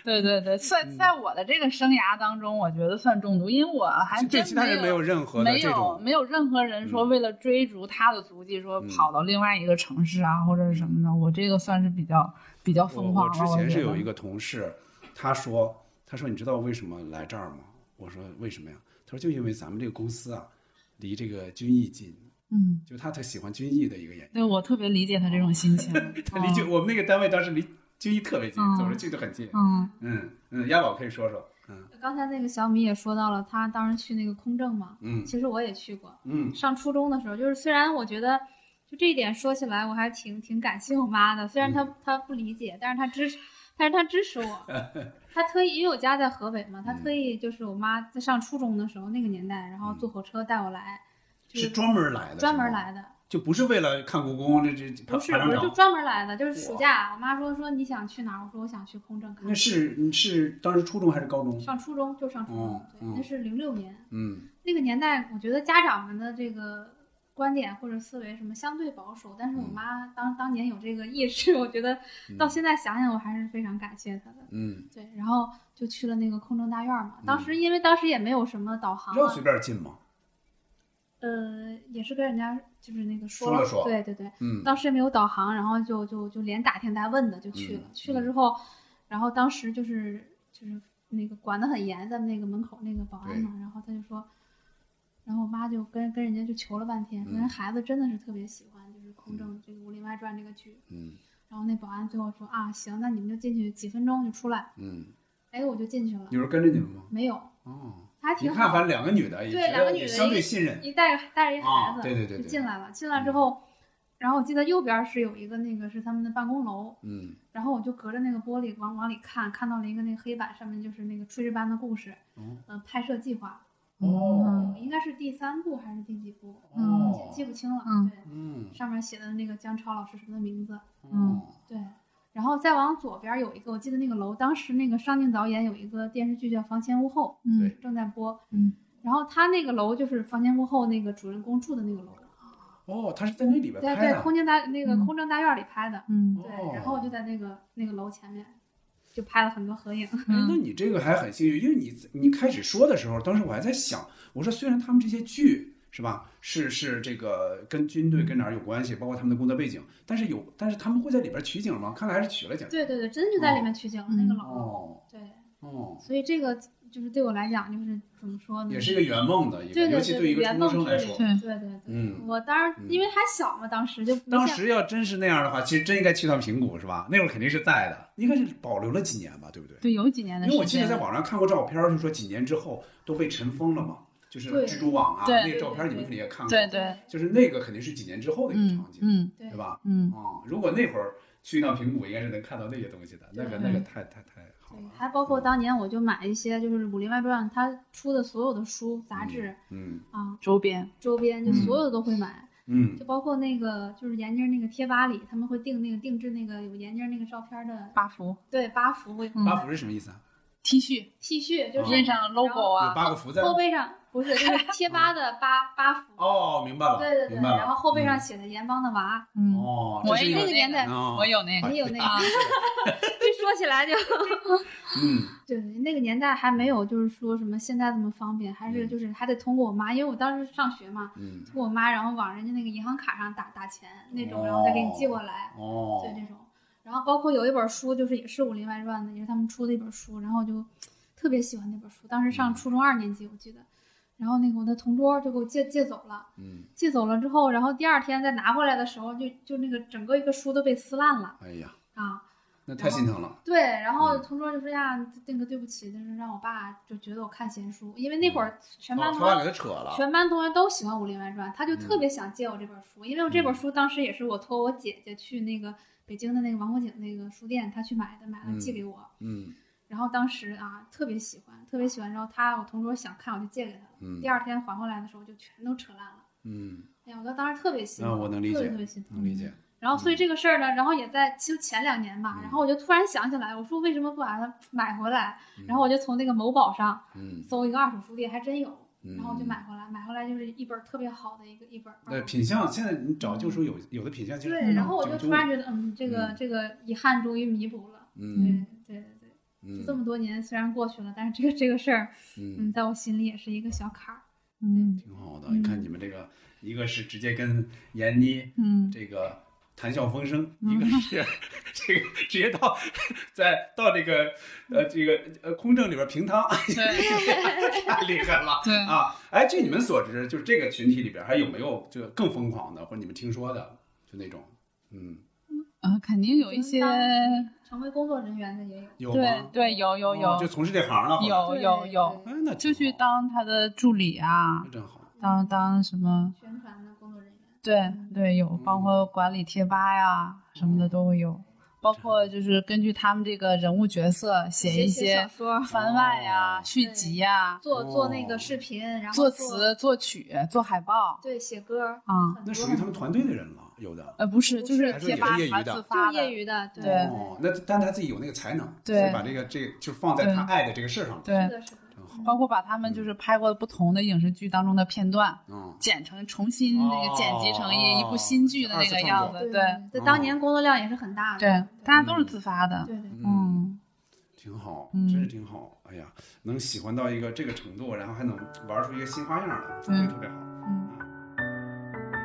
S2: 对对对，在
S3: 嗯
S2: 在我的这个生涯当中，我觉得算中毒，因为我还
S3: 对
S2: 真
S3: 其他人没有任何的
S2: 没
S3: 这
S2: 有
S3: 种，
S2: 没有任何人说为了追逐他的足迹，说
S3: 嗯
S2: 跑到另外一个城市啊或者是什么的。我这个算是比较比
S4: 哦
S2: 较
S3: 我
S2: 疯狂
S3: 我
S2: 了。
S3: 之前是有
S4: 嗯
S3: 一
S2: 个
S3: 个同事，他说他说你知道为什么来这儿吗？我说为什么呀？他说就因为咱们这个公司啊，离这个军艺近，
S2: 嗯，
S3: 就他特喜欢军艺的一个演员。
S2: 对我特别理解他这种 心情。
S3: 他
S4: 哦
S3: 离军我们那个单位当时离军艺特别近，
S2: 嗯
S3: 走着去就很近。
S2: 嗯
S3: 嗯嗯，亚宝可以说说。嗯
S4: 刚才那个小米也说到了，他当时去那个空政嘛，
S3: 嗯
S4: 其实我也去过。
S3: 嗯
S4: 上初中的时候，就是虽然我觉得，就这一点说起来，我还挺挺感谢我妈的。虽然
S3: 嗯
S4: 她她不理解，但是她支持，但是她支持 我。她特意，因为我家在河北嘛，她
S3: 嗯
S4: 特意就是我妈在上初中的时候那个年代，然后坐火车带我来，就是
S3: 专门来的，
S4: 专门
S3: 是吗，
S4: 来的，
S3: 就不是为了看故宫这这
S4: 不
S3: 爬
S4: 是
S3: 爬
S4: 我
S3: 长
S4: 就
S3: 长。
S4: 专门来的，就是暑假，我妈说说你想去哪儿，我说我想去空政看
S3: 那。是你是当时初中还是高中？
S4: 上初中就上初中
S3: 哦，
S4: 对
S3: 嗯，
S4: 那是零六年
S3: 嗯
S4: 那个年代，我觉得家长们的这个观点或者思维什么相对保守，但是我
S3: 嗯
S4: 妈当当年有这个意识，我觉得到现在想想，我还是非常感谢她的。
S3: 嗯，
S4: 对，然后就去了那个空政大院嘛。当时因为当时也没有什么导航
S3: 要
S4: 啊
S3: 随，便进吗？
S4: 呃，也是跟人家就是那个
S3: 说
S4: 了，
S3: 了说
S4: 对对对，
S3: 嗯
S4: 当时也没有导航，然后就就就连打听带问的就去了。
S3: 嗯
S4: 去了之后，然后当时就是就是那个管得很严，咱们那个门口那个保安嘛，然后他就说，然后我妈就跟跟人家就求了半天，说
S3: 嗯
S4: 人孩子真的是特别喜欢就是空政这个《武林外传》这个剧。
S3: 嗯
S4: 然后那保安最后说啊，行，那你们就进去几分钟就出来。
S3: 嗯，
S4: 哎，我就进去了，
S3: 有人跟着你们吗？
S4: 没有，
S3: 哦，
S4: 还
S3: 你
S4: 挺
S3: 看，
S4: 好。
S3: 反正两个女的也
S4: 对
S3: 觉
S4: 两个
S3: 得
S4: 女
S3: 也
S4: 的
S3: 相
S4: 一
S3: 对
S4: 个
S3: 信任。
S4: 一带着带着一孩子，
S3: 啊对对对对嗯
S4: 就进来了。进来之后，然后我记得右边是有一个那个是他们的办公楼，
S3: 嗯，
S4: 然后我就隔着那个玻璃往往里看，看到了一个那个黑板上面就是那个《炊事班的故事》，
S3: 哦
S4: 嗯、拍摄计划，
S3: 哦
S4: 应该是第三部还是第几部，
S2: 嗯
S4: 记记不清了。
S2: 嗯
S4: 对，
S3: 嗯
S4: 上面写的那个姜超老师什么的名字，
S3: 哦
S4: 对。然后再往左边有一个，我记得那个楼，当时那个尚敬导演有一个电视剧叫《房前屋后
S2: 嗯
S3: 对》，
S4: 正在播。
S2: 嗯。
S4: 然后他那个楼就是《房前屋后》那个主人公住的那个楼，
S3: 哦，他是在那里边
S4: 在
S3: 拍哦
S4: 在
S3: 的。哦
S4: 空间大那个
S2: 嗯
S4: 空政大院里拍的。
S2: 嗯
S4: 对，然后我就在那个那个楼前面，就拍了很多合影。
S3: 哎那
S2: 嗯
S3: 你这个还很幸运，因为你你开始说的时候，当时我还在想，我说虽然他们这些剧是吧，是是这个跟军队跟哪儿有关系，包括他们的工作背景，但是有，但是他们会在里边取景吗？看来还是取了景。
S4: 对对对，真的就在里面取景了、那个楼。
S3: 哦，
S4: 对，
S3: 哦，
S4: 所以这个就是对我来讲，就是怎么说呢？
S3: 也是一个圆梦的一
S4: 嗯
S3: 个，
S4: 对对对
S3: 尤其对于一个初中生来说，
S2: 对
S4: 对对对，
S3: 嗯。
S4: 我当时
S3: 嗯
S4: 因为还小嘛，当时就不
S3: 当
S4: 像
S3: 时要真是那样的话，其实真应该去趟平谷，是吧？那会儿肯定是在的，应该是保留了几年吧，对不对？
S2: 对，有几年的
S3: 因为我
S2: 时
S3: 记得
S2: 间
S3: 在。网上看过照片儿，就说几年之后都被尘封了嘛，就是
S4: 对
S3: 蜘蛛网啊，
S2: 对
S3: 那个照片儿你们肯定也看过，
S2: 对对，
S3: 就是那个肯定是几年之后的一个
S2: 嗯
S3: 场景，
S2: 嗯
S4: 对
S3: 对吧？
S2: 嗯，
S3: 啊、如果那会儿去一趟平谷，应该是能看到那些东西的，那个那
S4: 嗯
S3: 个太太太好
S4: 对
S3: 了，，
S4: 还包括当年我就买一些就是《武林外传》它出的所有的书、杂志
S3: 嗯
S4: 啊，
S2: 周边
S4: 周边就所有的都会买，
S3: 嗯
S4: 就包括那个就是闫妮儿那个贴吧里，他们会定那个定制那个有闫妮儿那个照片的，
S2: 八幅
S4: 对八幅会
S3: 嗯，八幅是什么意思啊？
S2: T 恤，
S4: T 恤，就是
S2: 印上 logo
S3: 哦有
S2: 啊，
S3: 八个福在
S4: 后背上不是就是贴吧的八八幅，
S3: 哦，明白了，
S4: 对对对，
S3: 明白了。
S4: 然后后背上
S3: 嗯、
S4: 写的“盐帮的娃
S2: 嗯，
S3: 哦，
S2: 我
S3: 这是
S2: 也
S3: 一
S2: 有
S4: 那
S3: 个
S4: 个年代
S3: 哦，
S2: 我有那”，个，
S4: 也有那
S2: 啊
S4: 个， 这说起来就
S3: 嗯，
S4: 对那个年代还没有就是说什么现在这么方便，还是就是还得通过我妈，因为我当时上学嘛，
S3: 嗯，
S4: 通过我妈，然后往人家那个银行卡上打打钱那种，然后再给你寄过来，
S3: 哦
S4: 对，这种。然后包括有一本书，就是也是《武林外传》的，也是他们出的一本书，然后我就特别喜欢那本书。当时
S3: 嗯
S4: 上初中二年级，我记得。然后那个我的同桌就给我借借走了，
S3: 嗯，
S4: 借走了之后，然后第二天再拿回来的时候，就就那个整个一个书都被撕烂了
S3: 哎呀，
S4: 啊。
S3: 那太心疼了，
S4: 对，然后
S3: 嗯
S4: 同桌就说呀，那个对不起，就是让我爸就觉得我看闲书，因为那会儿全班
S3: 哦，他
S4: 同学、
S3: 爸给他扯了，
S4: 全班同学都喜欢《武林外传》，他就特
S3: 嗯
S4: 别想借我这本书，因为我这本书当时也是我托我姐姐去那个北京的那个王府井那个书店，她去买的，买了寄给我。
S3: 嗯
S4: 然后当时啊特别喜欢，特别喜欢。然后他我同桌想看，我就借给他了。
S3: 嗯
S4: 第二天还回来的时候就全都扯烂了。
S3: 嗯，
S4: 哎呀，我当时特别心
S3: 那
S4: 疼，
S3: 啊我能理
S4: 特别
S3: 解嗯
S4: 特别心疼。
S3: 能理解，
S4: 然后所以这个事儿呢，然后也在其实前两年吧，
S3: 嗯
S4: 然后我就突然想起来，我说为什么不把它买回来？
S3: 嗯
S4: 然后我就从那个某宝上
S3: 嗯，
S4: 搜一个二手书店，还真有，
S3: 嗯
S4: 然后我就买回来，买回来就是一本儿特别好的一个一本儿。
S3: 那品相现在你找就说有有的品相其实
S4: 对，然后我就突然觉得，嗯，这个
S3: 嗯
S4: 这个遗憾终于弥补了。
S3: 嗯
S4: 对对对对，
S3: 嗯
S4: 就这么多年虽然过去了，但是这个这个事儿，嗯，
S3: 嗯
S4: 在我心里也是一个小坎儿。
S2: 嗯
S3: 挺好的，你看你们这个一个是直接跟闫妮
S2: 嗯，
S3: 这个谈笑风生，
S4: 嗯
S3: 一个是这个直接到 在到这个呃这个呃空政里边 平摊，
S2: 对
S3: 太厉害了。
S2: 对
S3: 啊，哎，据你们所知，就是这个群体里边还有没有就更疯狂的，或者你们听说的，就那种，嗯，
S2: 啊，肯定有一些，
S4: 成为工作人员的也有，
S3: 有
S2: 对
S3: 吗？
S2: 对，有有
S3: 哦
S2: 有
S3: 就从事这行了，后来，
S2: 有
S4: 对
S2: 有有，
S4: 对
S3: 哎，那
S2: 就
S3: 挺
S2: 去
S3: 好，
S2: 当他的助理啊，
S3: 那真好，
S2: 当当什么，
S4: 宣传的工作人员。
S2: 对对，有包
S3: 嗯
S2: 括管理贴吧呀什么的都会有，包括就是根据他们这个人物角色写一
S4: 写小
S2: 些
S4: 说，
S2: 番外呀
S3: 哦、
S2: 续
S4: 对
S2: 集呀、
S4: 做做
S3: 哦
S4: 那个视频，然后
S2: 作，词、作曲、做海报
S4: 对，写歌儿，
S2: 啊。
S4: 很
S3: 那
S4: 多
S3: 属于他
S4: 很
S3: 们
S4: 多
S3: 团队的人了，有的。
S2: 呃，不是，
S4: 不
S2: 就是是
S3: 还是
S2: 贴
S3: 也
S2: 吧
S3: 是业余
S2: 他
S3: 的
S4: 就
S2: 自发
S4: 是业
S2: 的，
S4: 余的，
S2: 对
S3: 哦，那但他自己有那个才能，
S2: 对
S3: 所以把这个这个就放在他爱的这个事儿上，
S4: 是
S2: 对，
S4: 的，是的。
S3: 真好。
S2: 包括把他们就是拍过不同的影视剧当中的片段，
S3: 嗯，
S2: 剪成重新那个剪辑成一、
S3: 哦
S2: 一部新剧的那个样子，对
S4: 对，
S3: 哦
S4: 当年工作量也是很大的。
S2: 对，大家都是自发的，
S4: 对对，
S3: 嗯，
S2: 嗯，
S3: 挺好，
S2: 嗯
S3: 真是挺好。哎呀，能喜欢到一个这个程度，然后还能玩出一个新花样来，
S2: 嗯
S3: 这特别好。
S2: 嗯
S3: 嗯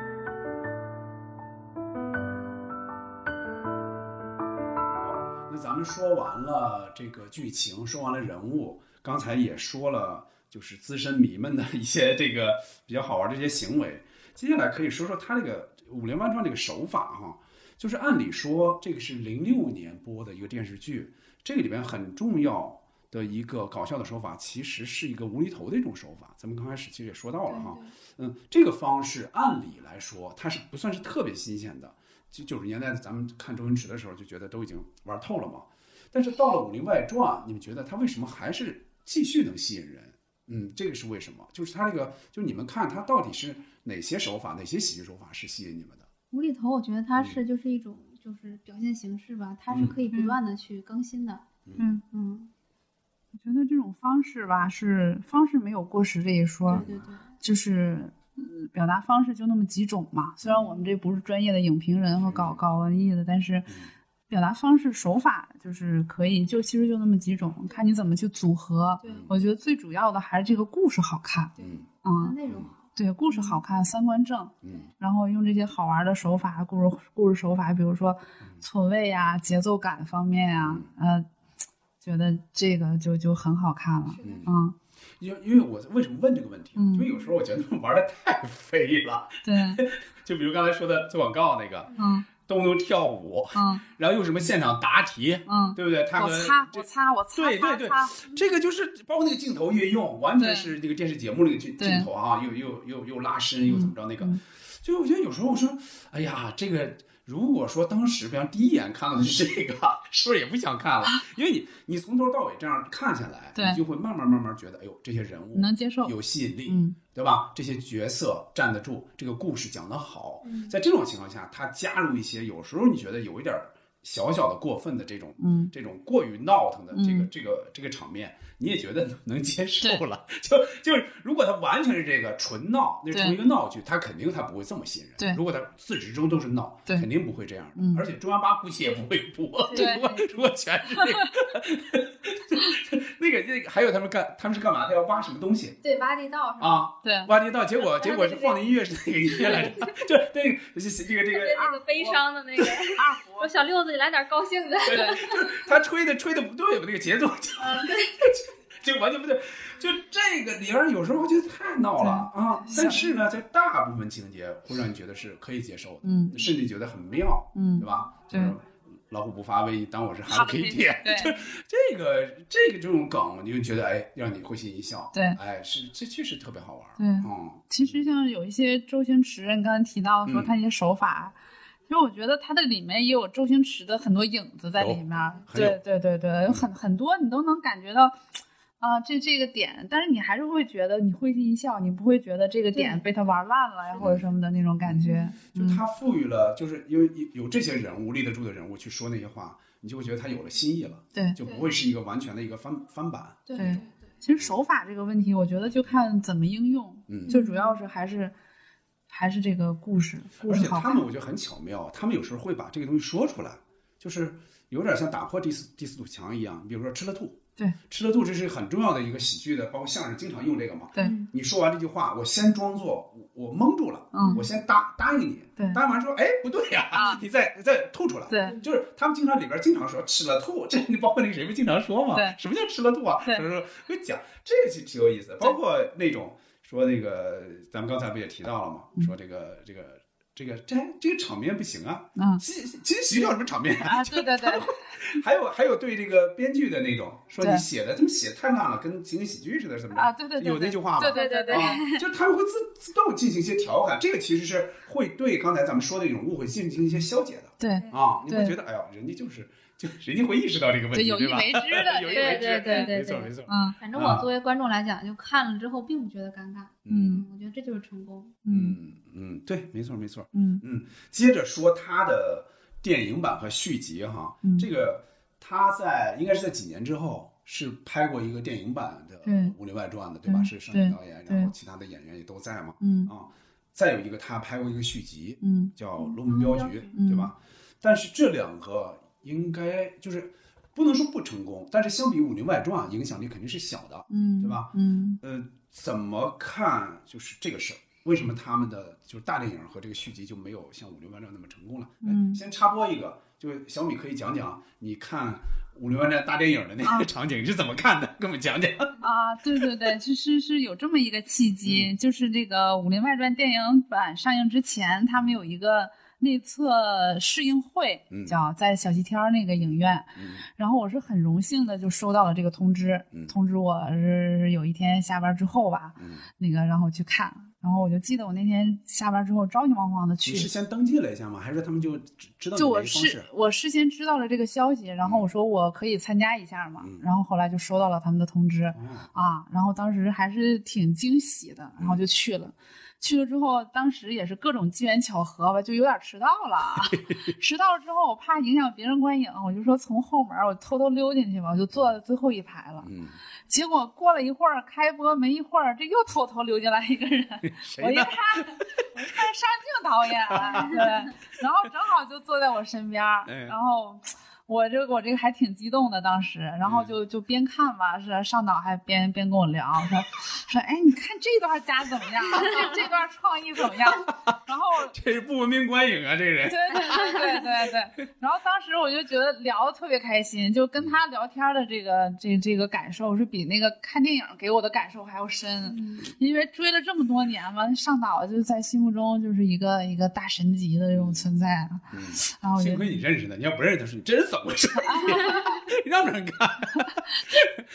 S3: 好，那咱们说完了这个剧情，说完了人物，刚才也说了，就是资深迷们的一些这个比较好玩的一些行为。接下来可以说说他这个《武林外传》这个手法哈，就是按理说这个是零六年播的一个电视剧，这个里边很重要的一个搞笑的手法，其实是一个无厘头的一种手法。咱们刚开始其实也说到了哈，嗯，这个方式按理来说，它是不算是特别新鲜的。就九十年代咱们看周星驰的时候，就觉得都已经玩透了嘛。但是到了《武林外传》，你们觉得它为什么还是继续能吸引人？嗯，这个是为什么？就是它这个，就是你们看它到底是哪些手法、哪些喜剧手法是吸引你们的？
S4: 无厘头，我觉得它
S3: 嗯
S4: 是就是一种就是表现形式吧，它是可以不断的去更新的。
S2: 嗯
S4: 嗯，
S2: 我觉得这种方式吧，是方式没有过时这一说
S4: 对，嗯对对，
S2: 就是。嗯，表达方式就那么几种嘛。虽然我们这不是专业的影评人和搞搞文艺的，但是
S3: 嗯
S2: 表达方式、手法就是可以，就其实就那么几种，看你怎么去组合。
S4: 对
S2: 我觉得最主要的还是这个故事好看，
S4: 对，
S3: 嗯
S4: 它
S2: 嗯，
S4: 内容好。
S2: 对，故事好看，三观正，
S3: 嗯
S2: 然后用这些好玩的手法、故事故事手法，比如说
S3: 嗯
S2: 错位呀、节奏感方面呀、呃，觉得这个就就很好看了，
S3: 嗯，
S2: 嗯，
S3: 因为因为我为什么问这个问题？
S2: 嗯
S3: 因为有时候我觉得玩的太飞了，
S2: 对，
S3: 就比如刚才说的做广告那个，
S2: 嗯
S3: 动不动跳舞，
S2: 嗯
S3: 然后又什么现场答题，
S2: 嗯，
S3: 对不对？他
S2: 我
S3: 和
S2: 擦
S3: 这
S2: 我擦我擦
S3: 对
S2: 擦
S3: 对对
S2: 擦，
S3: 这个就是包括那个镜头运用，完全
S2: 对
S3: 是那个电视节目那个镜
S2: 对
S3: 镜头啊，又又又又拉伸又怎么着那个
S2: 嗯，
S3: 所以我觉得有时候我说，哎呀，这个如果说当时比方第一眼看到的是这个，是不是也不想看了？因为你你从头到尾这样看下来，
S2: 啊对
S3: 你就会慢慢慢慢觉得，哎呦，这些人物
S2: 能接受，
S3: 有吸引力，
S2: 嗯
S3: 对吧？这些角色站得住，这个故事讲得好，
S2: 嗯
S3: 在这种情况下，他加入一些有时候你觉得有一点儿小小的过分的这种
S2: 嗯，
S3: 这种过于闹腾的这个、
S2: 嗯
S3: 这个这个场面，你也觉得能接受了。就就是如果他完全是这个纯闹，那是
S2: 对
S3: 成一个闹剧，他肯定他不会这么吸引人。
S2: 对
S3: 如果他自始至终都是闹，
S2: 对
S3: 肯定不会这样的。
S2: 嗯
S3: 而且中央八估计也不会播。
S2: 对
S3: 如果如果全是这个，那个那个，还有他们干他们是干嘛的？要挖什么东西
S5: 对挖地道是吧？
S3: 啊？
S2: 对，
S3: 挖地道，结果结果是放的音乐是那个音乐来着，就是那个就是这个这个
S5: 对那个悲伤的那个，
S2: 二 胡
S5: 说小六子，你来点高兴的。
S3: 他吹的吹的不对嘛，那个节奏就、
S2: 嗯
S3: 就完全不对。就这个里边有时候我觉得太闹了啊，但是呢，在大部分情节会让你觉得是可以接受的，
S2: 嗯
S3: 甚至觉得很妙，
S2: 嗯
S3: 对吧？
S2: 对
S3: 就是老虎不发威，当我是哈利 K 点。
S2: 对
S3: 这个这个这种梗，你就觉得哎，让你会心一笑。
S2: 对
S3: 哎，是这确实特别好玩。
S2: 对
S3: 嗯，
S2: 其实像有一些周星驰，你刚才提到说
S3: 嗯
S2: 他一些手法，其实我觉得他的里面也有周星驰的很多影子在里面儿。
S3: 很有嗯
S2: 对对对对，有很很多你都能感觉到。啊，这这个点，但是你还是会觉得你会心一笑，你不会觉得这个点被他玩烂了呀，或者什么的那种感觉。
S3: 就他赋予了，就是因为有有这些人物立得住的人物去说那些话，你就会觉得他有了新意了。
S2: 对
S3: 就不会是一个完全的一个翻翻版。
S5: 对
S2: 对其实手法这个问题，我觉得就看怎么应用，
S3: 嗯，
S2: 最主要是还是还是这个故事，故
S3: 而
S2: 事
S3: 且
S2: 好
S3: 他
S2: 看
S3: 们。我觉得很巧妙，他们有时候会把这个东西说出来，就是有点像打破第四第四堵墙一样。比如说吃了吐，
S2: 对，
S3: 吃了吐这是很重要的一个喜剧的，包括相声经常用这个嘛。
S2: 对，
S4: 嗯
S3: 你说完这句话，我先装作我我蒙住了，
S2: 嗯
S3: 我先答答应你，
S2: 对
S3: 答应完说，哎，不对呀、
S2: 啊
S3: 你再再吐出来。
S2: 对，
S3: 就是他们经常里边经常说吃了吐， 这你包括那个谁不经常说嘛？
S2: 对
S3: 什么叫吃了吐啊？
S2: 对
S3: 就是说会讲这个其实挺有意思，包括那种说那个咱们刚才不也提到了
S2: 嗯
S3: 嘛，说这个这个这个这这个场面不行啊，
S2: 嗯
S3: 其实其实谁叫什么场面啊？
S2: 啊，对对对，
S3: 还有还有对这个编剧的那种说你
S2: 对
S3: 写的怎么写太烂了，跟情景喜剧似的，怎么着？
S2: 啊，对对对，
S3: 有那
S2: 对
S3: 句话嘛？
S2: 对对对对，
S3: 啊，就是他们会自自动进行一些调侃，这个其实是会对刚才咱们说的那种误会进行一些消解的
S2: 对，
S3: 啊，你会
S2: 对
S3: 觉得哎呦，人家就是就人家会意识到这个问
S2: 对
S3: 题，
S2: 有
S3: 对
S2: 意
S3: 吧？
S2: 为之 的
S3: 有意为之，
S5: 对对对对
S3: 没错
S5: 对
S3: 没错，
S2: 嗯
S5: 反正
S3: 啊
S5: 我作为观众来讲，就看了之后并不觉得尴尬。
S2: 嗯
S5: 嗯，我觉得这就是成功。
S2: 嗯
S3: 嗯嗯，对，没错没错。
S2: 嗯
S3: 接着说他的电影版和续集哈，
S2: 嗯
S3: 这个他在应该是在几年之后是拍过一个电影版的
S2: 对
S3: 《武林外传》的，对吧？
S2: 对
S3: 是盛宇
S2: 对
S3: 导演，然后
S2: 对
S3: 其他的演员也都在嘛。
S2: 嗯
S3: 啊，再有一个他拍过一个续集，
S2: 嗯
S3: 叫《龙门镖局》，
S2: 嗯
S3: 对吧？但是这两个应该就是不能说不成功，但是相比《武林外传》，影响力肯定是小的。
S2: 嗯，
S3: 对吧？
S2: 嗯
S3: 呃，怎么看就是这个事儿？为什么他们的就是大电影和这个续集就没有像《武林外传》那么成功了？哎
S2: 嗯
S3: 先插播一个，就是小米可以讲讲你看《武林外传》大电影的那个场景是怎么看的，给我们讲讲。
S2: 啊，对对对，是是是有这么一个契机，
S3: 嗯
S2: 就是这个《武林外传》电影版上映之前，他们有一个内测试映会
S3: 嗯，
S2: 叫在小西天儿那个影院，
S3: 嗯
S2: 然后我是很荣幸的就收到了这个通知
S3: 嗯，
S2: 通知我是有一天下班之后吧，
S3: 嗯，
S2: 那个然后去看，然后我就记得我那天下班之后着急忙慌的去
S3: 你，是先登记了一下吗？还是他们就知知道
S2: 就
S3: 你的
S2: 我
S3: 一个方式
S2: 事？我事先知道了这个消息，然后我说我可以参加一下嘛，
S3: 嗯
S2: 然后后来就收到了他们的通知
S3: 哦，
S2: 啊，然后当时还是挺惊喜的，然后
S3: 嗯
S2: 就去了。去了之后，当时也是各种机缘巧合吧，就有点迟到了。 迟到了之后，我怕影响别人观影，我就说从后门我偷偷溜进去吧，我就坐在最后一排了。
S3: 嗯，
S2: 结果过了一会儿，开播没一会儿，这又偷偷溜进来一个人。我
S3: 谁
S2: 一
S3: 呢
S2: 看，？我一看上镜导演，啊 对，然后正好就坐在我身边儿，
S3: 哎
S2: 然后我这我这个还
S3: 嗯
S2: 挺激动的当时，然后就就边看吧，是上导还边边跟我聊，说说：“哎，你看这段加怎么样？啊这这段创意怎 么样？”然后
S3: 这是不文明观影啊，这人。
S2: 对对对对对对。然后当时我就觉得聊得特别开心，就跟他聊天的这个这这个感受是比那个看电影给我的感受还要深，因为追了这么多年嘛，上岛就在心目中就是一个一个大神级的这种存在啊。
S3: 嗯
S2: 然后我觉
S3: 幸
S2: 得
S3: 亏你认识他，你要不认识他，说你这人怎么 回事？你让不让看？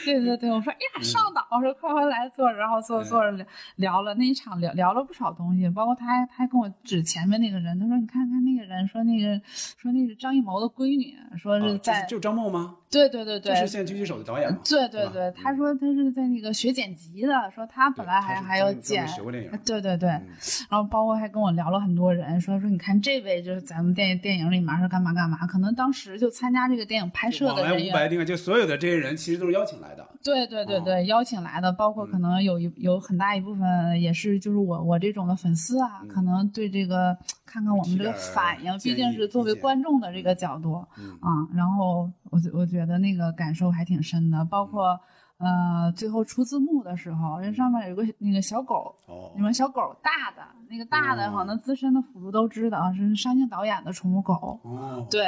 S2: 对对对，我说哎呀上岛，我说快快来坐着，然后坐
S3: 嗯
S2: 着坐着聊聊了那一场聊聊了不少东西，包括他还他还跟我指前面那个人，他说你看看那个人，说那个说那是张艺谋的闺女，说
S3: 啊
S2: 是
S3: 这
S2: 嗯在、
S3: 是就张默吗？
S2: 对对对
S3: 这
S2: 对
S3: 是。现在狙击手的导演吗？
S2: 对对
S3: 吧
S2: 对，他
S3: 嗯
S2: 说他是在那个学剪辑的，说他本来还
S3: 他是
S2: 还要
S3: 专门专
S2: 剪
S3: 门，学过电 影。
S2: 对对对，
S3: 嗯
S2: 然后包括还跟我聊了很多人，说说你看这位就是咱们电电影里面是干嘛干嘛，可能当时就参加这个电影拍摄
S3: 往
S2: 的
S3: 来
S2: 人
S3: 五
S2: 员
S3: 百另外就所有的这些人其实都是邀请来的。
S2: 对对对
S3: 哦嗯
S2: 对，邀请来的，包括可能有一有很大一部分也是就是我我这种的粉丝啊，
S3: 嗯
S2: 可能对这个看看我们这个
S3: 提点儿
S2: 反应，
S3: 建
S2: 毕
S3: 议
S2: 竟是作为
S3: 意见
S2: 观众的这个角度
S3: 嗯
S2: 啊。然后我觉我觉得那个感受还挺深的，包括
S3: 嗯
S2: 呃最后出字幕的时候，人上面有个那个小狗，
S3: 哦
S2: 你，们小狗大的那个大的，
S3: 哦
S2: 可能资深的辅助都知道啊是山庆导演的宠物狗，
S3: 哦，
S2: 对。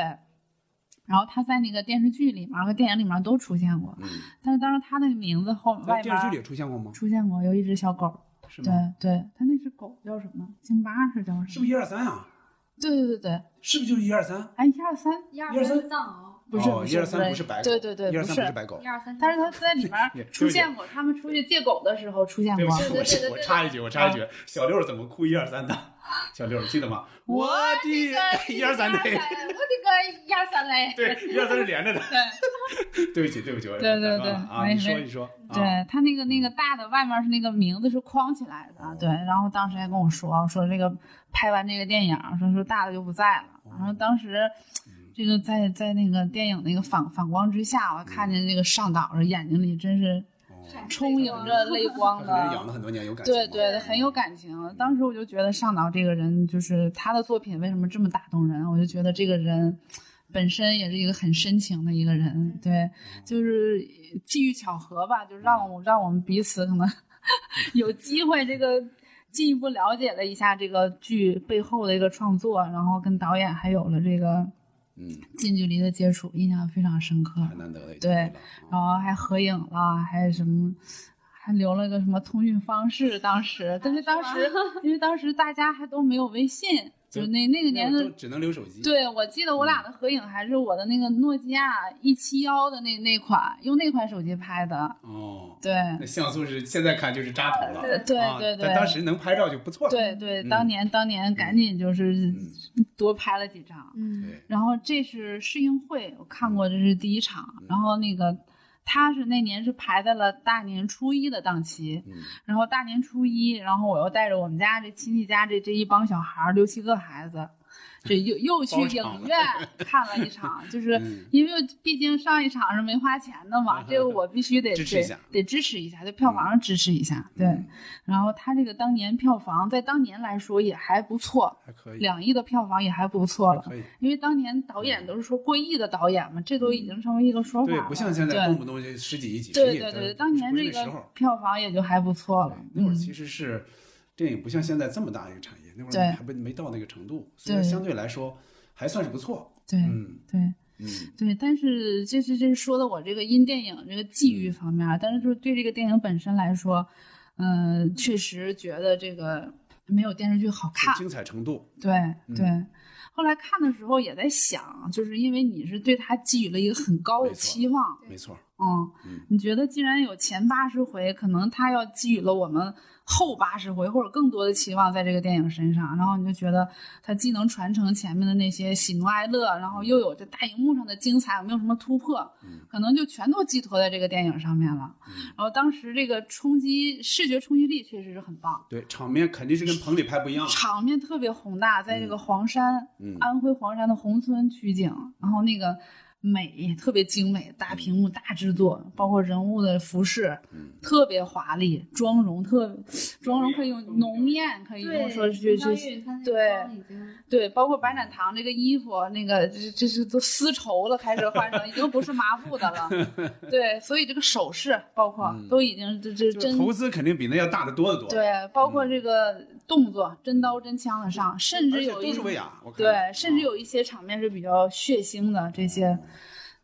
S2: 然后它在那个电视剧里面和电影里面都出现过，
S3: 嗯，
S2: 但是当时它那个名字后
S3: 在
S2: 外
S3: 电视剧
S2: 面
S3: 里出现过吗？
S2: 出现过有一只小狗，
S3: 是
S2: 对
S3: 吗？
S2: 对，它那只狗叫什么？京巴是叫
S3: 是不
S2: 什
S3: 是
S2: 么？
S3: 一二三啊？
S2: 对对对对，
S3: 是不是就是一二三？
S2: 哎，一二三
S5: 一二
S3: 一二
S5: 三
S3: 三
S5: 是藏獒，
S2: 不是
S3: 哦一二三不
S2: 不
S3: 是白狗，
S2: 对对对，
S3: 一二
S2: 不
S3: 三不是白狗
S5: 一。二三，
S2: 但是它在里面出现过，他们出去借狗的时候出现
S3: 对不
S2: 过。
S3: 起，
S5: 对对对对
S3: 我我插一句，我插一句，小六怎么哭一二三的？小六，你记得吗？我的 一二三的，
S5: 我这个一二三嘞，
S3: 对，一二三是连着的。 对不起，对不起，我
S2: 对对
S3: 打断了啊，
S2: 对
S3: 你
S2: 没
S3: 说
S2: 没
S3: 一说，啊，
S2: 对它那个那个大的外面是那个名字是框起来
S3: 哦
S2: 的，对。然后当时还跟我说说这个拍完这个电影，说说大的就不在了。
S3: 哦
S2: 然后当时
S3: 嗯
S2: 这个在在那个电影那个反反光之下，我看
S3: 嗯
S2: 见这个上岛的眼睛里真是
S3: 哦
S2: 充盈着泪
S3: 他
S2: 光
S3: 可能是养
S2: 的。
S3: 了很多年，有感情
S2: 对
S3: 吧。
S2: 对，很有感情。当时我就觉得上岛这个人，就是他的作品为什么这么打动人？我就觉得这个人本身也是一个很深情的一个人。
S3: 嗯
S2: 对，就是际遇巧合吧，就让我让我们彼此可能 有机会这个进一步了解了一下这个剧背后的一个创作，然后跟导演还有了这个
S3: 嗯，
S2: 近距离的接触，印象非常深刻。
S3: 很难得的一次
S2: 对
S3: 了啊
S2: 然后还合影了，还什么，还留了个什么通讯方式。当时，但是当时因为当时大家还都没有微信，就
S3: 对
S2: 那那个
S3: 那
S2: 年
S3: 我都
S2: 的。
S3: 只能留手机。
S2: 对，我记得我俩的合影还是我的那个诺基亚一七幺的那那款，用那款手机拍的。
S3: 哦，
S2: 对，
S3: 那像素是现在看就是扎头了，
S2: 对对
S3: 啊
S2: 对对
S3: 但当时能拍照就不错了。
S2: 对对，
S3: 嗯
S2: 当年当年赶紧就是
S3: 嗯
S2: 多拍了几张。
S5: 嗯，
S3: 对，
S2: 然后这是世映会，我看过，这是第一场。
S3: 嗯
S2: 然后那个他是那年是排在了大年初一的档期，
S3: 嗯
S2: 然后大年初一，然后我又带着我们家这亲戚家这这一帮小孩儿六七个孩子，这又又去
S3: 包场
S2: 影院看了一场， 就是
S3: 嗯
S2: 因为毕竟上一场是没花钱的嘛，这个我必须得
S3: 支持一下
S2: 得得支持一下，在票房上支持一下。对
S3: 嗯，
S2: 然后他这个当年票房在当年来说也还不错，
S3: 还可以，
S2: 两亿的票房也还不错
S3: 还
S2: 了。
S3: 可以。
S2: 因为当年导演都是说过亿的导演嘛，这都已经成为一个说
S3: 嗯
S2: 法
S3: 对
S2: 了。，
S3: 不像现在
S2: 对
S3: 动不动就十几亿、几十
S2: 对
S3: 亿。
S2: 对
S3: 咱
S2: 对，当年
S3: 呃不是
S2: 这
S3: 那时候
S2: 个票房也就还不错了
S3: 对。那会儿
S2: 嗯
S3: 其实是电影不像现在这么大一个产业，那会
S2: 对
S3: 儿还不没到那个程度，所以
S2: 对
S3: 相对来说还算是不错。
S2: 对
S3: 嗯
S2: 对
S3: 嗯，
S2: 对，但是这是这是说的我这个因电影这个际
S3: 嗯
S2: 遇方面儿，啊但是就是对这个电影本身来说，嗯、确实觉得这个没有电视剧好看
S3: 就。精彩程度，
S2: 对
S3: 嗯
S2: 对、后来看的时候也在想，就是因为你是对它寄予了一个很高的
S3: 没错
S2: 期望，
S3: 没错。
S2: 嗯
S3: 嗯，
S2: 你觉得既然有前八十回，可能它要寄予了我们后八十回或者更多的期望在这个电影身上，然后你就觉得它既能传承前面的那些喜怒哀乐，然后又有这大荧幕上的精彩，有没有什么突破？
S3: 嗯
S2: 可能就全都寄托在这个电影上面了。
S3: 嗯
S2: 然后当时这个冲击视觉冲击力确实是很棒，
S3: 对，场面肯定是跟棚里拍不一样。
S2: 场面特别宏大，在这个黄山。
S3: 嗯，
S2: 安徽黄山的宏村取景，然后那个美，特别精美，大屏幕、大制作，包括人物的服饰，
S3: 嗯
S2: 特别华丽，妆容特妆容可以用浓艳，可以用说去
S5: 张
S2: 去
S5: 玉他那
S2: 对
S5: 个妆已 经
S2: 对，包括白展堂这个衣服，那个这这是都丝绸了，开始换成已经不是麻布 的了，对，所以这个首饰包括
S3: 嗯
S2: 都已经这这
S3: 就是
S2: 真
S3: 投资肯定比那要大得多得多。，
S2: 对，包括这个动作真刀真枪的上，
S3: 嗯
S2: 甚
S3: 而
S2: 至
S3: 且
S2: 有一
S3: 都是威亚，我看
S2: 对，甚至有一些场面是比较血腥的，这些，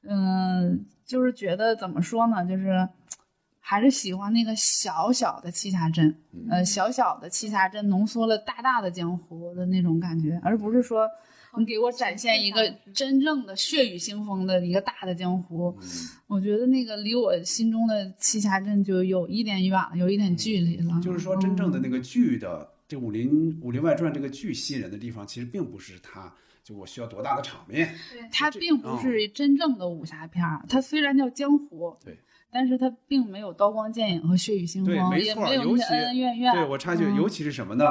S2: 嗯，就是觉得怎么说呢，就是还是喜欢那个小小的栖霞镇，
S3: 嗯
S2: 呃，小小的栖霞镇浓缩了大大的江湖的那种感觉，而不是说
S3: 哦
S2: 你给我展现一个真正的血雨腥风的一个大的江湖，
S3: 嗯
S2: 我觉得那个离我心中的栖霞镇就有一点远了，有一点距离了，嗯
S3: 就是说，真正的那个剧的这《武林武林外传》这个剧吸引人的地方，其实并不是它，就我需要多大的场面，
S2: 它并不
S3: 哦
S2: 是真正的武侠片儿，它虽然叫江湖，
S3: 对，
S2: 但是它并没有刀光剑影和血雨腥
S3: 对
S2: 风，
S3: 没
S2: 也
S3: 错
S2: 没有
S3: 尤
S2: 那
S3: 其
S2: 恩恩怨
S3: 对
S2: 怨。
S3: 我插一句，尤其是什么呢？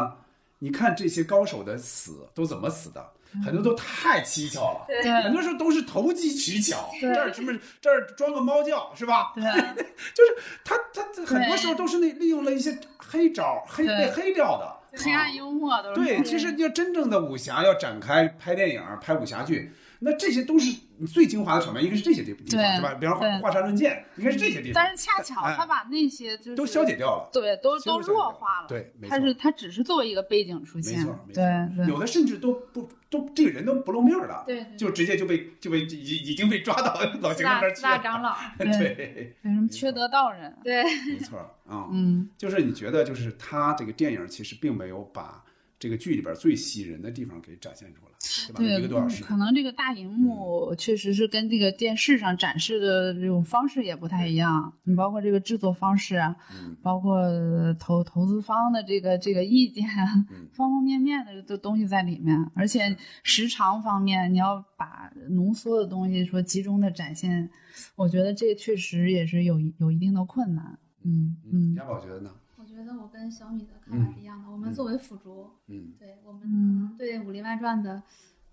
S3: 你看这些高手的死都怎么死的，很多都太蹊跷了。
S5: 对
S3: 很多时候都是投机取巧，这儿什么这儿装个猫叫是吧？
S2: 对啊
S3: 就是他他他很多
S2: 对
S3: 时候都是那利用了一些黑招儿，黑
S2: 对
S3: 被黑掉的。
S2: 黑
S3: 啊
S2: 暗幽默都是
S3: 对，其实要真正的武侠要展开拍电影、拍武侠剧，那这些都是最精华的场面，应该是这些地地方
S2: 对
S3: 是吧？比方说
S2: 对
S3: 华山论剑，应该是这些地方
S2: 但是恰巧
S3: 哎
S2: 他把那些就是
S3: 都消解，掉了，
S2: 对，都
S3: 几乎
S2: 都
S3: 消解掉
S2: 弱
S3: 了
S2: 化了。，
S3: 对，没
S2: 它
S3: 错，
S2: 是它只是作为一个背景出
S3: 没
S2: 现
S3: 错，，没
S2: 对
S3: 错。
S2: 对
S3: 有的甚至都不都这个人都不露面儿了，
S5: 对对
S3: 就直接就被就被已已经被抓 到老
S5: 四
S3: 刑那
S5: 大
S3: 边
S5: 四
S3: 去
S5: 大
S3: 了。
S5: 长老，
S2: 对，
S3: 对，
S2: 有什么缺德道人？
S5: 对
S3: 没错啊。
S2: 嗯，
S3: 就是你觉得，就是他这个电影其实并没有把这个剧里边最吸引人的地方给展现出来，对吧？
S2: 对
S3: 一个多小时，嗯
S2: 可能这个大荧幕确实是跟这个电视上展示的这种方式也不太一样，你包括这个制作方式啊，
S3: 嗯
S2: 包括呃投投资方的这个这个意见啊，
S3: 嗯
S2: 方方面面的都东西在里面，而且时长方面，你要把浓缩的东西说集中的展现，我觉得这确实也是有一有一定的困难。嗯
S3: 嗯，
S2: 嗯
S3: 家宝觉得呢？
S5: 我觉得我跟小米的看法是一样的。我们作为腐竹，
S3: 嗯
S5: 对我们
S2: 嗯
S5: 可能对《武林外传》的，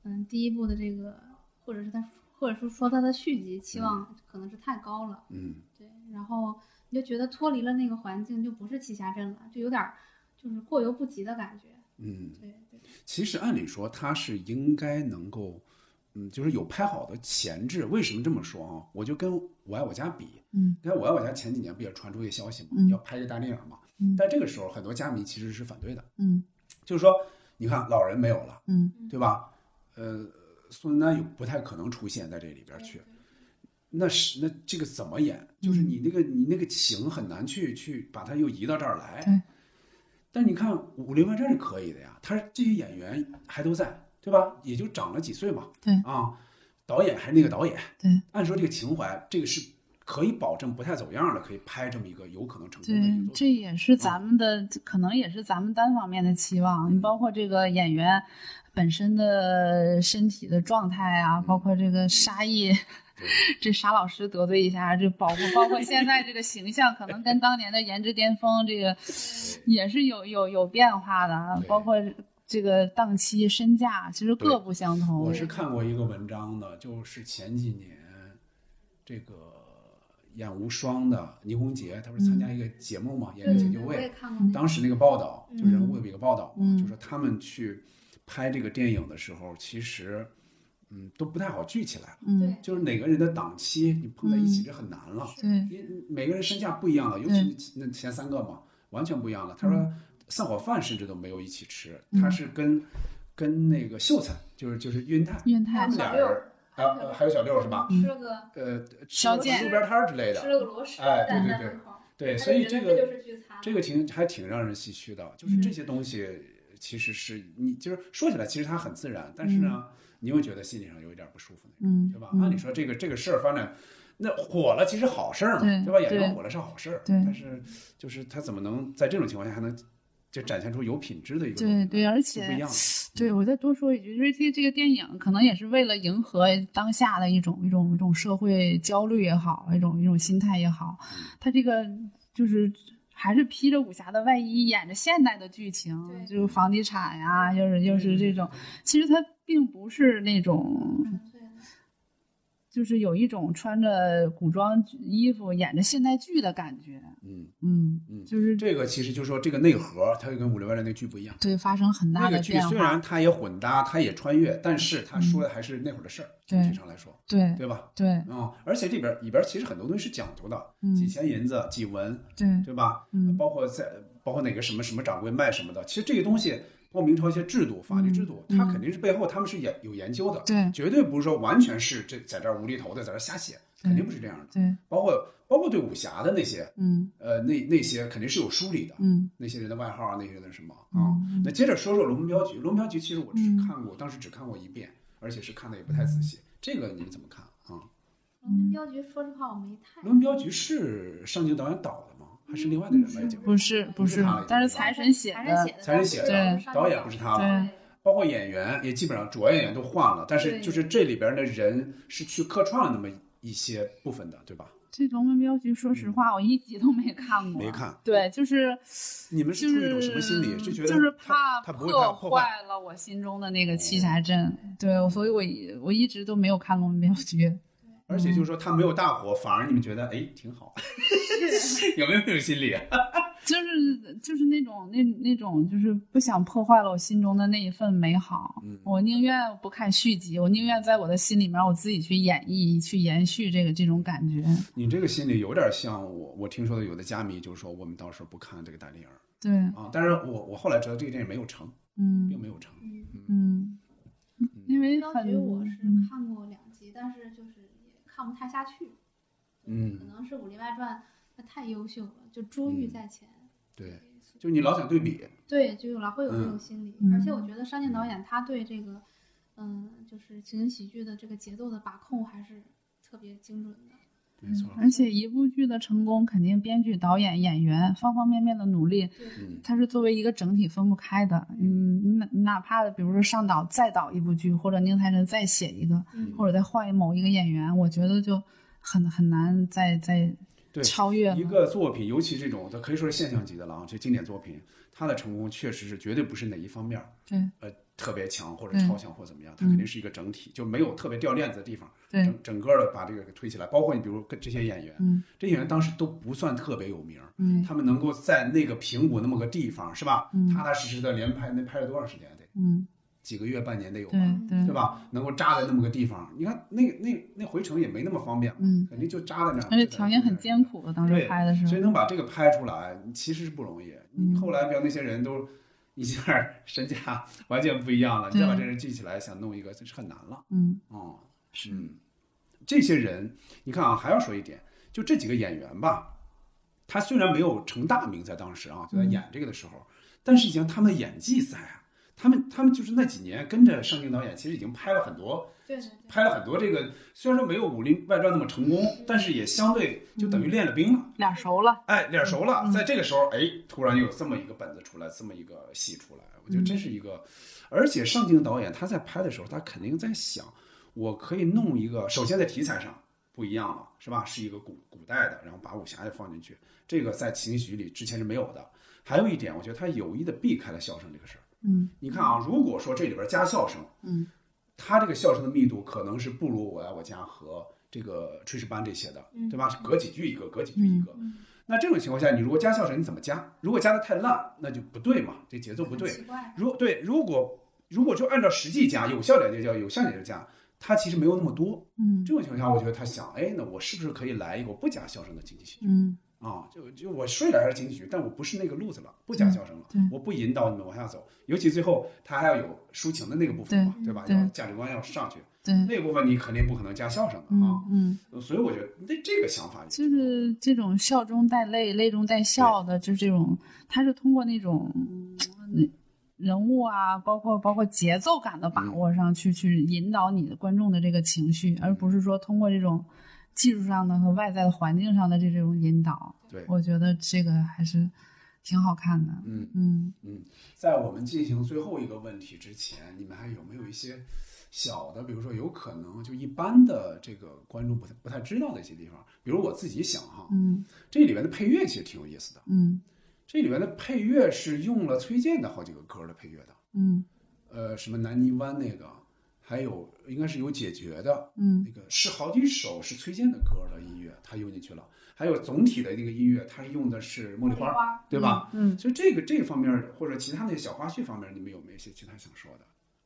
S5: 嗯，第一部的这个，或者是它，或者是说它的续集，期望可能是太高了。
S3: 嗯，
S5: 对，然后你就觉得脱离了那个环境，就不是栖霞镇了，就有点儿就是过犹不及的感觉。
S3: 嗯，
S5: 对对
S3: 其实按理说他是应该能够，嗯，就是有拍好的潜质。为什么这么说啊？我就跟《我爱我家》比，
S2: 嗯，
S3: 跟《我爱我家》前几年不也传出一个消息嘛，
S2: 嗯
S3: 要拍个大电影嘛。
S2: 嗯
S3: 但这个时候很多家迷其实是反对的，
S2: 嗯
S3: 就是说，你看老人没有了，
S2: 嗯
S3: 对吧？呃，孙楠也不太可能出现在这里边去。那是那这个怎么演？就是你那个你那个情很难去去把它又移到这儿
S2: 嗯对
S3: 来。但你看《武林外传》是可以的呀，他这些演员还都在，对吧？也就长了几岁嘛。
S2: 对
S3: 啊，导演还是那个导演。
S2: 对，
S3: 按说这个情怀，这个是可以保证不太走样的，可以拍这么一个有可能成功
S2: 对
S3: 的一个，作
S2: 这
S3: 品。
S2: 也是
S3: 嗯
S2: 咱们的，可能也是咱们单方面的期望。你包括这个演员本身的身体的状态啊，
S3: 嗯
S2: 包括这个沙溢， 这沙老师得罪一下，这包括包括现在这个形象，可能跟当年的颜值巅峰这个也是有有有变化的啊
S3: 对，
S2: 包括这个档期、身价，其实
S3: 对
S2: 各不相同
S3: 我。是看过一个文章的，就是前几年这个演无双的倪虹洁，她不是参
S2: 嗯
S3: 加一个节目嘛，演员请就
S5: 我也
S3: 位。
S5: 看过那
S3: 当
S5: 个。
S3: 时那个报道，就人物
S2: 嗯
S3: 有一个报道嘛，
S2: 嗯
S3: 就说他们去拍这个电影的时候，其实嗯都不太好聚起来了，
S2: 嗯，
S3: 就是哪个人的档期你碰在一起
S2: 嗯
S3: 这很难了，
S2: 对，
S3: 因为每个人身价不一样了，尤其是那前三个嘛，完全不一样了。
S2: 嗯
S3: 他说散伙饭甚至都没有一起吃，他是跟跟那个秀才，就是就是晕太，
S2: 运
S3: 他
S2: 太
S3: 们俩人儿啊呃还有小六是吧？
S5: 吃了个
S3: 呃，吃
S2: 小
S3: 路
S2: 贱
S3: 边摊儿之类
S5: 吃
S3: 的，
S5: 了个螺蛳，
S3: 哎
S5: 站
S3: 对
S5: 在
S3: 对
S5: 门口儿
S3: 对，
S5: 他
S3: 所以
S5: 就觉
S3: 这
S5: 得
S3: 个
S5: 这就是聚餐。
S3: 这个挺还挺让人唏嘘的，就是
S2: 嗯
S3: 这些东西其实是你就是说起来，其实它很自然，但是呢，你又觉得心理上有一点不舒服那种，
S2: 嗯
S3: 对吧？按理
S2: 嗯，
S3: 说这个这个事儿发展，那火了其实好事儿嘛，
S2: 对
S3: 对吧？演
S2: 对
S3: 员火了是好事儿，
S2: 对
S3: 但是就是他怎么能在这种情况下还能就展现出有品质的一个东西
S2: 对对，而
S3: 就
S2: 且
S3: 不一样了，
S2: 对，我再多说一句，就是这这个电影可能也是为了迎合当下的一种一种一种社会焦虑也好，一种一种心态也好，
S3: 嗯
S2: 它这个就是还是披着武侠的外衣，演着现代的剧情，
S5: 对
S2: 就是房地产呀、
S5: 嗯
S2: 又是又是这种，其实它并不是那种
S5: 纯粹的
S2: 就是有一种穿着古装衣服演着现代剧的感觉。
S3: 嗯，
S2: 嗯
S3: 嗯
S2: 就是
S3: 这个其实就是说这个内核，它就跟《五六外传》那剧不一样。
S2: 对发生很大
S3: 那
S2: 的
S3: 个剧
S2: 变
S3: 虽
S2: 化。嗯
S3: 然它也混搭，它也穿越，但是它说的还是那会儿的事儿，
S2: 对
S3: 整体上来说，
S2: 对
S3: 对吧？
S2: 对
S3: 啊、而且里边里边其实很多东西是讲究的，
S2: 嗯
S3: 几钱银子几文，
S2: 对，
S3: 对吧？
S2: 嗯
S3: 包括在包括哪个什么什么掌柜卖什么的，其实这个东西，包括明朝一些制度、法律制度，
S2: 嗯
S3: 它肯定是背后他们是研有研究的，
S2: 对
S3: 绝对不是说完全是这在这儿无厘头的在这儿瞎写，
S2: 对
S3: 肯定不是这样的。
S2: 对，
S3: 包括包括对武侠的那些，
S2: 嗯
S3: 呃，那那些肯定是有梳理的，
S2: 嗯
S3: 那些人的外号啊，那些人的什么啊。
S2: 嗯
S3: 那接着说说《龙标局》，《龙标局》其实我只
S2: 嗯
S3: 看过，当时只看过一遍，而且是看的也不太仔细。这个你们怎么看啊？
S5: 龙门镖局，说实话我没太
S3: 《龙标局》是上镜导演导的吗？还是另外的人来讲？
S2: 嗯不是不
S3: 不是
S2: 是
S3: 他，
S2: 但是财神写
S5: 财神写
S2: 的，
S5: 的，
S3: 才是写的
S2: 对，
S3: 导演不是他了。
S2: 对
S3: 包括演员也基本上主要演员都换了，但是
S5: 对
S3: 就是这里边的人是去客串了那么一些部分的，对吧？
S2: 这《龙门镖局》说实话我一集都没看过，
S3: 嗯没。看，
S2: 对，就是
S3: 你们是
S2: 就
S3: 出于
S2: 是
S3: 一种什么心理？是觉得
S2: 就是
S3: 他他
S2: 怕
S3: 不会怕
S2: 破
S3: 破坏？哦
S2: 了我心中的那个七杀阵，对，所以我一我一直都没有看《龙门镖局》。
S3: 而且就是说他没有大火，反而你们觉得哎挺好， 有没有这种心理啊？
S2: 就是就是那种那那种就是不想破坏了我心中的那一份美好，
S3: 嗯
S2: 我宁愿不看续集，我宁愿在我的心里面我自己去演绎、去延续这个这种感觉。
S3: 你这个心理有点像我，我听说的有的家迷就是说我们到时候不看这个大电影儿
S2: 对，
S3: 啊，但是我我后来知道这个电影没有成，并
S2: 嗯
S3: 没有成。
S2: 嗯，因为
S5: 镖
S2: 很
S5: 局我是
S2: 嗯
S5: 看过两集，但是就是也看不太下去。
S3: 嗯
S5: 可能是《武林外传》它太优秀了，就珠玉在前。
S3: 嗯对，就你老想对比，
S5: 对，就老会有这种心理。
S2: 嗯
S5: 而且我觉得山健导演他对这个，嗯，就是情景喜剧的这个节奏的把控还是特别精准的。
S3: 没错，
S2: 而且一部剧的成功，肯定编剧、导演、演员方方面面的努力，
S3: 嗯
S2: 它是作为一个整体分不开的。嗯，哪哪怕比如说上导再导一部剧，或者宁财神再写一个，
S5: 嗯
S2: 或者再换某一个演员，我觉得就很很难再再
S3: 对
S2: 超越了
S3: 一个作品，尤其这种，它可以说是现象级的了啊，这经典作品，它的成功确实是绝对不是哪一方面儿
S2: 对
S3: 呃特别强或者
S2: 对嗯
S3: 超强或怎么样，它肯定是一个整体，就没有特别掉链子的地方，
S2: 对
S3: 整整个的把这个给推起来。包括你比如跟这些演员，
S2: 嗯
S3: 这些演员当时都不算特别有名儿，
S2: 嗯
S3: 他们能够在那个平谷那么个地方是吧，
S2: 嗯
S3: 踏踏实实的连拍，那拍了多长时间啊得
S2: 嗯，
S3: 几个月半年得有
S2: 对
S3: 吧，
S5: 嗯
S2: 对
S3: 对吧？能够扎在那么个地方，你看那个那那回程也没那么方便嘛，
S2: 嗯
S3: 肯定就扎在那儿，
S2: 而且条件很艰
S3: 苦。
S2: 苦的，当
S3: 对
S2: 时拍的时
S3: 所
S2: 候
S3: 以，能把这个拍出来，其实是不容易。你后来，比如那些人都一下儿身价 完全不一样了，你再把这人聚起来，想弄一个，这是很难了。
S2: 嗯
S3: 哦，嗯，这些人，你看啊，还要说一点，就这几个演员吧，他虽然没有成大名在当时啊，就在演这个的时候，但是你像他们的演技在啊。他们他们就是那几年跟着上镜导演，其实已经拍了很多，
S5: 对对对，
S3: 拍了很多这个，虽然说没有《武林外传》那么成功，但是也相对就等于练了兵了。
S2: 脸熟了，
S3: 哎，脸熟了，
S2: 嗯
S3: 在这个时候，哎，突然有这么一个本子出来，这么一个戏出来，我觉得真是一
S2: 嗯
S3: 个，而且上镜导演他在拍的时候，他肯定在想，我可以弄一个，首先在题材上不一样了，是吧？是一个古古代的，然后把武侠也放进去，这个在情景喜剧里之前是没有的。还有一点，我觉得他有意的避开了笑声这个事儿。
S2: 嗯
S3: 你看啊，如果说这里边加笑声，
S2: 嗯，
S3: 他这个笑声的密度可能是不如《我爱我家》和这个《炊事班》这些的，
S2: 嗯
S3: 对吧？是隔几句一个，隔几句一个。
S5: 嗯
S3: 那这种情况下，你如果加笑声，你怎么加？如果加的太烂，那就不对嘛，这节奏不对
S5: 很。奇怪。
S3: 如对，如果如果就按照实际加，有效点就加，有效点就加，它其实没有那么多。
S2: 嗯
S3: 这种情况下，我觉得他想，哎，那我是不是可以来一个我不加笑声的经济喜剧？
S2: 嗯
S3: 啊，就就我睡了还是进去，但我不是那个路子了，不加笑声了，
S2: 嗯对
S3: 我不引导你们往下走。尤其最后他还要有抒情的那个部分嘛，对
S5: 对
S3: 吧？
S2: 对
S3: 要价值观要上去，
S2: 对，
S3: 那部分你肯定不可能加笑声的啊
S2: 嗯。嗯，
S3: 所以我觉得那这个想法也
S2: 就是这种笑中带泪、泪中带笑的，就是这种，他是通过那种。嗯人物啊，包括包括节奏感的
S3: 嗯
S2: 把握上去，去引导你的观众的这个情绪，而不是说通过这种技术上的和外在的环境上的这种引导。
S3: 对。
S2: 我觉得这个还是挺好看的。
S3: 嗯，
S2: 嗯，
S3: 在我们进行最后一个问题之前，你们还有没有一些小的，比如说有可能就一般的这个观众不太不太知道的一些地方？比如我自己想哈，
S2: 嗯
S3: 这里面的配乐其实挺有意思的。
S2: 嗯
S3: 这里面的配乐是用了崔健的好几个歌的配乐的。
S2: 嗯
S3: 呃，什么南泥湾那个，还有应该是有解决的，
S2: 嗯
S3: 那个是好几首是崔健的歌的音乐，他用进去了。还有总体的那个音乐，他是用的是茉莉花，对吧？
S2: 嗯，
S3: 就这个这方面儿或者其他那些小花絮方面儿，你们有没有一些其他想说的？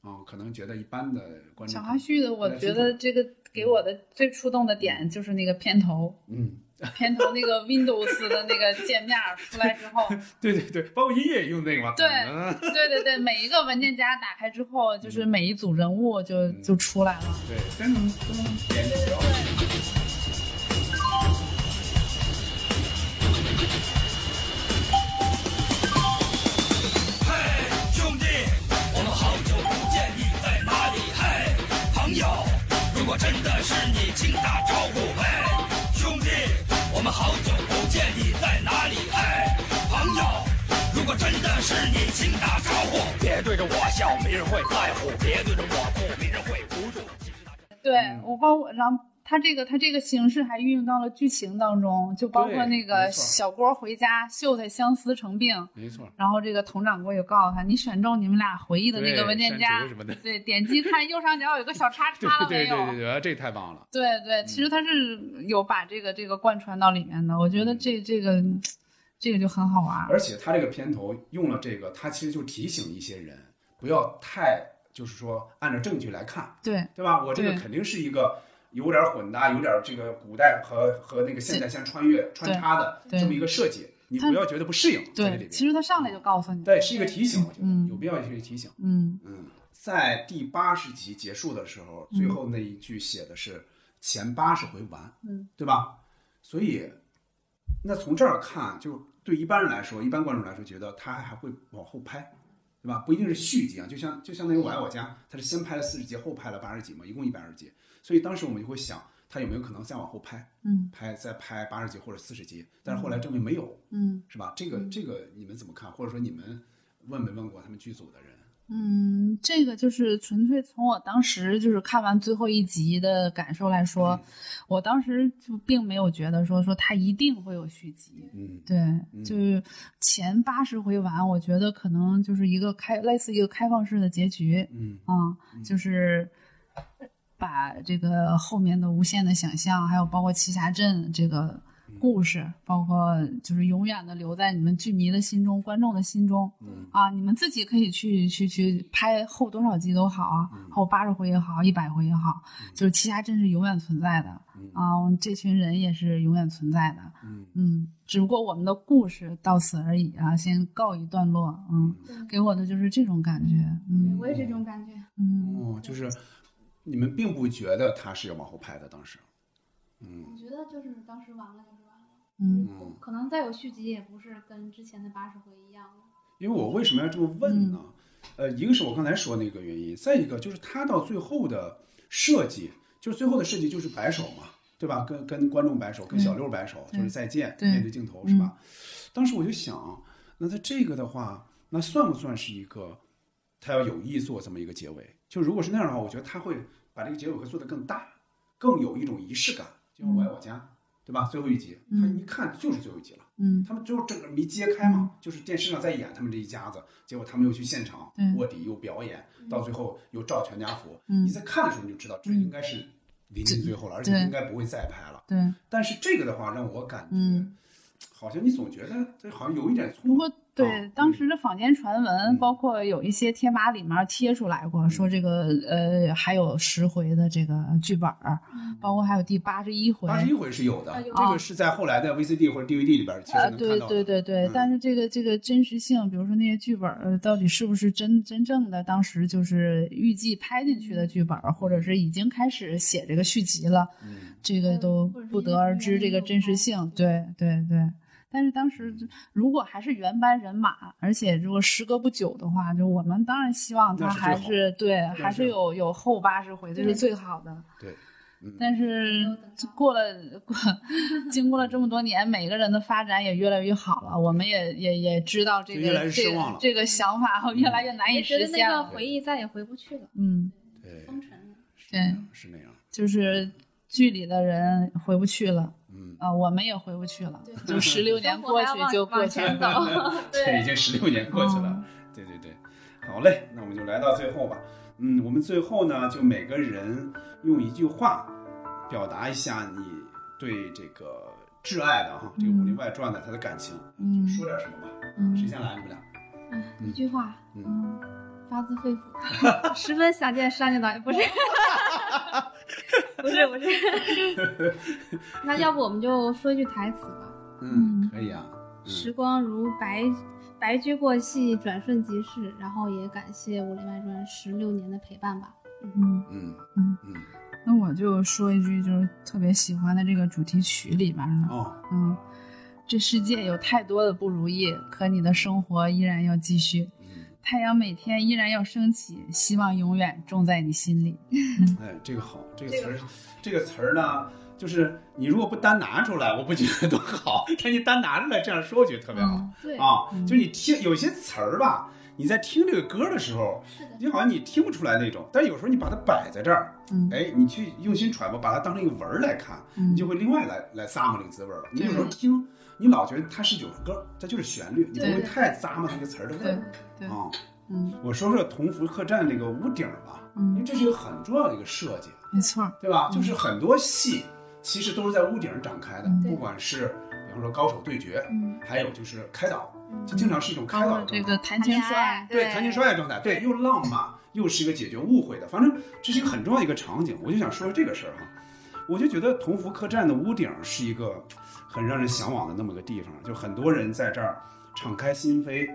S3: 啊、可能觉得一般的观众
S2: 小
S3: 可
S2: 花
S3: 能，
S2: 絮的，我觉得这个给我的最触动的点就是那个片头，
S3: 嗯，
S2: 片头那个 Windows 的那个界面儿出来之 后，
S3: 对对对，包括音乐也用那个嘛，
S2: 对
S3: 嗯
S2: 对对对，每一个文件夹打开之后，就是每一组人物就
S3: 嗯
S2: 就出来了。
S3: 对，真能真能点着。
S7: 兄弟，我们好久不见，你在哪里？嘿，朋友，如果真的是你，请打招呼。嘿，兄弟，我们好久不见，你在哪里？嘿，朋友，如果真的是你，请打招呼。别对着我笑，没人会在乎；别对着我哭，没人会无助。其实大家
S2: 对
S3: 嗯
S2: 我包括，然后他这个他这个形式还运用到了剧情当中，就包括
S3: 对
S2: 那个
S3: 没错
S2: 小郭回家秀才相思成病，
S3: 没错，
S2: 然后这个佟掌柜就告诉他，你选中你们俩回忆的那个
S3: 对
S2: 文件
S3: 删
S2: 夹
S3: 除什么 的，
S2: 对，点击看右上角有个小叉
S3: 对
S2: 叉了
S3: 对
S2: 没有？
S3: 对对对，这太棒了。
S2: 对对，其
S3: 嗯
S2: 实他是有把这个这个贯穿到里面的，我觉
S3: 嗯
S2: 得这这个这个就很好玩。
S3: 而且他这个片头用了这个，他其实就提醒一些人不要太就是说按照证据来看，
S2: 对，
S3: 对吧？我这个
S2: 对
S3: 肯定是一个有点混搭，有点这个古代和和那个现代相穿越穿插的
S2: 对
S3: 这么一个设计，你
S2: 它
S3: 不要觉得不适应在这里
S2: 对，其
S3: 边。
S2: 实他上来就告诉你，
S3: 对，是一个提醒，我觉
S2: 嗯
S3: 得有必要去提醒。
S2: 嗯，
S3: 嗯，在第八十集结束的时候，最后那一句写的是前八十回完，
S2: 嗯，
S3: 对吧？所以，那从这儿看，就对一般人来说，一般观众来说，觉得他还会往后拍，对吧？不一定是续集啊，就像就相当于《我爱我家》，他是先拍了四十集，后拍了八十集嘛，一共一百二十集。所以当时我们就会想，他有没有可能再往后拍，
S2: 嗯，
S3: 拍再拍八十集或者四十集？但是后来证明没有，
S2: 嗯
S3: 是吧？这个这个你们怎么看？或者说你们问没问过他们剧组的人？
S2: 嗯，这个就是纯粹从我当时就是看完最后一集的感受来说，
S3: 嗯
S2: 我当时就并没有觉得说说他一定会有续集。
S3: 嗯，
S2: 对，就是前八十回完，我觉得可能就是一个开类似一个开放式的结局，
S3: 嗯
S2: 啊、就是把这个后面的无限的想象，还有包括栖霞镇这个
S3: 嗯
S2: 故事，包括就是永远的留在你们剧迷的心中、观众的心中。
S3: 嗯
S2: 啊，你们自己可以去去去拍后多少集都好啊，
S3: 嗯
S2: 后八十回也好，一百回也好，就是栖霞镇是永远存在的、
S3: 嗯
S2: 啊，我们这群人也是永远存在的。
S3: 嗯。
S2: 嗯，只不过我们的故事到此而已啊，先告一段落。嗯，给我的就是这种感觉。
S5: 对
S2: 嗯
S5: 我也是这种感觉。
S2: 嗯。
S3: 哦，就是你们并不觉得他是往后拍的，当时，嗯
S5: 我觉得就是当时完了就是完了，
S2: 嗯
S3: 嗯，
S5: 可能再有续集也不是跟之前的八十回一样了。
S3: 因为我为什么要这么问呢？呃，一个是我刚才说那个原因，再一个就是他到最后的设计，就是最后的设计就是摆手嘛，对吧？跟跟观众摆手，跟小六摆手，就是再见，
S2: 对
S3: 面对镜头是吧？当时我就想，那他这个的话，那算不算是一个他要有意做这么一个结尾？就如果是那样的话，我觉得他会把这个结尾会做得更大，更有一种仪式感，就像《我爱我家》对吧？最后一集，他一看就是最后一集了。
S2: 嗯
S3: 他们最后整个没揭开嘛，就是电视上在演他们这一家子，结果他们又去现场
S2: 对
S3: 卧底又表演，到最后又照全家福。
S2: 嗯
S3: 你在看的时候你就知道，这应该是临近最后了，而且
S2: 对
S3: 应该不会再拍了。
S2: 对，
S3: 但是这个的话，让我感觉、
S2: 嗯
S3: 好像你总觉得这好像有一点
S2: 不
S3: 冲突。
S2: 过对、
S3: 嗯
S2: 当时的坊间传闻，
S3: 嗯
S2: 包括有一些贴吧里面贴出来过，说这个呃还有十回的这个剧本儿，包括还有第八十一
S3: 嗯
S2: 回。呃
S3: 八十一回是有的，
S5: 啊有
S3: 这个是在后来的 VCD 或者 DVD 里边其实
S2: 呃，
S3: 能看
S2: 对
S3: 到的。
S2: 对对对，
S3: 嗯
S2: 但是这个这个真实性，比如说那些剧本儿，呃到底是不是真真正的当时就是预计拍进去的剧本儿，或者是已经开始写这个续集了，
S3: 嗯
S2: 这个都
S5: 或者是
S2: 不
S5: 因为
S2: 得而
S5: 原
S2: 知，
S5: 因
S2: 这个
S5: 有
S2: 真实
S5: 关
S2: 性，对对对。但是当时如果还是原班人马，而且如果时隔不久的话，就我们当然希望
S3: 那
S2: 他
S3: 是最
S2: 还
S3: 好
S2: 是对，
S3: 是
S2: 还是
S3: 最
S2: 有有后八十回，这是
S5: 对
S2: 最好的。
S3: 对，嗯
S2: 但是
S5: 有等到
S2: 过了过，经过了这么多年，每个人的发展也越来越好了，我们也也也知道这
S3: 就
S2: 个
S3: 越来越
S2: 这
S3: 失
S2: 个
S3: 望了嗯
S2: 这个想法越来越难以
S5: 也觉
S2: 实
S5: 得
S2: 现
S5: 那个
S2: 了。
S5: 回忆再也回不去了，
S2: 嗯，
S3: 对，
S5: 封尘了。
S3: 是那样是那样。
S2: 就是剧里的人回不去了。
S3: 嗯，
S2: 啊，我们也回不去了
S5: 对，
S2: 就十六年过去就过去
S5: 往前走
S2: 了。
S5: 对
S3: 这已经十六年过去了。对对对，好嘞，那我们就来到最后吧。嗯，我们最后呢，就每个人用一句话表达一下你对这个挚爱的哈，这个《武林外传》的他的感情，
S1: 嗯
S3: 就说点什么吧。谁先来？你们俩。
S5: 一句话，
S3: 嗯
S5: 嗯，发自肺腑，
S4: 十分想见山里导演，不是，不是，不是。
S5: 那要不我们就说一句台词吧。
S3: 嗯，可以啊。嗯
S5: 时光如白白驹过隙，转瞬即逝。然后也感谢《武林外传》十六年的陪伴吧。
S2: 嗯，
S3: 嗯
S2: 嗯
S3: 嗯
S2: 那我就说一句，就是特别喜欢的这个主题曲里边呢，
S3: 哦，
S2: 嗯，这世界有太多的不如意，可你的生活依然要继续，
S3: 嗯，
S2: 太阳每天依然要升起，希望永远种在你心里。
S3: 哎，这个好，这个词儿，这个词儿呢，就是你如果不单拿出来，我不觉得多好， 但你单拿出来这样说，我觉得特别好
S5: 对，
S3: 啊。
S2: 嗯
S3: 就你听有些词儿吧，你在听这个歌的时候，
S5: 是的，
S3: 你好像你听不出来那种，但有时候你把它摆在这儿，
S2: 嗯
S3: 哎，你去用心揣摩，把它当成一个文儿来看，
S2: 嗯
S3: 你就会另外来来咂摸这个滋味儿了。你有时候听，你老觉得它是有歌，它就是旋律，你不会
S5: 对
S3: 太咂摸那个词儿的味儿
S2: 对对
S3: 啊。
S2: 嗯
S3: 我说说同福客栈这个屋顶儿吧，因为
S2: 嗯，
S3: 这是一个很重要的一个设计，
S2: 没错儿，
S3: 对吧？就是很多戏其实都是在屋顶上展开的，
S2: 嗯
S3: 不管是比方说高手对决，
S5: 嗯，
S3: 还有就是开导，就经常是一种开导的
S2: 这
S3: 状态
S2: 个谈情说爱，
S3: 对，谈情说爱的状态，对，又浪漫，又是一个解决误会的，反正这是一个很重要的一个场景。我就想说说这个事儿哈，我就觉得同福客栈的屋顶是一个很让人向往的那么个地方，就很多人在这儿敞开心扉，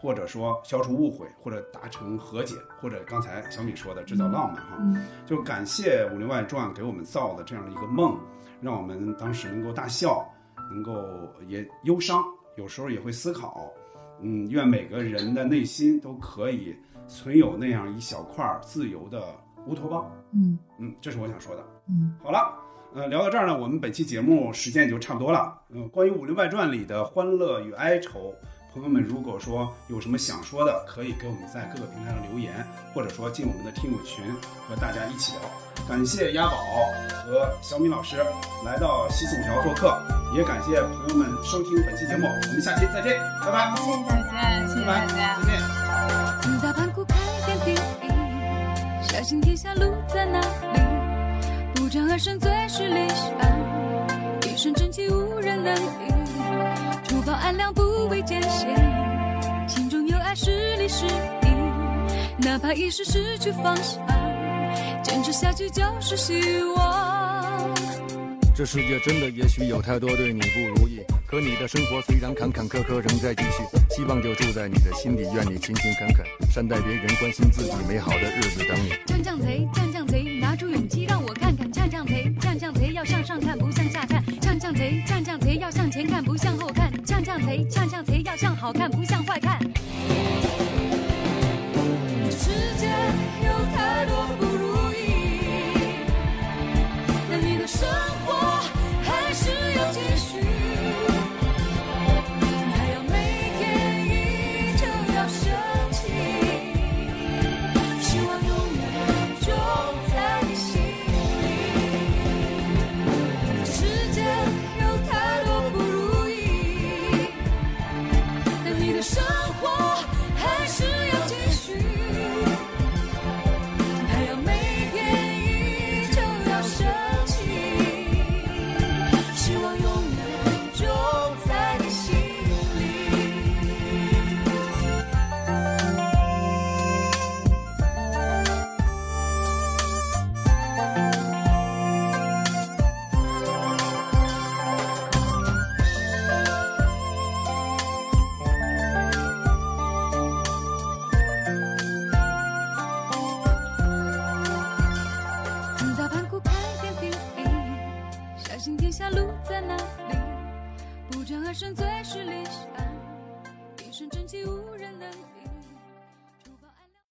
S3: 或者说消除误会，或者达成和解，或者刚才小米说的制造浪漫哈，就感谢《武林外传》给我们造的这样的一个梦，让我们当时能够大笑，能够也忧伤，有时候也会思考。嗯，愿每个人的内心都可以存有那样一小块儿自由的乌托邦。
S2: 嗯
S3: 嗯，这是我想说的。
S2: 嗯，
S3: 好了，呃，聊到这儿呢，我们本期节目时间也就差不多了。嗯、关于《武林外传》里的欢乐与哀愁，朋友们如果说有什么想说的，可以给我们在各个平台上留言，或者说进我们的听友群和大家一起聊。感谢鸭宝和小米老师来到西四五条做客，也感谢朋友们收听本期节目，我们下期再见，拜拜，
S2: 再见，谢谢
S3: 拜
S2: 大
S3: 拜，
S2: 家。
S3: 再见。
S8: 自打盘古开天辟地，小心天下路在哪里？不战而胜最是理想，一身正气无人能敌。除暴安良不畏艰险，心中有爱是力是敌。哪怕一时失去方向，坚持下去就是希望。
S9: 这世界真的也许有太多对你不如意，可你的生活虽然坎坎坷坷，仍在继续。希望就住在你的心底，愿你勤勤恳恳，善待别人，关心自己，美好的日子等你。
S8: 战将贼，战将贼，拿出勇气让我看看。战将贼，战将贼，要向上看，不向下看。战将贼，战将贼，要向前看，不向后看。战将贼，战将贼，要向好看，不向